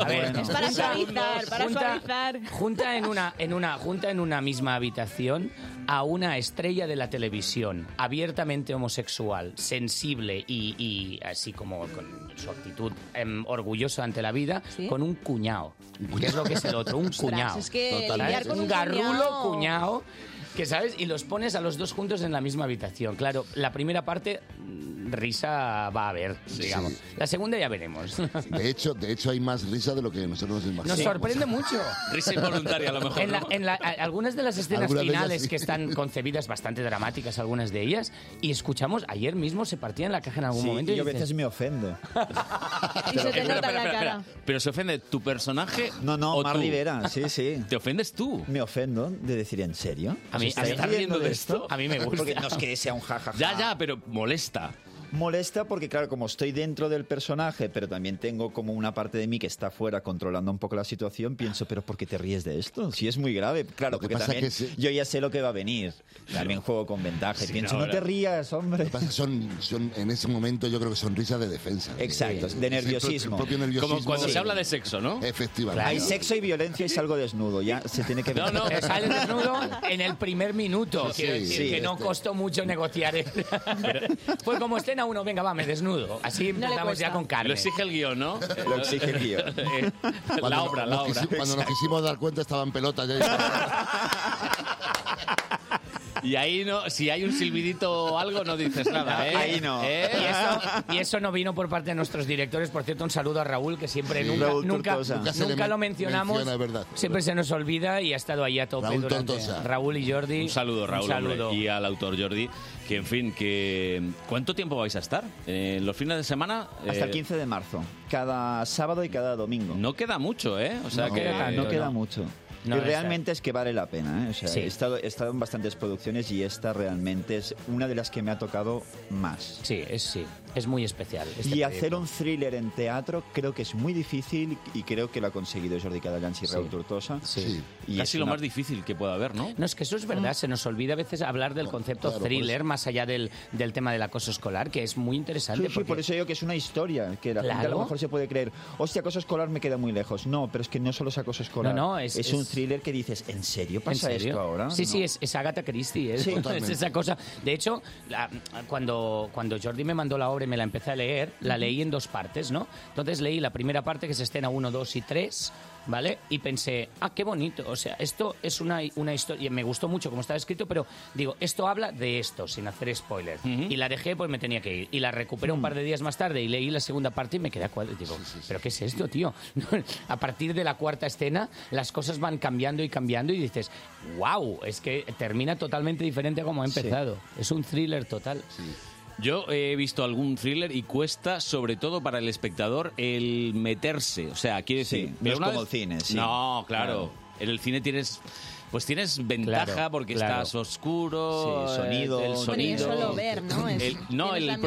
[SPEAKER 14] A ver,
[SPEAKER 30] Es para
[SPEAKER 14] junta-
[SPEAKER 30] suavizar, para
[SPEAKER 14] junta-
[SPEAKER 30] suavizar.
[SPEAKER 14] Junta en una, en una, junta en una misma habitación a una estrella de la televisión, abiertamente homosexual, sensible y, y así como con su actitud em, orgulloso ante la vida, con un cuñado. ¿Qué es lo que es el otro? Un
[SPEAKER 30] Ostras,
[SPEAKER 14] cuñado.
[SPEAKER 30] es que
[SPEAKER 14] ¿Sabes?
[SPEAKER 30] lidiar con un
[SPEAKER 14] garrulo
[SPEAKER 30] cuñao.
[SPEAKER 14] cuñado. Que sabes, y los pones a los dos juntos en la misma habitación. Claro, la primera parte, mm, risa va a haber, digamos. La segunda ya veremos.
[SPEAKER 31] De hecho, de hecho hay más risa de lo que nosotros nos imaginamos.
[SPEAKER 14] Nos sorprende mucho.
[SPEAKER 31] Risa involuntaria, a lo mejor,
[SPEAKER 14] En la-
[SPEAKER 31] ¿no?
[SPEAKER 14] en la- a- algunas de las escenas
[SPEAKER 31] Algunas de ellas
[SPEAKER 14] finales
[SPEAKER 31] sí.
[SPEAKER 14] que están concebidas bastante dramáticas, algunas de ellas, y escuchamos, ayer mismo se partía en la caja en algún
[SPEAKER 3] Sí,
[SPEAKER 14] momento.
[SPEAKER 3] y yo a
[SPEAKER 14] dices, "Ah,
[SPEAKER 3] veces me ofendo.
[SPEAKER 30] Y se te
[SPEAKER 1] Espera,
[SPEAKER 30] nota en la
[SPEAKER 1] espera, espera,
[SPEAKER 30] cara.
[SPEAKER 1] espera. Pero se ofende tu personaje.
[SPEAKER 3] No, no,
[SPEAKER 1] o
[SPEAKER 3] Mar
[SPEAKER 1] tú?
[SPEAKER 3] Rivera, sí, sí.
[SPEAKER 1] ¿Te ofendes tú?
[SPEAKER 3] Me ofendo de decir en serio.
[SPEAKER 1] A mí-
[SPEAKER 3] ¿Os
[SPEAKER 1] a
[SPEAKER 3] estáis
[SPEAKER 1] mí- ¿estás riendo de esto? A mí me gusta.
[SPEAKER 3] Porque no es que sea un jajaja.
[SPEAKER 1] Ya, ya, pero molesta.
[SPEAKER 3] Molesta porque, claro, como estoy dentro del personaje, pero también tengo como una parte de mí que está fuera controlando un poco la situación, pienso, pero ¿por qué te ríes de esto? Si es muy grave. Claro,
[SPEAKER 31] que
[SPEAKER 3] porque
[SPEAKER 31] pasa
[SPEAKER 3] también
[SPEAKER 31] que sí.
[SPEAKER 3] yo ya sé lo que va a venir. También juego con ventaja. y pienso, no, te ríes. hombre.
[SPEAKER 31] son, son, en ese momento yo creo que son risas de defensa.
[SPEAKER 3] Exacto, de
[SPEAKER 31] Eh, es el pro-
[SPEAKER 3] nerviosismo.
[SPEAKER 31] El propio nerviosismo.
[SPEAKER 1] Como cuando se habla de sexo, ¿no?
[SPEAKER 31] Efectivamente.
[SPEAKER 3] Hay sexo y violencia y salgo desnudo. Ya se tiene que
[SPEAKER 14] No, no, sale desnudo en el primer minuto.
[SPEAKER 3] Sí,
[SPEAKER 14] Quiero decir
[SPEAKER 3] sí,
[SPEAKER 14] que no
[SPEAKER 3] este.
[SPEAKER 14] costó mucho negociar. el- Fue como escena uno, venga, va, me desnudo. Así
[SPEAKER 1] No le
[SPEAKER 14] empezamos
[SPEAKER 1] cuesta.
[SPEAKER 14] ya con carne.
[SPEAKER 1] Lo exige el guión, ¿no?
[SPEAKER 31] Lo exige el guión.
[SPEAKER 1] Eh, la
[SPEAKER 31] Cuando
[SPEAKER 1] obra,
[SPEAKER 31] nos
[SPEAKER 1] la obra.
[SPEAKER 31] quisi- cuando nos quisimos dar cuenta estaba en pelota. Ya
[SPEAKER 1] Y ahí no, si hay un silbidito o algo, no dices nada, ¿eh? ¿Eh?
[SPEAKER 14] Y, eso, y eso no vino por parte de nuestros directores. Por cierto, un saludo a Raúl, que siempre
[SPEAKER 31] Sí,
[SPEAKER 14] nunca,
[SPEAKER 31] Raúl
[SPEAKER 14] nunca,
[SPEAKER 31] Tortosa. Nunca se le
[SPEAKER 14] nunca lo
[SPEAKER 31] men-
[SPEAKER 14] mencionamos.
[SPEAKER 31] menciona, es verdad.
[SPEAKER 14] Siempre se nos olvida y ha estado ahí a tope
[SPEAKER 31] Raúl
[SPEAKER 14] durante.
[SPEAKER 31] Tortosa.
[SPEAKER 14] Raúl y Jordi.
[SPEAKER 1] Un saludo, Raúl.
[SPEAKER 14] Un saludo.
[SPEAKER 1] hombre, y al autor Jordi. Que, en fin, que... ¿Cuánto tiempo vais a estar? Eh, ¿Los fines de semana?
[SPEAKER 3] Hasta el
[SPEAKER 1] eh,
[SPEAKER 3] 15 de marzo. Cada sábado y cada domingo.
[SPEAKER 1] No queda mucho, ¿eh? O sea
[SPEAKER 3] no,
[SPEAKER 1] que...
[SPEAKER 3] no queda mucho.
[SPEAKER 1] No,
[SPEAKER 3] y
[SPEAKER 1] esta-
[SPEAKER 3] realmente es que vale la pena. ¿eh? O sea,
[SPEAKER 1] Sí.
[SPEAKER 3] he, estado, he estado en bastantes producciones y esta realmente es una de las que me ha tocado más.
[SPEAKER 14] Sí, es, sí. es muy especial. este
[SPEAKER 3] y hacer
[SPEAKER 14] proyecto.
[SPEAKER 3] un thriller en teatro creo que es muy difícil y creo que lo ha conseguido Jordi Cadallans y Raúl Tortosa. Y
[SPEAKER 1] Casi
[SPEAKER 3] es
[SPEAKER 1] lo
[SPEAKER 3] una-
[SPEAKER 1] más difícil que pueda haber, ¿no?
[SPEAKER 14] No, es que eso es verdad, se nos olvida a veces hablar del concepto
[SPEAKER 1] claro, por
[SPEAKER 14] thriller
[SPEAKER 1] eso.
[SPEAKER 14] más allá del, del tema del acoso escolar, que es muy
[SPEAKER 3] Sí,
[SPEAKER 14] interesante.
[SPEAKER 3] sí,
[SPEAKER 14] porque-
[SPEAKER 3] por eso digo que es una historia, que la gente a
[SPEAKER 14] Claro.
[SPEAKER 3] lo mejor se puede creer, hostia, acoso escolar me queda muy lejos. No, pero es que no solo es acoso escolar.
[SPEAKER 14] No, no, es-
[SPEAKER 3] un
[SPEAKER 14] es-
[SPEAKER 3] thriller que dices, ¿en serio
[SPEAKER 14] ¿En
[SPEAKER 3] pasa
[SPEAKER 14] serio?
[SPEAKER 3] esto ahora?
[SPEAKER 14] Sí, sí,
[SPEAKER 3] No.
[SPEAKER 14] es, es Agatha Christie, es,
[SPEAKER 3] Sí.
[SPEAKER 14] es
[SPEAKER 3] Totalmente.
[SPEAKER 14] esa cosa. De hecho, la- cuando, cuando Jordi me mandó la obra y me la empecé a leer, la leí en dos partes, ¿no? Entonces leí la primera parte, que es escena 1, 2 y 3, ¿vale? Y pensé, ah, qué bonito, o sea, esto es una, una historia, me gustó mucho como estaba escrito, pero digo, esto habla de esto, sin hacer spoiler. Y la dejé, pues me tenía que ir. Y la recuperé
[SPEAKER 3] Mm.
[SPEAKER 14] un par de días más tarde y leí la segunda parte y me quedé a cuadro. Digo, ¿pero qué es esto, tío? a partir de la cuarta escena, las cosas van cambiando y cambiando y dices, wow, es que termina totalmente diferente a como ha empezado. Es un thriller total.
[SPEAKER 1] Yo he visto algún thriller y cuesta, sobre todo para el espectador, el meterse. O sea, quiere decir.
[SPEAKER 3] no
[SPEAKER 1] pero
[SPEAKER 3] es
[SPEAKER 1] una
[SPEAKER 3] como el cine, sí.
[SPEAKER 1] No, claro.
[SPEAKER 3] Claro.
[SPEAKER 1] En el cine tienes. Pues tienes ventaja
[SPEAKER 3] Claro,
[SPEAKER 1] porque
[SPEAKER 3] claro.
[SPEAKER 1] estás oscuro,
[SPEAKER 3] Sí,
[SPEAKER 1] eh,
[SPEAKER 3] sonido.
[SPEAKER 1] el
[SPEAKER 3] Bueno, y
[SPEAKER 1] sonido.
[SPEAKER 3] es solo
[SPEAKER 30] ver, ¿no? Es-
[SPEAKER 1] El- no,
[SPEAKER 14] tienes
[SPEAKER 1] el
[SPEAKER 14] la
[SPEAKER 1] propia, la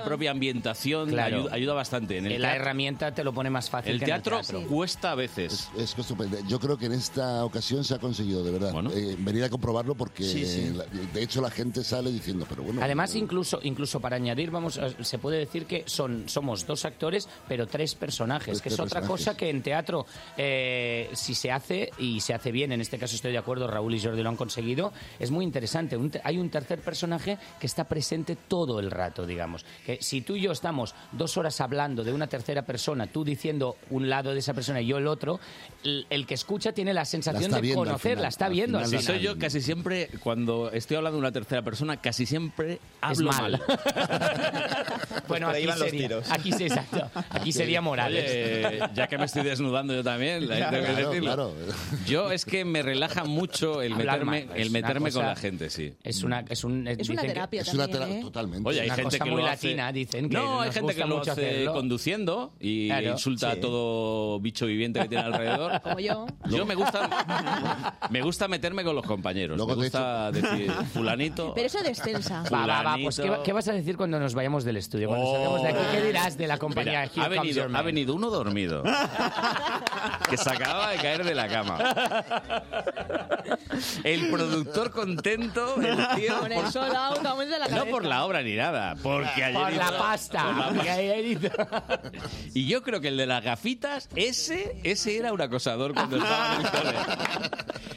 [SPEAKER 14] ambientación.
[SPEAKER 1] propia ambientación
[SPEAKER 14] Claro.
[SPEAKER 1] ayuda, ayuda bastante. En el
[SPEAKER 14] la
[SPEAKER 1] teatro,
[SPEAKER 14] herramienta te lo pone más fácil.
[SPEAKER 1] el
[SPEAKER 14] que en
[SPEAKER 1] teatro cuesta a veces.
[SPEAKER 31] Es estupendo. Yo creo que en esta ocasión se ha conseguido, de verdad. Eh, venir a comprobarlo porque,
[SPEAKER 14] Sí, sí.
[SPEAKER 31] la- de hecho, la gente sale diciendo, pero bueno.
[SPEAKER 14] Además, incluso, incluso para añadir, vamos, eh, se puede decir que son, somos dos actores, pero tres personajes,
[SPEAKER 31] Tres
[SPEAKER 14] que es otra
[SPEAKER 31] personajes.
[SPEAKER 14] cosa que en teatro, eh, si se hace, y se hace bien, en este caso estoy de acuerdo, acuerdo, Raúl y Jordi lo han conseguido. Es muy interesante. Un te- hay un tercer personaje que está presente todo el rato, digamos. Que si tú y yo estamos dos horas hablando de una tercera persona, tú diciendo un lado de esa persona y yo el otro, el, el que escucha tiene la sensación
[SPEAKER 1] está
[SPEAKER 14] de
[SPEAKER 1] viendo al
[SPEAKER 14] conocer,
[SPEAKER 1] final,
[SPEAKER 14] la está
[SPEAKER 1] al
[SPEAKER 14] viendo. al
[SPEAKER 1] Si
[SPEAKER 14] final.
[SPEAKER 1] soy yo, casi siempre, cuando estoy hablando de una tercera persona, casi siempre hablo
[SPEAKER 14] mal.
[SPEAKER 1] mal.
[SPEAKER 14] bueno,
[SPEAKER 1] Pues por ahí
[SPEAKER 14] aquí
[SPEAKER 1] van los
[SPEAKER 14] sería,
[SPEAKER 1] tiros.
[SPEAKER 14] aquí sí, exacto. Aquí sería Morales.
[SPEAKER 1] Oye, ya que me estoy desnudando yo también, la- tengo que
[SPEAKER 14] Claro,
[SPEAKER 1] decirlo. Yo es que me relaja mucho el
[SPEAKER 14] Hablar
[SPEAKER 1] meterme,
[SPEAKER 14] mal, es
[SPEAKER 1] el
[SPEAKER 14] una
[SPEAKER 1] meterme con
[SPEAKER 14] cosa-
[SPEAKER 1] la gente, sí.
[SPEAKER 14] Es una, es un, Es una dicen que- terapia
[SPEAKER 31] Es una
[SPEAKER 14] también,
[SPEAKER 31] terapia,
[SPEAKER 14] ¿eh?
[SPEAKER 31] totalmente.
[SPEAKER 1] Oye, hay
[SPEAKER 14] una
[SPEAKER 1] gente
[SPEAKER 14] cosa
[SPEAKER 1] que
[SPEAKER 14] muy
[SPEAKER 1] lo hace-
[SPEAKER 14] latina, dicen que
[SPEAKER 1] No, hay
[SPEAKER 14] nos
[SPEAKER 1] gente
[SPEAKER 14] gusta
[SPEAKER 1] que lo
[SPEAKER 14] mucho
[SPEAKER 1] hace
[SPEAKER 14] hacerlo.
[SPEAKER 1] conduciendo y
[SPEAKER 14] Claro.
[SPEAKER 1] insulta
[SPEAKER 14] Sí.
[SPEAKER 1] a todo bicho viviente que tiene alrededor.
[SPEAKER 30] Como yo.
[SPEAKER 1] Yo me gusta, me gusta meterme con los compañeros. me gusta decir, fulanito.
[SPEAKER 30] Pero eso descensa.
[SPEAKER 14] Va, va, va, pues ¿qué, va-
[SPEAKER 1] Fulanito.
[SPEAKER 14] qué vas a decir cuando nos vayamos del estudio? Cuando salgamos de aquí, ¿qué dirás de la compañía
[SPEAKER 1] Mira,
[SPEAKER 14] Here
[SPEAKER 1] ha,
[SPEAKER 14] Comes
[SPEAKER 1] venido,
[SPEAKER 14] Your Man?
[SPEAKER 1] ha venido uno dormido que se acababa de caer de la cama. El productor contento, el tío,
[SPEAKER 30] Con el sol out, vamos de la
[SPEAKER 1] no
[SPEAKER 30] cabeza.
[SPEAKER 1] por la obra ni nada, porque ayer
[SPEAKER 14] Por la
[SPEAKER 1] hizo-
[SPEAKER 14] pasta,
[SPEAKER 1] por la
[SPEAKER 14] porque
[SPEAKER 1] pasta.
[SPEAKER 14] ayer hizo-
[SPEAKER 1] Y yo creo que el de las gafitas, ese, ese era un acosador cuando estaba en el cole.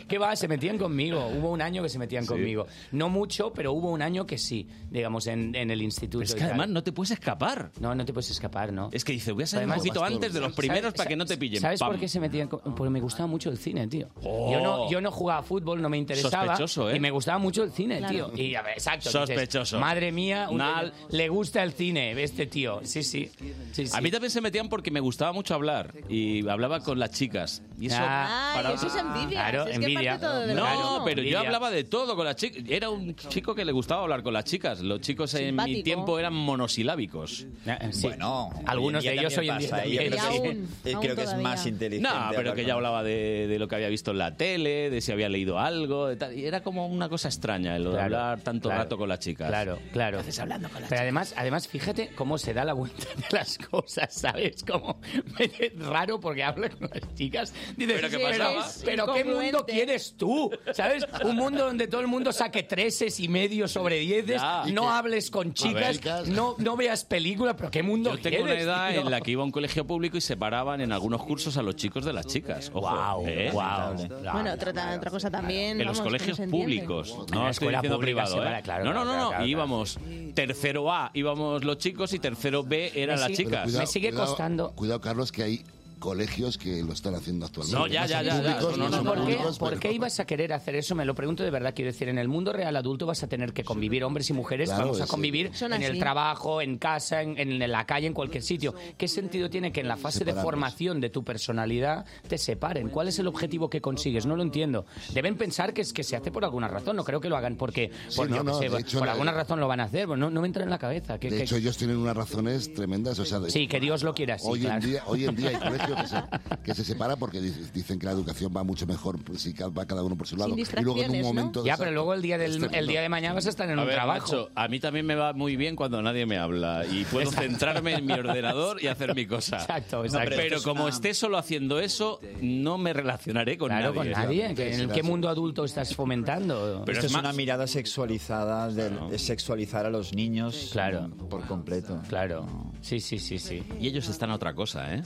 [SPEAKER 14] ¿Qué va? Se metían conmigo. Hubo un año que se metían conmigo. No mucho, pero hubo un año que sí, digamos, en, en el instituto.
[SPEAKER 1] es que además
[SPEAKER 14] no te puedes escapar. No, no te puedes escapar, ¿no?
[SPEAKER 1] Es que dice, voy a salir un poquito antes de los primeros para que no te pillen.
[SPEAKER 14] ¿Sabes
[SPEAKER 1] Pam.
[SPEAKER 14] por qué se metían? con- Porque me gustaba mucho el cine, tío.
[SPEAKER 1] Oh.
[SPEAKER 14] Yo, no, yo no jugaba a fútbol, no me interesaba.
[SPEAKER 1] Sospechoso, ¿eh?
[SPEAKER 14] Y me gustaba mucho el cine,
[SPEAKER 1] Claro.
[SPEAKER 14] tío. Y a ver, exacto. dices,
[SPEAKER 1] Sospechoso.
[SPEAKER 14] Madre mía, un-
[SPEAKER 1] Nal-
[SPEAKER 14] le gusta el cine, este tío. Sí, sí. sí,
[SPEAKER 1] A
[SPEAKER 14] sí.
[SPEAKER 1] mí también se metían porque me gustaba mucho hablar y hablaba con las chicas. Y eso,
[SPEAKER 14] Ah.
[SPEAKER 1] para-
[SPEAKER 14] Ay, eso es envidia, Claro, si es que envidia. parte todo de
[SPEAKER 1] no,
[SPEAKER 14] lo mismo.
[SPEAKER 1] pero
[SPEAKER 14] Envidia.
[SPEAKER 1] yo hablaba de todo con las chicas. Era un chico que le gustaba hablar con las chicas. Los chicos en mi
[SPEAKER 14] Simpático.
[SPEAKER 1] tiempo eran monosilábicos.
[SPEAKER 14] Ah, eh, sí.
[SPEAKER 1] Bueno,
[SPEAKER 14] Algunos de ellos hoy en día también.
[SPEAKER 3] creo que- Y creo que es más inteligente
[SPEAKER 1] No, pero
[SPEAKER 3] hablar
[SPEAKER 1] que
[SPEAKER 3] con
[SPEAKER 1] ya hablaba de, de lo que había visto en la tele, de si había leído algo, de tal. Y era como una cosa extraña lo de
[SPEAKER 14] Claro,
[SPEAKER 1] hablar tanto
[SPEAKER 14] claro,
[SPEAKER 1] rato con las chicas.
[SPEAKER 14] Claro, claro.
[SPEAKER 1] hablando con
[SPEAKER 14] Pero además, además, fíjate cómo se da la vuelta de las cosas, ¿sabes? Como es raro porque habla con las chicas. Dices,
[SPEAKER 1] Pero ¿qué
[SPEAKER 14] pero,
[SPEAKER 1] pasaba?
[SPEAKER 14] pero ¿qué mundo quieres tú? ¿Sabes? Un mundo donde todo el mundo saque treses y medio sobre dieces,
[SPEAKER 1] Ya.
[SPEAKER 14] no hables con chicas, no, no veas películas, pero ¿qué mundo
[SPEAKER 1] Yo tengo una
[SPEAKER 14] quieres,
[SPEAKER 1] edad
[SPEAKER 14] tío?
[SPEAKER 1] en la que iba a un colegio público y separaban en algunos cursos a los chicos de las chicas. Ojo,
[SPEAKER 14] Guau,
[SPEAKER 1] ¿eh?
[SPEAKER 14] guau.
[SPEAKER 30] Bueno, otra, otra cosa también.
[SPEAKER 1] En los
[SPEAKER 30] vamos, que
[SPEAKER 1] colegios
[SPEAKER 30] nos entiende.
[SPEAKER 1] públicos,
[SPEAKER 14] En
[SPEAKER 1] no
[SPEAKER 14] la
[SPEAKER 1] estoy
[SPEAKER 14] escuela
[SPEAKER 1] diciendo
[SPEAKER 14] pública
[SPEAKER 1] privado,
[SPEAKER 14] se
[SPEAKER 1] ¿eh?
[SPEAKER 14] para, claro,
[SPEAKER 1] no, no,
[SPEAKER 14] claro,
[SPEAKER 1] no, no,
[SPEAKER 14] claro, claro.
[SPEAKER 1] íbamos tercero A, íbamos los chicos y tercero B era
[SPEAKER 14] Me
[SPEAKER 1] la
[SPEAKER 14] sigue-
[SPEAKER 1] chica.
[SPEAKER 14] Pero cuidado, Me sigue
[SPEAKER 31] Cuidado-
[SPEAKER 14] costando.
[SPEAKER 31] Cuidado, Carlos, que hay colegios que lo están haciendo actualmente.
[SPEAKER 1] No, ya, ya,
[SPEAKER 31] son
[SPEAKER 1] ya, ya.
[SPEAKER 31] Pues públicos,
[SPEAKER 1] No, no,
[SPEAKER 31] son
[SPEAKER 1] no, no.
[SPEAKER 14] ¿Por qué,
[SPEAKER 31] públicos,
[SPEAKER 14] por
[SPEAKER 31] pero-
[SPEAKER 14] qué ibas a querer hacer eso? Me lo pregunto de verdad. Quiero decir, en el mundo real adulto vas a tener que convivir hombres y mujeres,
[SPEAKER 31] Claro,
[SPEAKER 14] vamos a
[SPEAKER 31] sí.
[SPEAKER 14] convivir
[SPEAKER 31] Son
[SPEAKER 14] en el
[SPEAKER 31] así.
[SPEAKER 14] trabajo, en casa, en, en la calle, en cualquier sitio. ¿Qué sentido tiene que en la fase de
[SPEAKER 31] Separarnos.
[SPEAKER 14] formación de tu personalidad te separen? ¿Cuál es el objetivo que consigues? No lo entiendo. Deben pensar que es que se hace por alguna razón. No creo que lo hagan porque,
[SPEAKER 31] Sí,
[SPEAKER 14] porque,
[SPEAKER 31] no,
[SPEAKER 14] yo qué
[SPEAKER 31] no,
[SPEAKER 14] sé,
[SPEAKER 31] de
[SPEAKER 14] por,
[SPEAKER 31] hecho,
[SPEAKER 14] por
[SPEAKER 31] la-
[SPEAKER 14] alguna razón lo van a hacer. No, no me entra en la cabeza. Que,
[SPEAKER 31] De
[SPEAKER 14] que-
[SPEAKER 31] hecho, ellos tienen unas razones tremendas. O sea, de-
[SPEAKER 14] sí, que Dios lo quiera así.
[SPEAKER 31] hoy, en
[SPEAKER 14] claro.
[SPEAKER 31] día, hoy en día hay colegios que se, que se separan porque dic- dicen que la educación va mucho mejor pues, si ca- va cada uno por su lado. Y luego en un momento.
[SPEAKER 14] Ya,
[SPEAKER 31] exacto, Este,
[SPEAKER 14] pero luego el día,
[SPEAKER 31] es
[SPEAKER 14] del,
[SPEAKER 31] tremendo.
[SPEAKER 14] el día de mañana vas a estar en
[SPEAKER 1] A
[SPEAKER 14] un
[SPEAKER 1] ver,
[SPEAKER 14] trabajo.
[SPEAKER 1] macho, a mí también me va muy bien cuando nadie me habla y puedo
[SPEAKER 14] Exacto.
[SPEAKER 1] centrarme en mi ordenador y hacer mi cosa.
[SPEAKER 14] Exacto,
[SPEAKER 1] No,
[SPEAKER 14] exacto.
[SPEAKER 1] pero
[SPEAKER 14] Esto
[SPEAKER 1] pero
[SPEAKER 14] es
[SPEAKER 1] como
[SPEAKER 14] una-
[SPEAKER 1] esté solo haciendo eso, no me relacionaré con
[SPEAKER 14] Claro,
[SPEAKER 1] nadie.
[SPEAKER 14] con nadie. ¿eh? que ¿En qué mundo adulto estás fomentando?
[SPEAKER 3] Pero es, una mirada sexualizada, de sexualizar a los niños
[SPEAKER 14] claro.
[SPEAKER 3] por completo.
[SPEAKER 14] Claro, sí, sí, sí, sí.
[SPEAKER 1] Y ellos están a otra cosa, ¿eh?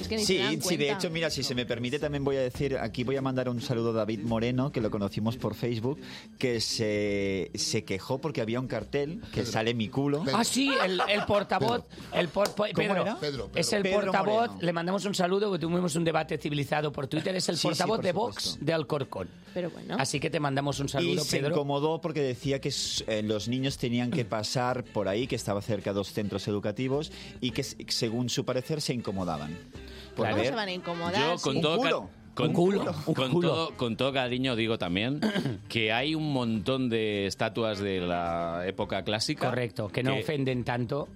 [SPEAKER 30] Es que ni se
[SPEAKER 3] Sí,
[SPEAKER 30] dan
[SPEAKER 3] sí, de
[SPEAKER 30] cuenta.
[SPEAKER 3] hecho, mira, si se me permite también voy a decir, aquí voy a mandar un saludo a David Moreno, que lo conocimos por Facebook, que se, se quejó porque había un cartel que sale mi culo.
[SPEAKER 14] Ah, sí, el, el portavoz. El por- po-
[SPEAKER 3] ¿Cómo
[SPEAKER 14] Pedro,
[SPEAKER 3] era? Pedro, Pedro.
[SPEAKER 14] Es el
[SPEAKER 3] Pedro
[SPEAKER 14] portavoz.
[SPEAKER 3] Moreno.
[SPEAKER 14] Le mandamos un saludo porque tuvimos un debate civilizado por Twitter. Es el
[SPEAKER 3] Sí, sí,
[SPEAKER 14] portavoz
[SPEAKER 3] por
[SPEAKER 14] de Vox de Alcorcón.
[SPEAKER 30] Pero bueno.
[SPEAKER 14] Así que te mandamos un
[SPEAKER 3] Y
[SPEAKER 14] saludo,
[SPEAKER 3] se
[SPEAKER 14] Pedro.
[SPEAKER 3] incomodó porque decía que s- eh, los niños tenían que pasar por ahí, que estaba cerca de dos centros educativos, y que s- según su parecer se incomodaban. Por
[SPEAKER 30] ¿Cómo
[SPEAKER 3] ver-
[SPEAKER 30] se van a incomodar?
[SPEAKER 9] Ah,
[SPEAKER 1] Yo con
[SPEAKER 30] Sí.
[SPEAKER 1] todo ca- Con,
[SPEAKER 3] Un culo.
[SPEAKER 1] con
[SPEAKER 3] Un culo.
[SPEAKER 1] todo, con todo cariño digo también que hay un montón de estatuas de la época clásica.
[SPEAKER 14] Correcto, que no ofenden tanto.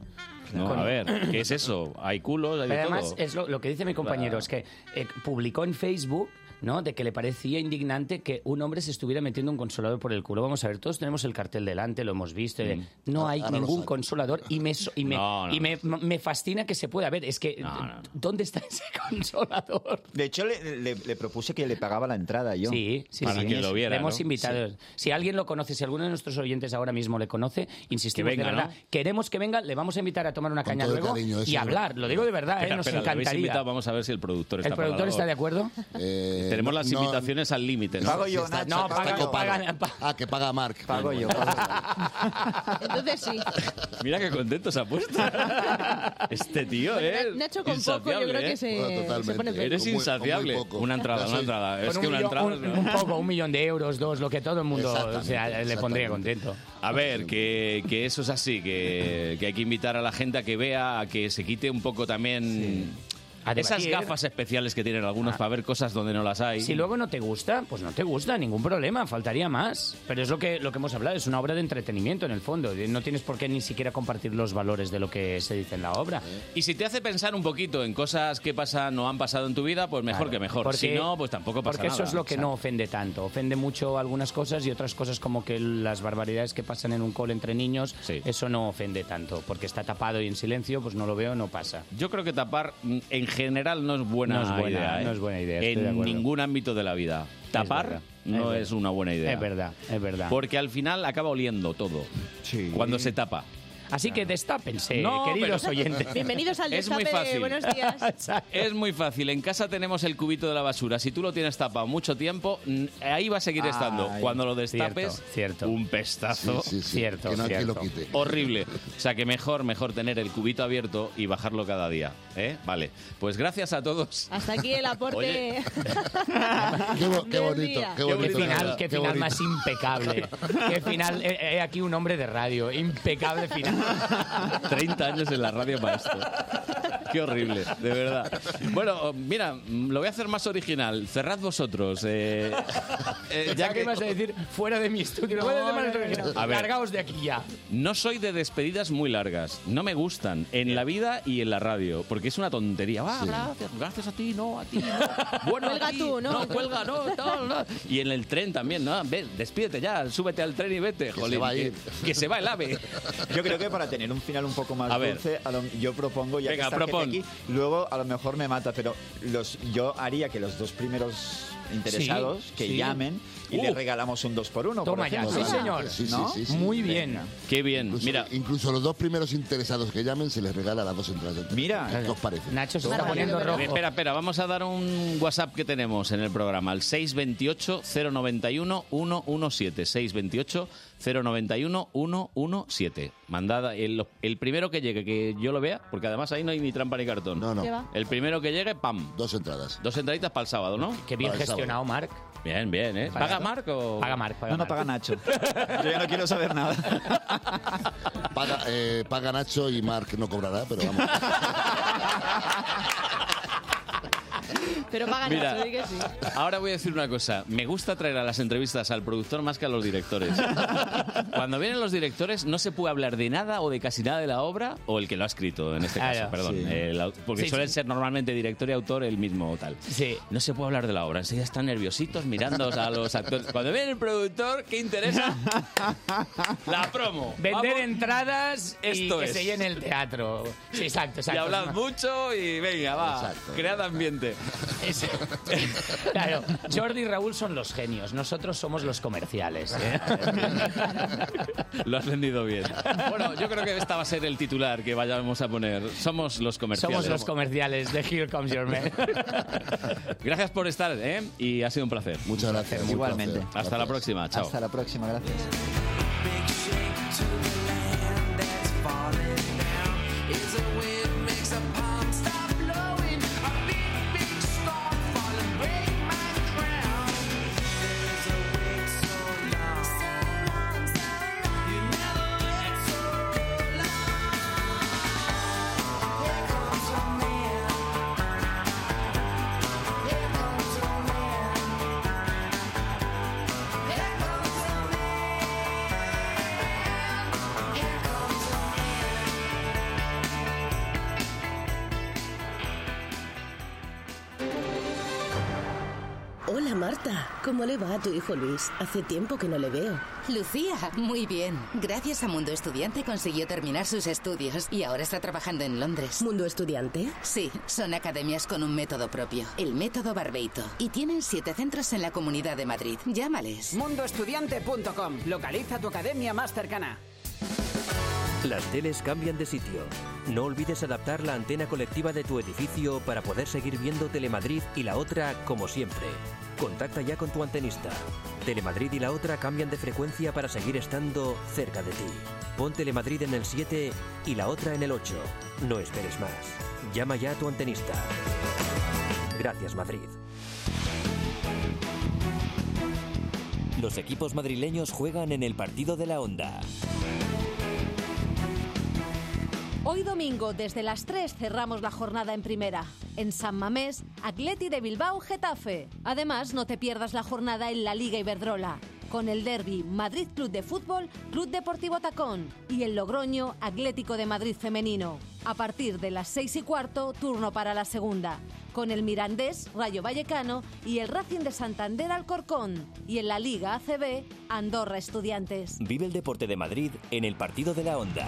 [SPEAKER 1] No,
[SPEAKER 14] Con-
[SPEAKER 1] a ver, ¿qué es eso? Hay culos, hay de
[SPEAKER 14] Pero además,
[SPEAKER 1] todo.
[SPEAKER 14] es lo, lo que dice mi compañero,
[SPEAKER 1] Claro.
[SPEAKER 14] es que eh, publicó en Facebook, ¿no? De que le parecía indignante que un hombre se estuviera metiendo un consolador por el culo. Vamos a ver, todos tenemos el cartel delante, lo hemos visto. y de- No hay
[SPEAKER 1] Ahora lo
[SPEAKER 14] ningún
[SPEAKER 1] saco.
[SPEAKER 14] consolador y me, so- y me,
[SPEAKER 1] Mm. No, no.
[SPEAKER 14] y me, me fascina que se pueda ver. Es que,
[SPEAKER 1] No,
[SPEAKER 14] ¿dónde está ese consolador?
[SPEAKER 3] De hecho, le, le- le propuse que le pagaba la entrada yo.
[SPEAKER 14] Sí, sí, sí. Le hemos invitado. Si alguien lo conoce, si alguno de nuestros oyentes ahora mismo le conoce, insistimos
[SPEAKER 1] Que venga,
[SPEAKER 14] de verdad. Queremos que venga, le vamos a invitar a tomar una caña
[SPEAKER 1] todo el
[SPEAKER 14] luego
[SPEAKER 1] cariño, eso
[SPEAKER 14] y
[SPEAKER 1] es
[SPEAKER 14] hablar.
[SPEAKER 1] verdad.
[SPEAKER 14] Lo digo de verdad, ¿eh?
[SPEAKER 1] Espera,
[SPEAKER 14] nos
[SPEAKER 1] espera, le habéis
[SPEAKER 14] encantaría.
[SPEAKER 1] invitado, vamos a ver si el productor está
[SPEAKER 14] ¿El productor está de acuerdo?
[SPEAKER 31] Eh,
[SPEAKER 1] Tenemos
[SPEAKER 31] no-
[SPEAKER 1] las
[SPEAKER 31] no-
[SPEAKER 1] invitaciones al límite, ¿no?
[SPEAKER 31] Pago yo,
[SPEAKER 1] Está-
[SPEAKER 31] Nacho,
[SPEAKER 1] está
[SPEAKER 31] pago yo.
[SPEAKER 1] copado.
[SPEAKER 31] Ah, que paga Marc.
[SPEAKER 1] Pago yo,
[SPEAKER 30] Entonces sí.
[SPEAKER 1] Mira qué contento se ha puesto. Este tío,
[SPEAKER 30] Bueno,
[SPEAKER 1] ¿eh?
[SPEAKER 30] Nacho con poco, yo
[SPEAKER 1] Insaciable,
[SPEAKER 30] creo que
[SPEAKER 1] ¿eh?
[SPEAKER 30] se- Bueno, totalmente. se pone peor.
[SPEAKER 1] Eres
[SPEAKER 30] Con muy- con muy
[SPEAKER 1] insaciable.
[SPEAKER 14] poco.
[SPEAKER 1] Una entrada,
[SPEAKER 14] Yo
[SPEAKER 1] una
[SPEAKER 14] soy-
[SPEAKER 1] entrada. Es
[SPEAKER 14] con
[SPEAKER 1] que
[SPEAKER 14] un
[SPEAKER 1] una
[SPEAKER 14] millón-
[SPEAKER 1] entrada...
[SPEAKER 14] un- un poco, un millón de euros, dos, lo que todo el mundo o sea, le
[SPEAKER 1] Exactamente,
[SPEAKER 14] pondría contento.
[SPEAKER 1] A ver, que, que eso es así, que, que hay que invitar a la gente a que vea, a que se quite un poco también
[SPEAKER 14] A
[SPEAKER 1] esas
[SPEAKER 14] debatir.
[SPEAKER 1] gafas especiales que tienen algunos para ver cosas donde no las hay.
[SPEAKER 14] Si luego no te gusta, pues no te gusta, ningún problema, faltaría más. Pero es lo que, lo que hemos hablado, es una obra de entretenimiento en el fondo. y No tienes por qué ni siquiera compartir los valores de lo que se dice en la obra.
[SPEAKER 1] Y si te hace pensar un poquito en cosas que pasan o han pasado en tu vida, pues mejor
[SPEAKER 14] Claro,
[SPEAKER 1] que mejor.
[SPEAKER 14] porque-
[SPEAKER 1] si no, pues tampoco pasa
[SPEAKER 14] Porque eso
[SPEAKER 1] nada,
[SPEAKER 14] es lo que
[SPEAKER 1] ¿sabes?
[SPEAKER 14] no ofende tanto. Ofende mucho algunas cosas y otras cosas como que las barbaridades que pasan en un cole entre niños, eso no ofende tanto. Porque está tapado y en silencio, pues no lo veo, no pasa.
[SPEAKER 1] Yo creo que tapar mm, en general no es buena,
[SPEAKER 14] No es buena,
[SPEAKER 1] idea. ¿eh?
[SPEAKER 14] no es buena idea, estoy de
[SPEAKER 1] En
[SPEAKER 14] acuerdo.
[SPEAKER 1] ningún ámbito de la vida. Tapar
[SPEAKER 14] verdad,
[SPEAKER 1] no
[SPEAKER 14] es
[SPEAKER 1] es, una buena idea.
[SPEAKER 14] Es verdad, es verdad.
[SPEAKER 1] Porque al final acaba oliendo todo. Cuando se tapa.
[SPEAKER 14] Así que destápense,
[SPEAKER 1] No,
[SPEAKER 14] Eh, queridos
[SPEAKER 1] pero-
[SPEAKER 14] oyentes.
[SPEAKER 30] Bienvenidos al
[SPEAKER 1] Es muy
[SPEAKER 30] destape de
[SPEAKER 1] fácil.
[SPEAKER 30] Buenos días.
[SPEAKER 1] Es muy fácil. En casa tenemos el cubito de la basura. Si tú lo tienes tapado mucho tiempo, mm, ahí va a seguir estando.
[SPEAKER 14] Ay,
[SPEAKER 1] Cuando lo destapes,
[SPEAKER 14] cierto, cierto.
[SPEAKER 1] un pestazo.
[SPEAKER 14] Sí, sí, sí. Cierto,
[SPEAKER 1] Que no- que
[SPEAKER 14] cierto.
[SPEAKER 1] lo quite. Horrible. O sea que mejor, mejor tener el cubito abierto y bajarlo cada día. ¿eh? Vale. Pues gracias a todos.
[SPEAKER 30] Hasta aquí el aporte.
[SPEAKER 1] Oye.
[SPEAKER 31] Qué, bo- qué
[SPEAKER 14] Del
[SPEAKER 31] bonito,
[SPEAKER 14] día.
[SPEAKER 31] qué
[SPEAKER 14] Qué
[SPEAKER 31] bonito.
[SPEAKER 14] final, qué final
[SPEAKER 31] bonito.
[SPEAKER 14] más impecable. Qué final. He he aquí un hombre de radio. Impecable final.
[SPEAKER 1] 30 años en la radio para esto. Qué horrible, de verdad. Bueno, mira, lo voy a hacer más original. Cerrad vosotros. eh, eh,
[SPEAKER 14] ya que vas a decir fuera de mi estudio. fuera de mi estudio.
[SPEAKER 1] A ver.
[SPEAKER 14] Largaos de aquí ya.
[SPEAKER 1] No soy de despedidas muy largas. No me gustan. En la vida y en la radio. Porque es una tontería. Va, gracias, gracias a ti, no, a ti, no. Bueno, a
[SPEAKER 30] Cuelga
[SPEAKER 1] ti,
[SPEAKER 30] tú, ¿no?
[SPEAKER 1] cuelga, no, tal, no. Y en el tren también, ¿no? Ven, despídete ya, súbete al tren y vete. Que
[SPEAKER 3] se va a ir.
[SPEAKER 1] Que, que se va el ave.
[SPEAKER 3] Yo creo que para tener un final un poco más
[SPEAKER 1] A ver.
[SPEAKER 3] dulce, a lo- yo propongo, ya
[SPEAKER 1] Venga,
[SPEAKER 3] que está el
[SPEAKER 1] propon.
[SPEAKER 3] jefe aquí, luego a lo mejor me mata, pero los, yo haría que los dos primeros interesados
[SPEAKER 1] Sí,
[SPEAKER 3] que
[SPEAKER 1] sí.
[SPEAKER 3] llamen y les
[SPEAKER 1] Uh.
[SPEAKER 3] regalamos un 2 por 1
[SPEAKER 14] Toma ya, sí, señor.
[SPEAKER 3] ¿No?
[SPEAKER 14] Muy bien.
[SPEAKER 1] Qué bien,
[SPEAKER 31] mira. Incluso los dos primeros interesados que llamen se les regala las dos entradas. Mira. ¿Qué os parece?
[SPEAKER 14] Nacho se
[SPEAKER 31] está poniendo rojo.
[SPEAKER 1] Espera, espera, vamos a dar un WhatsApp que tenemos en el programa, el 628-091-117. 628-091-117. Mandada el, el primero que llegue, que yo lo vea, porque además ahí no hay ni trampa ni cartón. No,
[SPEAKER 14] no. ¿Qué va?
[SPEAKER 1] El primero que llegue, pam.
[SPEAKER 31] Dos entradas.
[SPEAKER 1] Dos entraditas para el sábado, ¿no?
[SPEAKER 14] Qué bien gestionado, Marc.
[SPEAKER 1] Bien, bien, ¿eh?
[SPEAKER 14] Para-
[SPEAKER 1] ¿Paga Marc o...?
[SPEAKER 14] Paga Marc, paga
[SPEAKER 3] No, no paga Nacho. Yo ya no quiero saber nada.
[SPEAKER 31] Paga, eh, paga Nacho y Marc no cobrará, pero vamos.
[SPEAKER 30] Pero pagan
[SPEAKER 1] Mira.
[SPEAKER 30] eso, di que sí.
[SPEAKER 1] Ahora voy a decir una cosa. Me gusta traer a las entrevistas al productor más que a los directores. Cuando vienen los directores no se puede hablar de nada o de casi nada de la obra o el que lo ha escrito, en este caso,
[SPEAKER 14] Claro.
[SPEAKER 1] perdón.
[SPEAKER 14] Sí.
[SPEAKER 1] el au- porque
[SPEAKER 14] Sí,
[SPEAKER 1] suelen
[SPEAKER 14] sí.
[SPEAKER 1] ser normalmente director y autor el mismo o tal. No se puede hablar de la obra. Enseguida están nerviositos mirando a los actores. Cuando viene el productor, ¿qué interesa? La promo.
[SPEAKER 14] Vender entradas y
[SPEAKER 1] Esto
[SPEAKER 14] que
[SPEAKER 1] es.
[SPEAKER 14] se llene el teatro. Sí, exacto,
[SPEAKER 1] Y
[SPEAKER 14] exacto.
[SPEAKER 1] hablad
[SPEAKER 14] No.
[SPEAKER 1] mucho y venga, va.
[SPEAKER 14] Exacto.
[SPEAKER 1] cread ambiente.
[SPEAKER 14] Claro, Jordi y Raúl son los genios, nosotros somos los comerciales. ¿eh?
[SPEAKER 1] Lo has vendido bien. Bueno, yo creo que esta va a ser el titular que vayamos a poner. Somos los comerciales.
[SPEAKER 14] Somos los comerciales de Here Comes Your Man.
[SPEAKER 1] Gracias por estar, ¿eh? Y ha sido un placer.
[SPEAKER 31] Muchas gracias.
[SPEAKER 3] un Igualmente. placer.
[SPEAKER 1] Hasta la próxima. Chao.
[SPEAKER 3] Hasta la próxima, gracias.
[SPEAKER 13] Big shake to the land that's falling down. Is the wind makes a palm stop blowing. A big, big storm falling, break my crown. There's a wait so long, so long, so long. You never wait so long. Here comes your man. Here comes your man. Here comes your man. Here comes the man.
[SPEAKER 21] Hola Marta, ¿cómo le va a tu hijo Luis? Hace tiempo que no le veo.
[SPEAKER 17] Lucía, muy bien. Gracias a Mundo Estudiante consiguió terminar sus estudios y ahora está trabajando en Londres.
[SPEAKER 21] ¿Mundo Estudiante?
[SPEAKER 17] Sí, son academias con un método propio, el método Barbeito. Y tienen siete centros en la Comunidad de Madrid. Llámales.
[SPEAKER 22] Mundoestudiante.com. Localiza tu academia más cercana.
[SPEAKER 6] Las teles cambian de sitio. No olvides adaptar la antena colectiva de tu edificio para poder seguir viendo Telemadrid y la otra como siempre. Contacta ya con tu antenista. Telemadrid y la otra cambian de frecuencia para seguir estando cerca de ti. Pon Telemadrid en el 7 y la otra en el 8. No esperes más. Llama ya a tu antenista. Gracias Madrid. Los equipos madrileños juegan en el partido de la onda.
[SPEAKER 19] Hoy domingo, desde las 3, cerramos la jornada en primera. En San Mamés, Atleti de Bilbao, Getafe. Además, no te pierdas la jornada en la Liga Iberdrola. Con el derby Madrid Club de Fútbol, Club Deportivo Tacón y el Logroño Atlético de Madrid Femenino. A partir de las 6 y cuarto, turno para la segunda. Con el Mirandés, Rayo Vallecano y el Racing de Santander Alcorcón. Y en la Liga ACB, Andorra Estudiantes.
[SPEAKER 6] Vive el deporte de Madrid en el partido de la onda.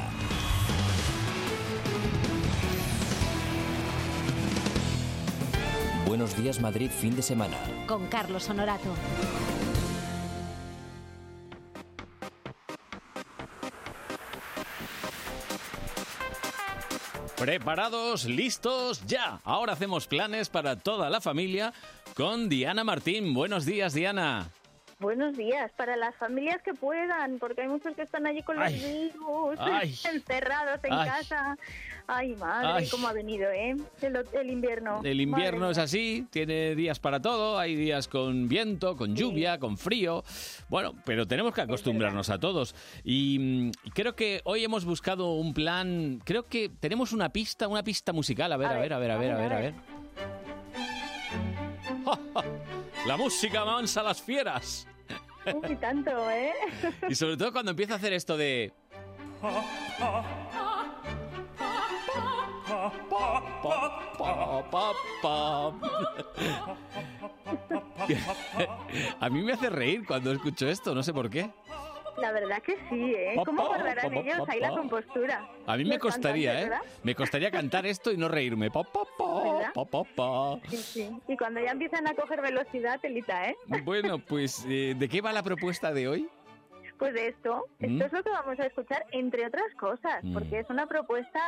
[SPEAKER 6] Buenos días Madrid fin de semana.
[SPEAKER 19] Con Carlos Honorato.
[SPEAKER 1] Preparados, listos, ya. Ahora hacemos planes para toda la familia con Diana Martín. Buenos días, Diana.
[SPEAKER 4] Buenos días, para las familias que puedan, porque hay muchos que están allí con los niños,
[SPEAKER 1] ay,
[SPEAKER 4] encerrados en
[SPEAKER 1] ay.
[SPEAKER 4] casa. Ay, madre,
[SPEAKER 1] Ay.
[SPEAKER 4] cómo ha venido, ¿eh? El, el invierno.
[SPEAKER 1] El invierno
[SPEAKER 4] Madre
[SPEAKER 1] es así, tiene días para todo, hay días con viento, con lluvia, con frío. Bueno, pero tenemos que acostumbrarnos a todos. Y mm, creo que hoy hemos buscado un plan, creo que tenemos una pista, una pista musical. A ver, a ver, a ver, a ver, a ver, a ver. La música mansa a las fieras.
[SPEAKER 4] mía. Uy, tanto, ¿eh?
[SPEAKER 1] Y sobre todo cuando empieza a hacer esto de... pa, pa, pa, pa. A mí me hace reír cuando escucho esto, no sé por qué.
[SPEAKER 4] La verdad que sí, ¿eh?
[SPEAKER 1] Pa,
[SPEAKER 4] ¿Cómo
[SPEAKER 1] pa,
[SPEAKER 4] guardarán
[SPEAKER 1] pa, pa,
[SPEAKER 4] ellos
[SPEAKER 1] pa,
[SPEAKER 4] ahí la
[SPEAKER 1] pa.
[SPEAKER 4] compostura?
[SPEAKER 1] A mí
[SPEAKER 4] Los
[SPEAKER 1] me costaría,
[SPEAKER 4] cantantes,
[SPEAKER 1] ¿eh?
[SPEAKER 4] ¿verdad?
[SPEAKER 1] Me costaría cantar esto y no reírme. Pa, pa, pa,
[SPEAKER 4] ¿Verdad?
[SPEAKER 1] pa, pa, pa.
[SPEAKER 4] Sí, sí. Y cuando ya empiezan a coger velocidad, telita, ¿eh?
[SPEAKER 1] Bueno, pues, eh, ¿de qué va la propuesta de hoy?
[SPEAKER 4] Pues de esto,
[SPEAKER 1] Mm.
[SPEAKER 4] esto es lo que vamos a escuchar, entre otras cosas,
[SPEAKER 1] Mm.
[SPEAKER 4] porque es una propuesta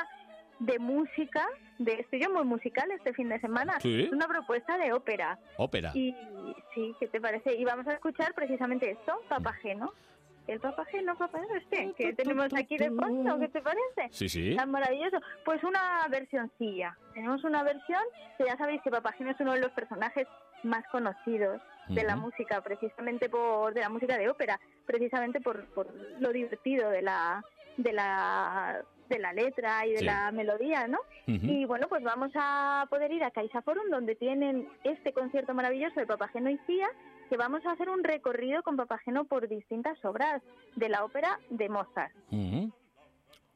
[SPEAKER 4] de música, de estudio muy musical este fin de semana.
[SPEAKER 1] Sí.
[SPEAKER 4] Es una propuesta de ópera.
[SPEAKER 1] Ópera.
[SPEAKER 4] Y sí, ¿qué te parece? Y vamos a escuchar precisamente esto,
[SPEAKER 1] Mm.
[SPEAKER 4] Papageno. El papageno, papageno, este, que tenemos aquí de fondo, ¿qué te parece?
[SPEAKER 1] Sí, sí.
[SPEAKER 4] Tan maravilloso. Pues una versioncilla. Tenemos una versión que ya sabéis que papageno es uno de los personajes más conocidos de la
[SPEAKER 1] Ujú.
[SPEAKER 4] música, precisamente por de la música de ópera, precisamente por, por lo divertido de la de la de la letra y de
[SPEAKER 5] Sí.
[SPEAKER 4] la melodía, ¿no?
[SPEAKER 5] Ujú.
[SPEAKER 4] Y bueno, pues vamos a poder ir a Caixa Forum donde tienen este concierto maravilloso de Papageno y Cía, que vamos a hacer un recorrido con Papageno por distintas obras de la ópera de Mozart.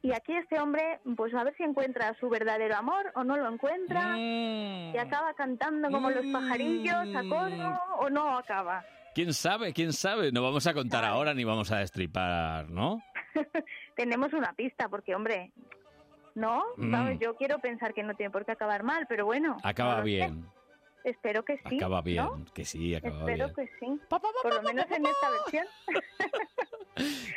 [SPEAKER 4] Y aquí este hombre, pues a ver si encuentra su verdadero amor o no lo encuentra,
[SPEAKER 5] Mm.
[SPEAKER 4] y acaba cantando como los pajarillos a coro o no acaba.
[SPEAKER 1] ¿Quién sabe? ¿Quién sabe? No vamos a contar ahora ni vamos a destripar, ¿no?
[SPEAKER 4] Tenemos una pista, porque hombre, ¿no?
[SPEAKER 1] Mm.
[SPEAKER 4] Vamos, yo quiero pensar que no tiene por qué acabar mal, pero bueno. no
[SPEAKER 1] Acaba
[SPEAKER 4] lo sé.
[SPEAKER 1] bien,
[SPEAKER 4] Espero que sí.
[SPEAKER 1] acaba bien,
[SPEAKER 4] ¿no?
[SPEAKER 1] que sí, acaba
[SPEAKER 4] Espero
[SPEAKER 1] bien.
[SPEAKER 4] que sí. Por lo menos en esta versión.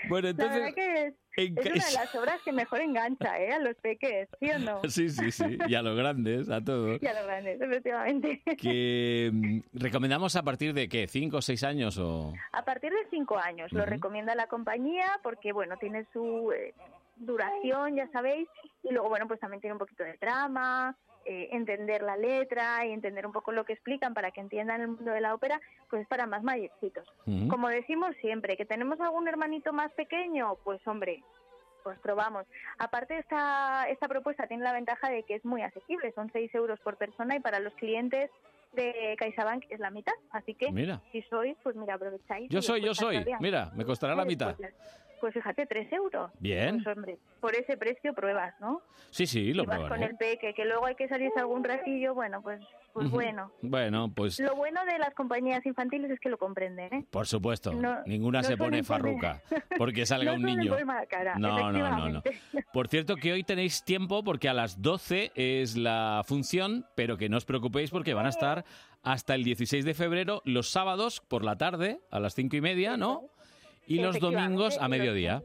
[SPEAKER 1] Bueno,
[SPEAKER 4] la
[SPEAKER 1] entonces...
[SPEAKER 4] verdad que es,
[SPEAKER 1] en
[SPEAKER 4] es una de
[SPEAKER 1] Caixa-
[SPEAKER 4] las obras que mejor engancha ¿eh? a los peques, ¿sí o no?
[SPEAKER 1] Sí, sí, sí, y a los grandes, a todos.
[SPEAKER 4] Y a los grandes, efectivamente.
[SPEAKER 1] que mm, recomendamos a partir de qué, cinco o seis años o
[SPEAKER 4] A partir de cinco años lo
[SPEAKER 1] Ujú.
[SPEAKER 4] recomienda la compañía porque, bueno, tiene su eh, duración, ya sabéis, y luego, bueno, pues también tiene un poquito de trama, eh, entender la letra y entender un poco lo que explican para que entiendan el mundo de la ópera, pues es para más mayorcitos.
[SPEAKER 5] Ujú.
[SPEAKER 4] Como decimos siempre, que tenemos algún hermanito más pequeño, pues hombre, pues probamos. Aparte, esta, esta propuesta tiene la ventaja de que es muy asequible, son 6 euros por persona y para los clientes de CaixaBank es la mitad, así que
[SPEAKER 1] Mira.
[SPEAKER 4] si sois, pues mira, aprovecháis.
[SPEAKER 1] yo
[SPEAKER 4] y
[SPEAKER 1] soy, yo
[SPEAKER 4] escuchad
[SPEAKER 1] soy.
[SPEAKER 4] todavía.
[SPEAKER 1] Mira, me costará la
[SPEAKER 4] Pues,
[SPEAKER 1] mitad.
[SPEAKER 4] Pues, pues fíjate, 3 euros.
[SPEAKER 1] Bien.
[SPEAKER 4] Pues, hombre, por ese precio pruebas, ¿no?
[SPEAKER 1] Sí, sí, lo ¿eh?
[SPEAKER 4] y vas con el
[SPEAKER 1] probaré.
[SPEAKER 4] peque, que luego hay que salirse algún ratillo, bueno, pues, pues
[SPEAKER 1] Ujú.
[SPEAKER 4] bueno.
[SPEAKER 1] Bueno, pues
[SPEAKER 4] Lo bueno de las compañías infantiles es que lo comprenden, ¿eh?
[SPEAKER 1] por supuesto,
[SPEAKER 4] No-
[SPEAKER 1] ninguna
[SPEAKER 4] no
[SPEAKER 1] se pone
[SPEAKER 15] suelen poner-
[SPEAKER 1] farruca porque salga
[SPEAKER 4] No
[SPEAKER 1] un
[SPEAKER 4] suelen
[SPEAKER 1] niño.
[SPEAKER 4] poner mala cara,
[SPEAKER 1] no, no, no, no.
[SPEAKER 4] efectivamente.
[SPEAKER 1] Por cierto que hoy tenéis tiempo porque a las 12 es la función, pero que no os preocupéis porque van a estar hasta el 16 de febrero los sábados por la tarde a las cinco y media, ¿no? Y los domingos a mediodía.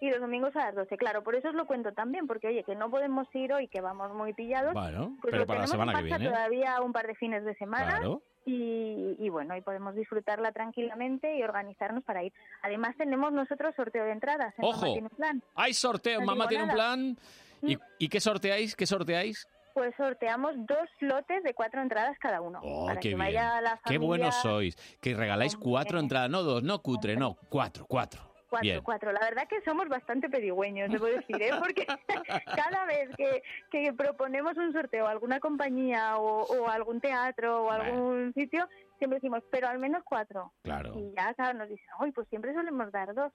[SPEAKER 4] y los domingos a las 12. Claro, por eso os lo cuento también, porque oye, que no podemos ir hoy, que vamos muy pillados.
[SPEAKER 1] Bueno,
[SPEAKER 4] pues
[SPEAKER 1] pero
[SPEAKER 4] lo
[SPEAKER 1] para la
[SPEAKER 4] tenemos en
[SPEAKER 1] semana que
[SPEAKER 4] casa
[SPEAKER 1] viene.
[SPEAKER 4] Todavía un par de fines de semana.
[SPEAKER 1] Claro.
[SPEAKER 4] Y, y bueno, y podemos disfrutarla tranquilamente y organizarnos para ir. Además, tenemos nosotros sorteo de entradas. en
[SPEAKER 1] Ojo.
[SPEAKER 4] Mamá Tiene un Plan.
[SPEAKER 1] Hay sorteo,
[SPEAKER 4] No digo
[SPEAKER 1] mamá tiene un
[SPEAKER 4] nada. ¿Mm?
[SPEAKER 1] plan. ¿Y, y qué sorteáis? ¿Qué sorteáis?
[SPEAKER 4] Pues sorteamos dos lotes de cuatro entradas cada uno.
[SPEAKER 1] Oh,
[SPEAKER 4] para que
[SPEAKER 1] qué bien.
[SPEAKER 4] vaya la familia.
[SPEAKER 1] Qué buenos sois. Que regaláis cuatro entradas, no dos, no cutre, no, cuatro, cuatro.
[SPEAKER 4] Cuatro,
[SPEAKER 1] Bien.
[SPEAKER 4] cuatro. La verdad que somos bastante pedigüeños, debo decir, ¿eh? porque cada vez que, que proponemos un sorteo a alguna compañía o, o a algún teatro o a algún sitio, siempre decimos, pero al menos cuatro.
[SPEAKER 1] Claro.
[SPEAKER 4] Y ya claro, nos dicen, hoy pues siempre solemos dar dos.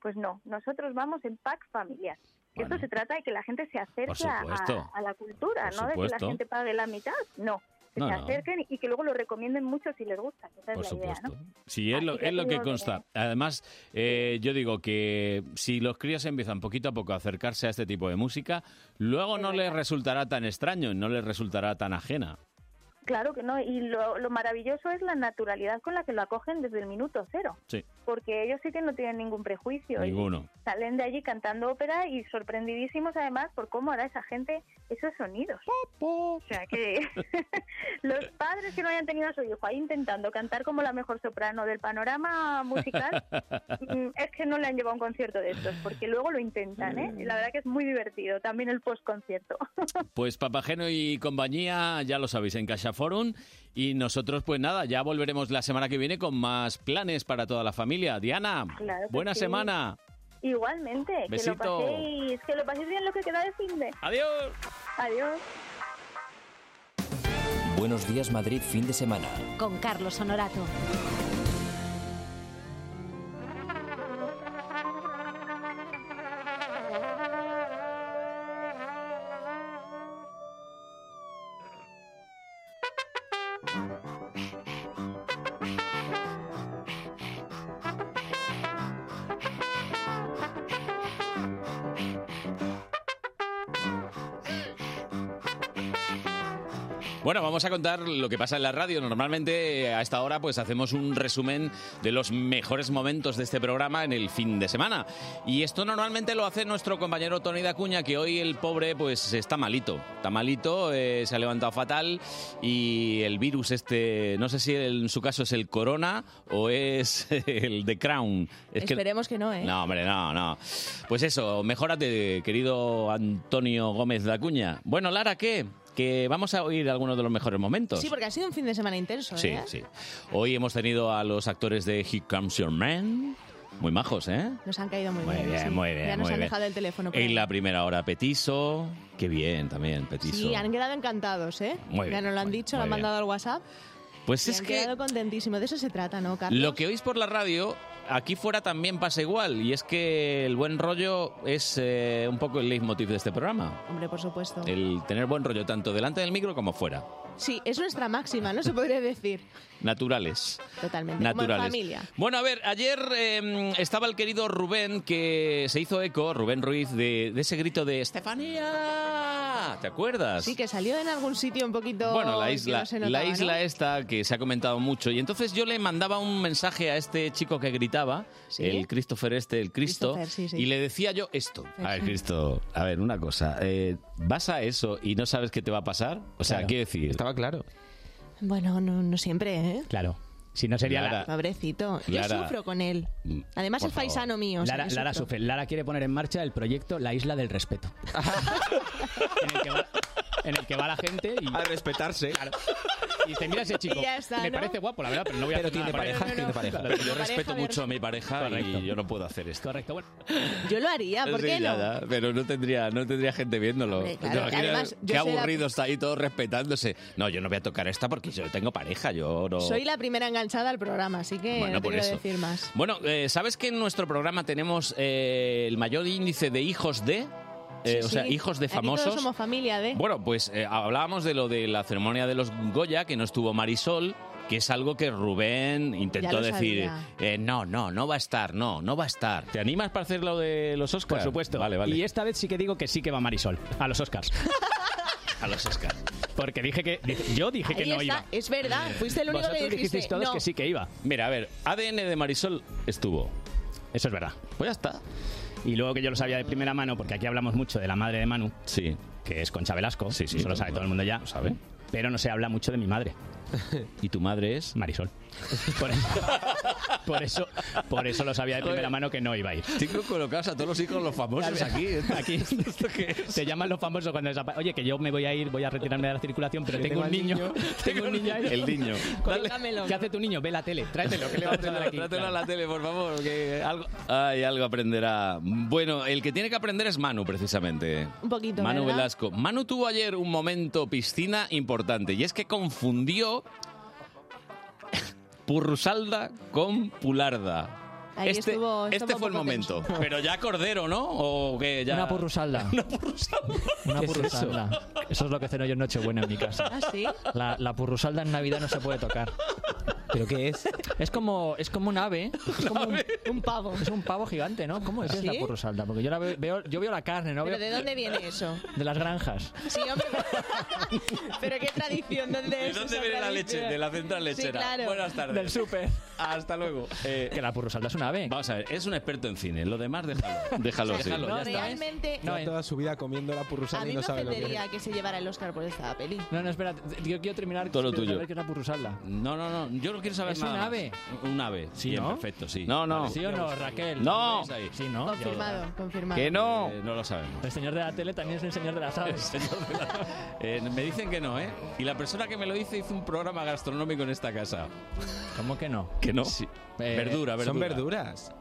[SPEAKER 4] Pues no, nosotros vamos en pack familiar. Que Esto se trata de que la gente se acerque a,
[SPEAKER 1] supuesto.
[SPEAKER 4] a la cultura,
[SPEAKER 1] Por
[SPEAKER 4] no de que la
[SPEAKER 1] supuesto.
[SPEAKER 4] gente pague la mitad, no. Que
[SPEAKER 1] No,
[SPEAKER 4] se
[SPEAKER 1] no.
[SPEAKER 4] acerquen y que luego lo recomienden mucho si les gusta. que Esa
[SPEAKER 1] Por
[SPEAKER 4] es la idea, ¿no?
[SPEAKER 1] Sí, es lo,
[SPEAKER 4] que
[SPEAKER 1] es lo que
[SPEAKER 4] tengo que
[SPEAKER 1] consta. Además, eh, yo digo que si los críos empiezan poquito a poco a acercarse a este tipo de música, luego no les resultará tan extraño, no les resultará tan ajena.
[SPEAKER 4] Claro que no, y lo, lo maravilloso es la naturalidad con la que lo acogen desde el minuto cero,
[SPEAKER 1] Sí,
[SPEAKER 4] porque ellos sí que no tienen ningún prejuicio. y
[SPEAKER 1] ninguno.
[SPEAKER 4] Salen de allí cantando ópera y sorprendidísimos además por cómo hará esa gente esos sonidos. O sea que los padres que no hayan tenido a su hijo ahí intentando cantar como la mejor soprano del panorama musical, mm, es que no le han llevado a un concierto de estos, porque luego lo intentan, ¿eh? Y la verdad que es muy divertido, también el post-concierto.
[SPEAKER 1] Pues Papageno y compañía, ya lo sabéis, en Caixa Forum. Y nosotros, pues nada, ya volveremos la semana que viene con más planes para toda la familia. Diana,
[SPEAKER 4] Claro que
[SPEAKER 1] buena
[SPEAKER 4] sí.
[SPEAKER 1] semana.
[SPEAKER 4] Igualmente,
[SPEAKER 1] Besito.
[SPEAKER 4] que lo paséis, que lo paséis bien lo que queda de fin de.
[SPEAKER 1] Adiós.
[SPEAKER 4] Adiós.
[SPEAKER 6] Buenos días Madrid fin de semana.
[SPEAKER 19] Con Carlos Honorato.
[SPEAKER 1] Bueno, vamos a contar lo que pasa en la radio. Normalmente a esta hora pues hacemos un resumen de los mejores momentos de este programa en el fin de semana. Y esto normalmente lo hace nuestro compañero Tony Dacuña, que hoy el pobre pues está malito. Está malito, eh, se ha levantado fatal y el virus este, no sé si en su caso es el corona o es el de Crown. Es que-
[SPEAKER 30] Esperemos que no, ¿eh?
[SPEAKER 1] no, hombre, no, no. Pues eso, mejórate, querido Antonio Gómez Dacuña. Bueno, Lara, ¿qué? Que vamos a oír algunos de los mejores momentos.
[SPEAKER 30] Sí, porque ha sido un fin de semana intenso,
[SPEAKER 1] sí,
[SPEAKER 30] ¿eh?
[SPEAKER 1] sí. Hoy hemos tenido a los actores de Here Comes Your Man. Muy majos, ¿eh?
[SPEAKER 30] Nos han caído muy,
[SPEAKER 1] Muy
[SPEAKER 30] bien.
[SPEAKER 1] bien,
[SPEAKER 30] sí.
[SPEAKER 1] muy bien.
[SPEAKER 30] Ya nos
[SPEAKER 1] muy
[SPEAKER 30] han
[SPEAKER 1] bien.
[SPEAKER 30] dejado el teléfono. por ahí.
[SPEAKER 1] En la primera hora, Petiso. Qué bien también, Petiso.
[SPEAKER 30] pues Sí, han quedado encantados, ¿eh?
[SPEAKER 1] Muy
[SPEAKER 30] ya
[SPEAKER 1] bien,
[SPEAKER 30] nos lo han dicho,
[SPEAKER 1] muy
[SPEAKER 30] lo han
[SPEAKER 1] bien.
[SPEAKER 30] mandado al WhatsApp.
[SPEAKER 1] pues
[SPEAKER 30] y
[SPEAKER 1] es
[SPEAKER 30] han
[SPEAKER 1] que
[SPEAKER 30] quedado contentísimos. De eso se trata, ¿no, Carlos?
[SPEAKER 1] Lo que oís por la radio, aquí fuera también pasa igual. Y es que el buen rollo es eh, un poco el leitmotiv de este programa.
[SPEAKER 30] Hombre, por supuesto.
[SPEAKER 1] El tener buen rollo tanto delante del micro como fuera.
[SPEAKER 30] Sí, es nuestra máxima, ¿no? Se podría decir.
[SPEAKER 1] Naturales.
[SPEAKER 30] Totalmente. Como en
[SPEAKER 1] Naturales.
[SPEAKER 30] familia.
[SPEAKER 1] Bueno, a ver, ayer eh, estaba el querido Rubén que se hizo eco, Rubén Ruiz, de, de ese grito de Estefanía. ¿Te acuerdas?
[SPEAKER 30] Sí, que salió en algún sitio un poquito.
[SPEAKER 1] Bueno, la
[SPEAKER 30] que
[SPEAKER 1] isla,
[SPEAKER 30] no se notaba,
[SPEAKER 1] la
[SPEAKER 30] ¿no?
[SPEAKER 1] isla esta que se ha comentado mucho. Y entonces yo le mandaba un mensaje a este chico que gritaba, el Christopher este, el Cristo,
[SPEAKER 30] Christopher, sí, sí.
[SPEAKER 1] y le decía yo esto. A ver, Cristo, a ver, una cosa. eh, ¿Vas a eso y no sabes qué te va a pasar? O sea, quiero decir... Estaba claro.
[SPEAKER 30] Bueno, no, no siempre, ¿eh?
[SPEAKER 1] Claro. Si no
[SPEAKER 14] sería
[SPEAKER 1] la...
[SPEAKER 30] Pobrecito.
[SPEAKER 14] Lara.
[SPEAKER 30] Yo sufro con él. Además,
[SPEAKER 14] Por
[SPEAKER 30] es
[SPEAKER 14] favor.
[SPEAKER 30] paisano mío. o sea,
[SPEAKER 14] Lara,
[SPEAKER 30] yo
[SPEAKER 14] Lara
[SPEAKER 30] sufro.
[SPEAKER 14] sufre. Lara quiere poner en marcha el proyecto La Isla del Respeto. en, el que va, en el que va la gente y... A respetarse. Y dice, mira ese chico.
[SPEAKER 30] Y ya está,
[SPEAKER 14] me
[SPEAKER 30] ¿no?
[SPEAKER 14] parece guapo, la verdad, pero no voy a
[SPEAKER 1] Pero
[SPEAKER 14] hacer
[SPEAKER 1] tiene
[SPEAKER 14] nada
[SPEAKER 1] pareja,
[SPEAKER 14] para él".
[SPEAKER 1] tiene pareja.
[SPEAKER 14] Claro,
[SPEAKER 1] Yo respeto mucho a mi pareja y yo no puedo hacer esto.
[SPEAKER 14] Correcto, bueno.
[SPEAKER 30] Yo lo haría, Ah, ¿por
[SPEAKER 1] Sí,
[SPEAKER 30] qué
[SPEAKER 1] ya,
[SPEAKER 30] no?
[SPEAKER 1] ya, pero no tendría, no tendría gente viéndolo.
[SPEAKER 30] Hombre, claro,
[SPEAKER 1] ¿Te imaginas
[SPEAKER 30] además, yo
[SPEAKER 1] qué
[SPEAKER 30] soy la-
[SPEAKER 1] aburrido está ahí todo respetándose. No, yo no voy a tocar esta porque yo tengo pareja, yo no.
[SPEAKER 30] Soy la primera enganchada al programa, así que
[SPEAKER 1] Bueno,
[SPEAKER 30] no te
[SPEAKER 1] por
[SPEAKER 30] quiero
[SPEAKER 1] eso.
[SPEAKER 30] decir más.
[SPEAKER 1] Bueno, eh, ¿sabes que en nuestro programa tenemos eh, el mayor índice de hijos de? Eh,
[SPEAKER 30] Sí,
[SPEAKER 1] o sea,
[SPEAKER 30] sí.
[SPEAKER 1] hijos de
[SPEAKER 30] Aquí todos
[SPEAKER 1] famosos.
[SPEAKER 30] somos familia de.
[SPEAKER 1] Bueno, pues eh, hablábamos de lo de la ceremonia de los Goya, que no estuvo Marisol, que es algo que Rubén intentó
[SPEAKER 14] Ya lo
[SPEAKER 1] decir,
[SPEAKER 14] sabía.
[SPEAKER 1] eh, no, no, no va a estar, no, no va a estar. ¿Te animas para hacer lo de los Oscars?
[SPEAKER 14] Por supuesto.
[SPEAKER 1] Vale, vale.
[SPEAKER 14] Y esta vez sí que digo que sí que va Marisol a los Oscars.
[SPEAKER 1] A los Oscars.
[SPEAKER 14] Porque dije que dije- yo dije que
[SPEAKER 30] Ahí
[SPEAKER 14] no
[SPEAKER 30] está,
[SPEAKER 14] iba.
[SPEAKER 30] es verdad. Fuiste el único que
[SPEAKER 14] Vosotros
[SPEAKER 30] dijiste.
[SPEAKER 14] dijisteis todos
[SPEAKER 30] no.
[SPEAKER 14] que sí que iba.
[SPEAKER 1] Mira, a ver, ADN de Marisol estuvo.
[SPEAKER 14] Eso es verdad.
[SPEAKER 1] Pues ya está.
[SPEAKER 14] Y luego que yo lo sabía de primera mano, porque aquí hablamos mucho de la madre de Manu,
[SPEAKER 1] sí.
[SPEAKER 14] que es Concha Velasco, eso lo sabe todo el mundo ya.
[SPEAKER 1] sabe.
[SPEAKER 14] Pero no se habla mucho de mi madre.
[SPEAKER 1] ¿Y tu madre es?
[SPEAKER 14] Marisol. Por eso, por eso lo sabía de primera mano que no iba a ir.
[SPEAKER 1] Tengo colocados a todos los hijos los famosos aquí. ¿eh?
[SPEAKER 14] Aquí. Se llaman los famosos cuando desapa- Oye, que yo me voy a ir, voy a retirarme de la circulación, pero
[SPEAKER 1] Que
[SPEAKER 14] tengo,
[SPEAKER 1] tengo
[SPEAKER 14] un
[SPEAKER 1] al
[SPEAKER 14] niño.
[SPEAKER 1] niño.
[SPEAKER 14] Tengo un niño. ahí.
[SPEAKER 1] El niño.
[SPEAKER 14] Colégamelo. ¿Qué hace tu niño? Ve la tele. Tráetelo, que le vamos a dar aquí.
[SPEAKER 1] Trátelo a la tele, por favor, que algo... Ay, algo aprenderá. Bueno, el que tiene que aprender es Manu, precisamente.
[SPEAKER 9] Un poquito,
[SPEAKER 1] Manu
[SPEAKER 9] ¿verdad?
[SPEAKER 1] Velasco. Manu tuvo ayer un momento piscina importante y es que confundió Purrusalda con Pularda.
[SPEAKER 9] Ahí
[SPEAKER 1] este
[SPEAKER 9] estuvo-
[SPEAKER 1] este
[SPEAKER 9] estuvo un
[SPEAKER 1] fue el
[SPEAKER 9] Oh, poco
[SPEAKER 1] momento.
[SPEAKER 9] tenso.
[SPEAKER 1] Pero ya Cordero, ¿no? O que ya...
[SPEAKER 6] Una purrusalda. Una
[SPEAKER 1] Una
[SPEAKER 6] purrusalda. eso? es lo que ceno yo en Nochebuena en mi casa.
[SPEAKER 9] ¿Ah, sí?
[SPEAKER 6] La, la purrusalda en Navidad no se puede tocar. ¿Pero qué es? Es como, es como un ave. Es como un,
[SPEAKER 9] pavo.
[SPEAKER 6] Es un pavo gigante, ¿no?
[SPEAKER 14] Pues
[SPEAKER 6] ¿Cómo es,
[SPEAKER 9] ¿Ah, ¿Sí?
[SPEAKER 6] la purrusalda? Porque yo, la ve- veo, yo veo la carne, ¿no?
[SPEAKER 9] ¿Pero
[SPEAKER 6] Veo-
[SPEAKER 9] de dónde viene eso?
[SPEAKER 6] de las granjas.
[SPEAKER 9] Sí, hombre. pero qué tradición, ¿dónde
[SPEAKER 1] ¿De
[SPEAKER 9] es
[SPEAKER 1] dónde
[SPEAKER 9] esa
[SPEAKER 1] viene la leche?
[SPEAKER 9] tradición?
[SPEAKER 1] De la central
[SPEAKER 9] Sí,
[SPEAKER 1] lechera.
[SPEAKER 9] claro.
[SPEAKER 1] Buenas tardes.
[SPEAKER 6] Del súper.
[SPEAKER 1] Hasta luego. Eh,
[SPEAKER 6] que la purrusalda es una ave.
[SPEAKER 1] Vamos a ver, es un experto en cine. Lo demás, déjalo. Déjalo, sí.
[SPEAKER 6] Déjalo,
[SPEAKER 9] No, realmente.
[SPEAKER 6] eh.
[SPEAKER 29] toda su vida comiendo la
[SPEAKER 9] a
[SPEAKER 29] purrusana
[SPEAKER 9] mí
[SPEAKER 29] y
[SPEAKER 9] me
[SPEAKER 29] no sabe lo que es.
[SPEAKER 9] ofendería que se llevara el Oscar por esta peli.
[SPEAKER 6] No, no, espera. Yo quiero terminar.
[SPEAKER 1] Todo lo
[SPEAKER 6] quiero
[SPEAKER 1] tuyo.
[SPEAKER 6] saber qué es la purrusalda.
[SPEAKER 1] No, no, no. Yo no quiero saber
[SPEAKER 6] ¿Es
[SPEAKER 1] nada.
[SPEAKER 6] un
[SPEAKER 1] más.
[SPEAKER 6] ave?
[SPEAKER 1] Un ave. Sí,
[SPEAKER 6] ¿no?
[SPEAKER 1] perfecto, sí. No, no.
[SPEAKER 6] ¿Sí o no, Raquel?
[SPEAKER 1] No.
[SPEAKER 6] Sí, no.
[SPEAKER 9] Confirmado, confirmado.
[SPEAKER 1] Que no. Eh, no lo sabemos.
[SPEAKER 6] El señor de la tele también es el señor de las
[SPEAKER 1] El
[SPEAKER 6] aves.
[SPEAKER 1] señor de la- Eh, me dicen que no, ¿eh? Y la persona que me lo hizo hizo un programa gastronómico en esta casa.
[SPEAKER 6] ¿Cómo que no?
[SPEAKER 1] Que
[SPEAKER 6] Eh,
[SPEAKER 1] no. verdura, verdura.
[SPEAKER 29] Son verduras.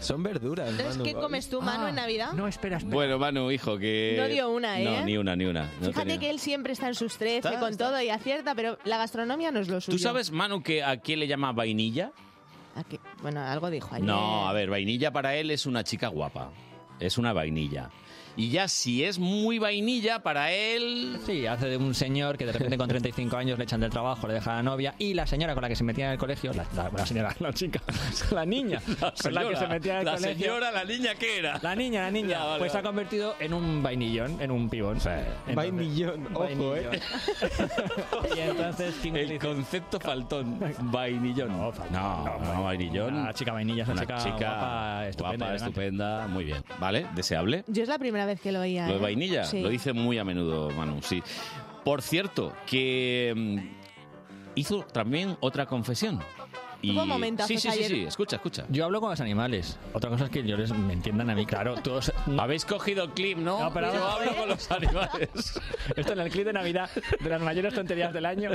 [SPEAKER 29] Son verduras.
[SPEAKER 9] Entonces,
[SPEAKER 29] Manu.
[SPEAKER 9] ¿qué comes tú, Manu, en Navidad?
[SPEAKER 6] Ah, No, espera,
[SPEAKER 1] Bueno, Manu, hijo, que.
[SPEAKER 9] No dio una, ¿eh?
[SPEAKER 1] No, ni una, ni una. No
[SPEAKER 9] Fíjate
[SPEAKER 1] tenía.
[SPEAKER 9] que él siempre está en sus trece
[SPEAKER 1] Está,
[SPEAKER 9] con todo y acierta, pero la gastronomía no es lo suyo.
[SPEAKER 1] ¿Tú sabes, Manu, que a quién le llama vainilla?
[SPEAKER 9] ¿A qué? Bueno, algo dijo ayer.
[SPEAKER 1] No, a ver, vainilla para él es una chica guapa. Es una vainilla. Y ya si es muy vainilla para él...
[SPEAKER 6] Sí, hace de un señor que de repente con 35 años le echan del trabajo, le deja la novia y la señora con la que se metía en el colegio, la, la- la señora, la chica, la niña, con la que se metía en el
[SPEAKER 1] la
[SPEAKER 6] colegio.
[SPEAKER 1] señora, la niña, ¿qué era?
[SPEAKER 6] La niña, la niña,
[SPEAKER 1] vale,
[SPEAKER 6] pues se ha
[SPEAKER 1] vale.
[SPEAKER 6] convertido en un vainillón, en un pibón.
[SPEAKER 29] Vainillón, ojo, eh.
[SPEAKER 6] Y entonces,
[SPEAKER 1] El concepto faltón. Vainillón. No, no, vainillón. Una
[SPEAKER 6] chica vainilla,
[SPEAKER 1] una,
[SPEAKER 6] chica guapa, estupenda,
[SPEAKER 1] guapa,
[SPEAKER 6] elegante.
[SPEAKER 1] estupenda, muy bien. ¿Vale? Deseable.
[SPEAKER 9] Yo es la primera vez que lo oía.
[SPEAKER 1] Lo de
[SPEAKER 9] ¿eh?
[SPEAKER 1] vainilla,
[SPEAKER 9] Sí.
[SPEAKER 1] lo dice muy a menudo Manu, sí. Por cierto, que mm, hizo también otra confesión.
[SPEAKER 9] Tuvo momentazos
[SPEAKER 1] sí, sí, sí,
[SPEAKER 9] ayer.
[SPEAKER 1] sí, escucha, escucha.
[SPEAKER 6] Yo hablo con los animales. Otra cosa es que yo les me entiendan a mí, claro. Todos
[SPEAKER 1] habéis cogido clip, ¿no?
[SPEAKER 6] pero
[SPEAKER 1] Yo
[SPEAKER 6] ahora-
[SPEAKER 1] hablo con los animales.
[SPEAKER 6] Esto en el clip de Navidad de las mayores tonterías del año.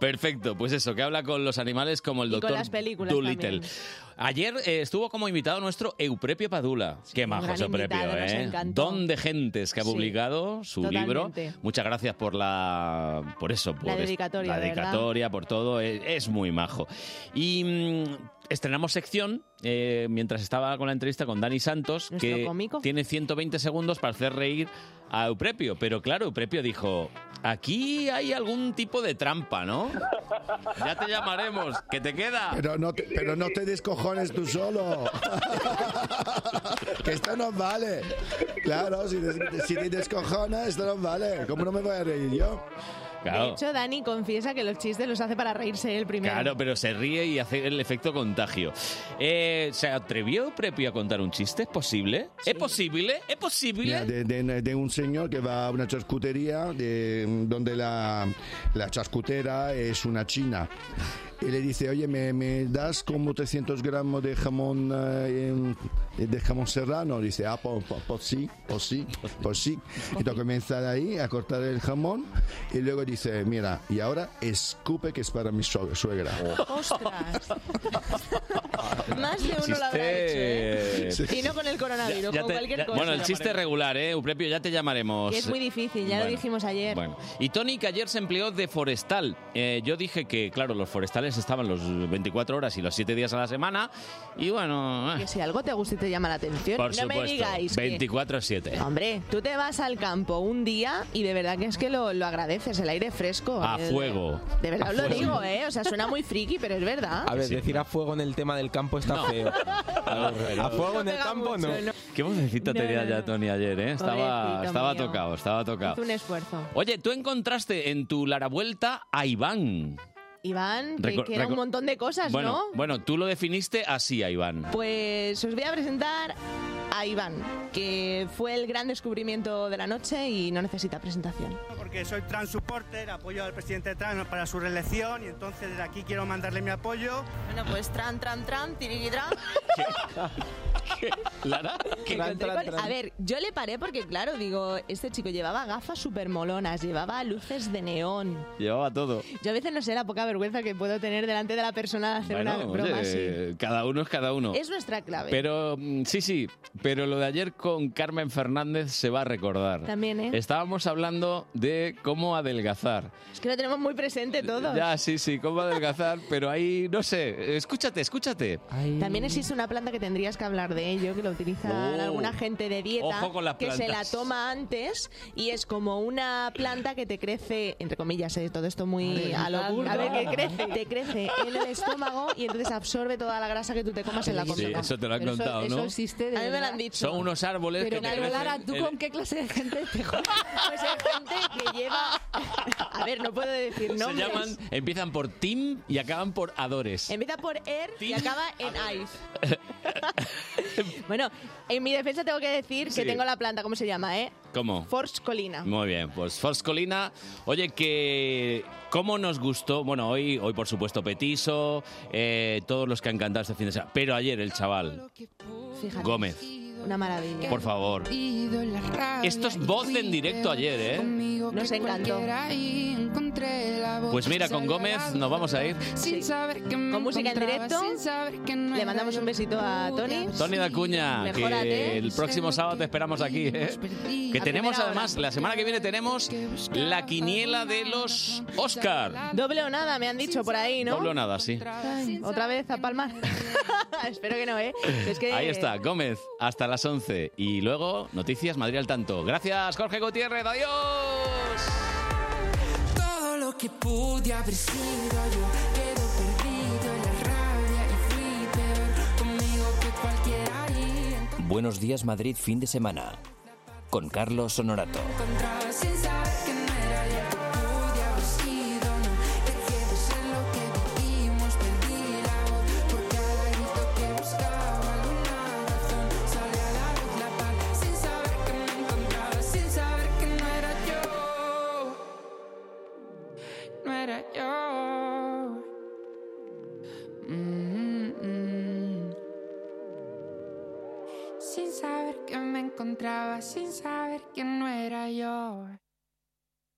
[SPEAKER 1] Perfecto, pues eso, que habla con los animales como el
[SPEAKER 6] Y con
[SPEAKER 1] doctor
[SPEAKER 6] las películas
[SPEAKER 1] Doolittle.
[SPEAKER 6] también.
[SPEAKER 1] Ayer eh, estuvo como invitado nuestro Euprepio Padula. Qué majo
[SPEAKER 6] gran
[SPEAKER 1] ese Euprepio,
[SPEAKER 6] invitado, nos
[SPEAKER 1] ¿eh?
[SPEAKER 6] encantó.
[SPEAKER 1] Don de Gentes que ha
[SPEAKER 6] Sí,
[SPEAKER 1] publicado su
[SPEAKER 6] totalmente.
[SPEAKER 1] libro. Muchas gracias por la por eso, por es-
[SPEAKER 6] dedicatoria,
[SPEAKER 1] la
[SPEAKER 6] ¿verdad?
[SPEAKER 1] dedicatoria, por todo, es, es muy majo. Y mm, estrenamos sección eh, mientras estaba con la entrevista con Dani Santos
[SPEAKER 9] Nuestro
[SPEAKER 1] que
[SPEAKER 9] cómico.
[SPEAKER 1] tiene 120 segundos para hacer reír a Euprepio, pero claro, Euprepio dijo, "Aquí hay algún tipo de trampa, ¿no?" Ya te llamaremos, que te queda.
[SPEAKER 30] Pero no, te, pero no te descojones tú solo. que esto no vale. Claro, si, des- si te descojonas, esto no vale. ¿Cómo no me voy a reír yo?
[SPEAKER 1] Claro.
[SPEAKER 9] De hecho, Dani confiesa que los chistes los hace para reírse él primero.
[SPEAKER 1] Claro, pero se ríe y hace el efecto contagio. Eh, ¿Se atrevió Prepio a contar un chiste? ¿Es posible? ¿Es posible? ¿Es
[SPEAKER 30] Mira,
[SPEAKER 1] posible?
[SPEAKER 30] de, de- de un señor que va a una charcutería de, donde la, la charcutera es una china. Y le dice, oye, ¿me, me das como 300 gramos de jamón eh, em, de jamón serrano? Dice, ah, pues, pues- pues sí, pues sí, pues sí. Entonces comienza de ahí a cortar el jamón y luego dice, mira, y ahora escupe que es para mi sueg- suegra.
[SPEAKER 9] Oh. ¡Ostras! Más de uno lo habrá hecho, ¿eh?
[SPEAKER 1] Sí.
[SPEAKER 9] Y no con el coronavirus,
[SPEAKER 1] Ya
[SPEAKER 9] con
[SPEAKER 1] te-
[SPEAKER 9] cualquier
[SPEAKER 1] ya-
[SPEAKER 9] cosa.
[SPEAKER 1] Bueno, el chiste regular, ¿eh? Prepio, ya te llamaremos.
[SPEAKER 9] Que es muy difícil, ya lo
[SPEAKER 1] Bueno.
[SPEAKER 9] dijimos ayer.
[SPEAKER 1] Bueno, y Tony que ayer se empleó de forestal. Eh, yo dije que, claro, los forestales estaban los 24 horas y los 7 días a la semana. Y bueno, eh,
[SPEAKER 9] Que si algo te gusta y te llama la atención,
[SPEAKER 1] por
[SPEAKER 9] no
[SPEAKER 1] supuesto,
[SPEAKER 9] me digáis que-
[SPEAKER 1] 24-7.
[SPEAKER 9] Hombre, tú te vas al campo un día y de verdad que es que lo, lo agradeces, el aire fresco.
[SPEAKER 29] A
[SPEAKER 9] el-
[SPEAKER 29] fuego.
[SPEAKER 9] De verdad
[SPEAKER 29] A
[SPEAKER 9] os lo
[SPEAKER 29] fuego.
[SPEAKER 9] digo, ¿eh? O sea, suena muy friki, pero es verdad.
[SPEAKER 29] A ver, decir a fuego en el tema del campo está feo. A, ver, a fuego en el campo no.
[SPEAKER 1] Qué vocecita
[SPEAKER 9] No,
[SPEAKER 1] tenía
[SPEAKER 9] no,
[SPEAKER 1] ya Tony ayer, ¿eh? Estaba,
[SPEAKER 9] Pobrecito
[SPEAKER 1] estaba
[SPEAKER 9] mío. e-
[SPEAKER 1] tocado, estaba
[SPEAKER 9] Haz
[SPEAKER 1] tocado.
[SPEAKER 9] un esfuerzo.
[SPEAKER 1] Oye, tú encontraste en tu Laravuelta a Iván.
[SPEAKER 9] Iván, que,
[SPEAKER 1] Reco-
[SPEAKER 9] que era un
[SPEAKER 1] reco-
[SPEAKER 9] montón de cosas,
[SPEAKER 1] bueno,
[SPEAKER 9] ¿no?
[SPEAKER 1] Bueno, tú lo definiste así, a Iván.
[SPEAKER 9] Pues os voy a presentar a Iván, que fue el gran descubrimiento de la noche y no necesita presentación.
[SPEAKER 26] porque soy trans supporter, apoyo al presidente trans para su reelección y entonces desde aquí quiero mandarle mi apoyo.
[SPEAKER 9] Bueno, pues tran, tran, tran, tiriquitran.
[SPEAKER 1] ¿Lara?
[SPEAKER 9] A ver, yo le paré porque, claro, digo, este chico llevaba gafas súper molonas, llevaba luces de neón.
[SPEAKER 1] Llevaba todo.
[SPEAKER 9] Yo a veces no sé la poca vergüenza que puedo tener delante de la persona de hacer una
[SPEAKER 1] Bueno,
[SPEAKER 9] broma así.
[SPEAKER 1] oye, eh, cada uno es cada uno.
[SPEAKER 9] Es nuestra clave.
[SPEAKER 1] Pero mm, sí, sí, pero lo de ayer con Carmen Fernández se va a recordar.
[SPEAKER 9] También, ¿eh?
[SPEAKER 1] Estábamos hablando de cómo adelgazar.
[SPEAKER 9] Es que lo tenemos muy presente todos.
[SPEAKER 1] Ya, sí, sí, cómo adelgazar, pero ahí, no sé, escúchate, escúchate.
[SPEAKER 9] También existe una planta que tendrías que hablar de ello, que lo utiliza
[SPEAKER 1] Oh.
[SPEAKER 9] alguna gente de dieta,
[SPEAKER 1] Ojo con las
[SPEAKER 9] que se la
[SPEAKER 1] plantas.
[SPEAKER 9] toma antes y es como una planta que te crece, entre comillas, eh, todo esto muy a lo burdo.
[SPEAKER 25] A ver, que crece.
[SPEAKER 9] Te crece en el estómago y entonces absorbe toda la grasa que tú te comas en la
[SPEAKER 1] Sí,
[SPEAKER 9] comida.
[SPEAKER 1] eso te lo han Pero eso- contado, eso ¿no? existe
[SPEAKER 9] A mí me lo han dicho.
[SPEAKER 1] Son unos árboles
[SPEAKER 9] Pero
[SPEAKER 1] que te
[SPEAKER 9] claro,
[SPEAKER 1] crecen
[SPEAKER 9] Lara, ¿tú
[SPEAKER 1] en-
[SPEAKER 9] con
[SPEAKER 32] ¿Qué clase de gente te jodas?
[SPEAKER 9] Pues hay gente que lleva... A ver, no puedo decir
[SPEAKER 1] Se
[SPEAKER 9] nombres.
[SPEAKER 1] llaman, empiezan por Tim y acaban por Adores.
[SPEAKER 9] Empieza por Air y acaba en Ice. bueno, en mi defensa tengo que decir
[SPEAKER 1] Sí.
[SPEAKER 9] que tengo la planta, ¿cómo se llama, eh?
[SPEAKER 1] ¿Cómo?
[SPEAKER 9] Force Colina.
[SPEAKER 1] Muy bien, pues Force Colina, oye, que cómo nos gustó, bueno, hoy, hoy por supuesto Petiso, eh, todos los que han cantado este fin de semana, pero ayer el chaval,
[SPEAKER 9] Fíjate.
[SPEAKER 1] Gómez,
[SPEAKER 9] Una maravilla.
[SPEAKER 1] por favor. Esto es voz en directo ayer, ¿eh?
[SPEAKER 9] Nos encantó.
[SPEAKER 1] Pues mira, con Gómez nos vamos a ir.
[SPEAKER 9] Sí. Con música en directo, le mandamos un besito a Tony.
[SPEAKER 1] Tony Dacuña, que
[SPEAKER 9] Mejórate.
[SPEAKER 1] el próximo sábado te esperamos aquí. ¿eh? Que
[SPEAKER 9] ¿eh? A
[SPEAKER 1] tenemos
[SPEAKER 9] primera hora.
[SPEAKER 1] además, la semana que viene tenemos la quiniela de los Oscar.
[SPEAKER 9] Doble o nada, me han dicho por ahí, ¿no?
[SPEAKER 1] Doble o nada, sí.
[SPEAKER 9] Ay, Otra vez a palmar. Espero que no, ¿eh? Es que-
[SPEAKER 1] Ahí está, Gómez, hasta las 11. Y luego, noticias Madrid al tanto. Gracias, Jorge Gutiérrez, adiós.
[SPEAKER 13] Todo lo que pude haber sido yo quedo perdido en la rabia y fui peor conmigo que cualquiera y
[SPEAKER 6] Buenos días Madrid fin de semana con Carlos Honorato.
[SPEAKER 13] encontraba sin saber que no era yo que pude haber sido no te quiero ser lo que vivimos perdí la voz por cada grito que buscaba alguna razón sale a la luz la paz sin saber que me encontraba sin saber que no era yo no era yo Mm, mm. Sin saber que me encontraba, sin saber que no era yo.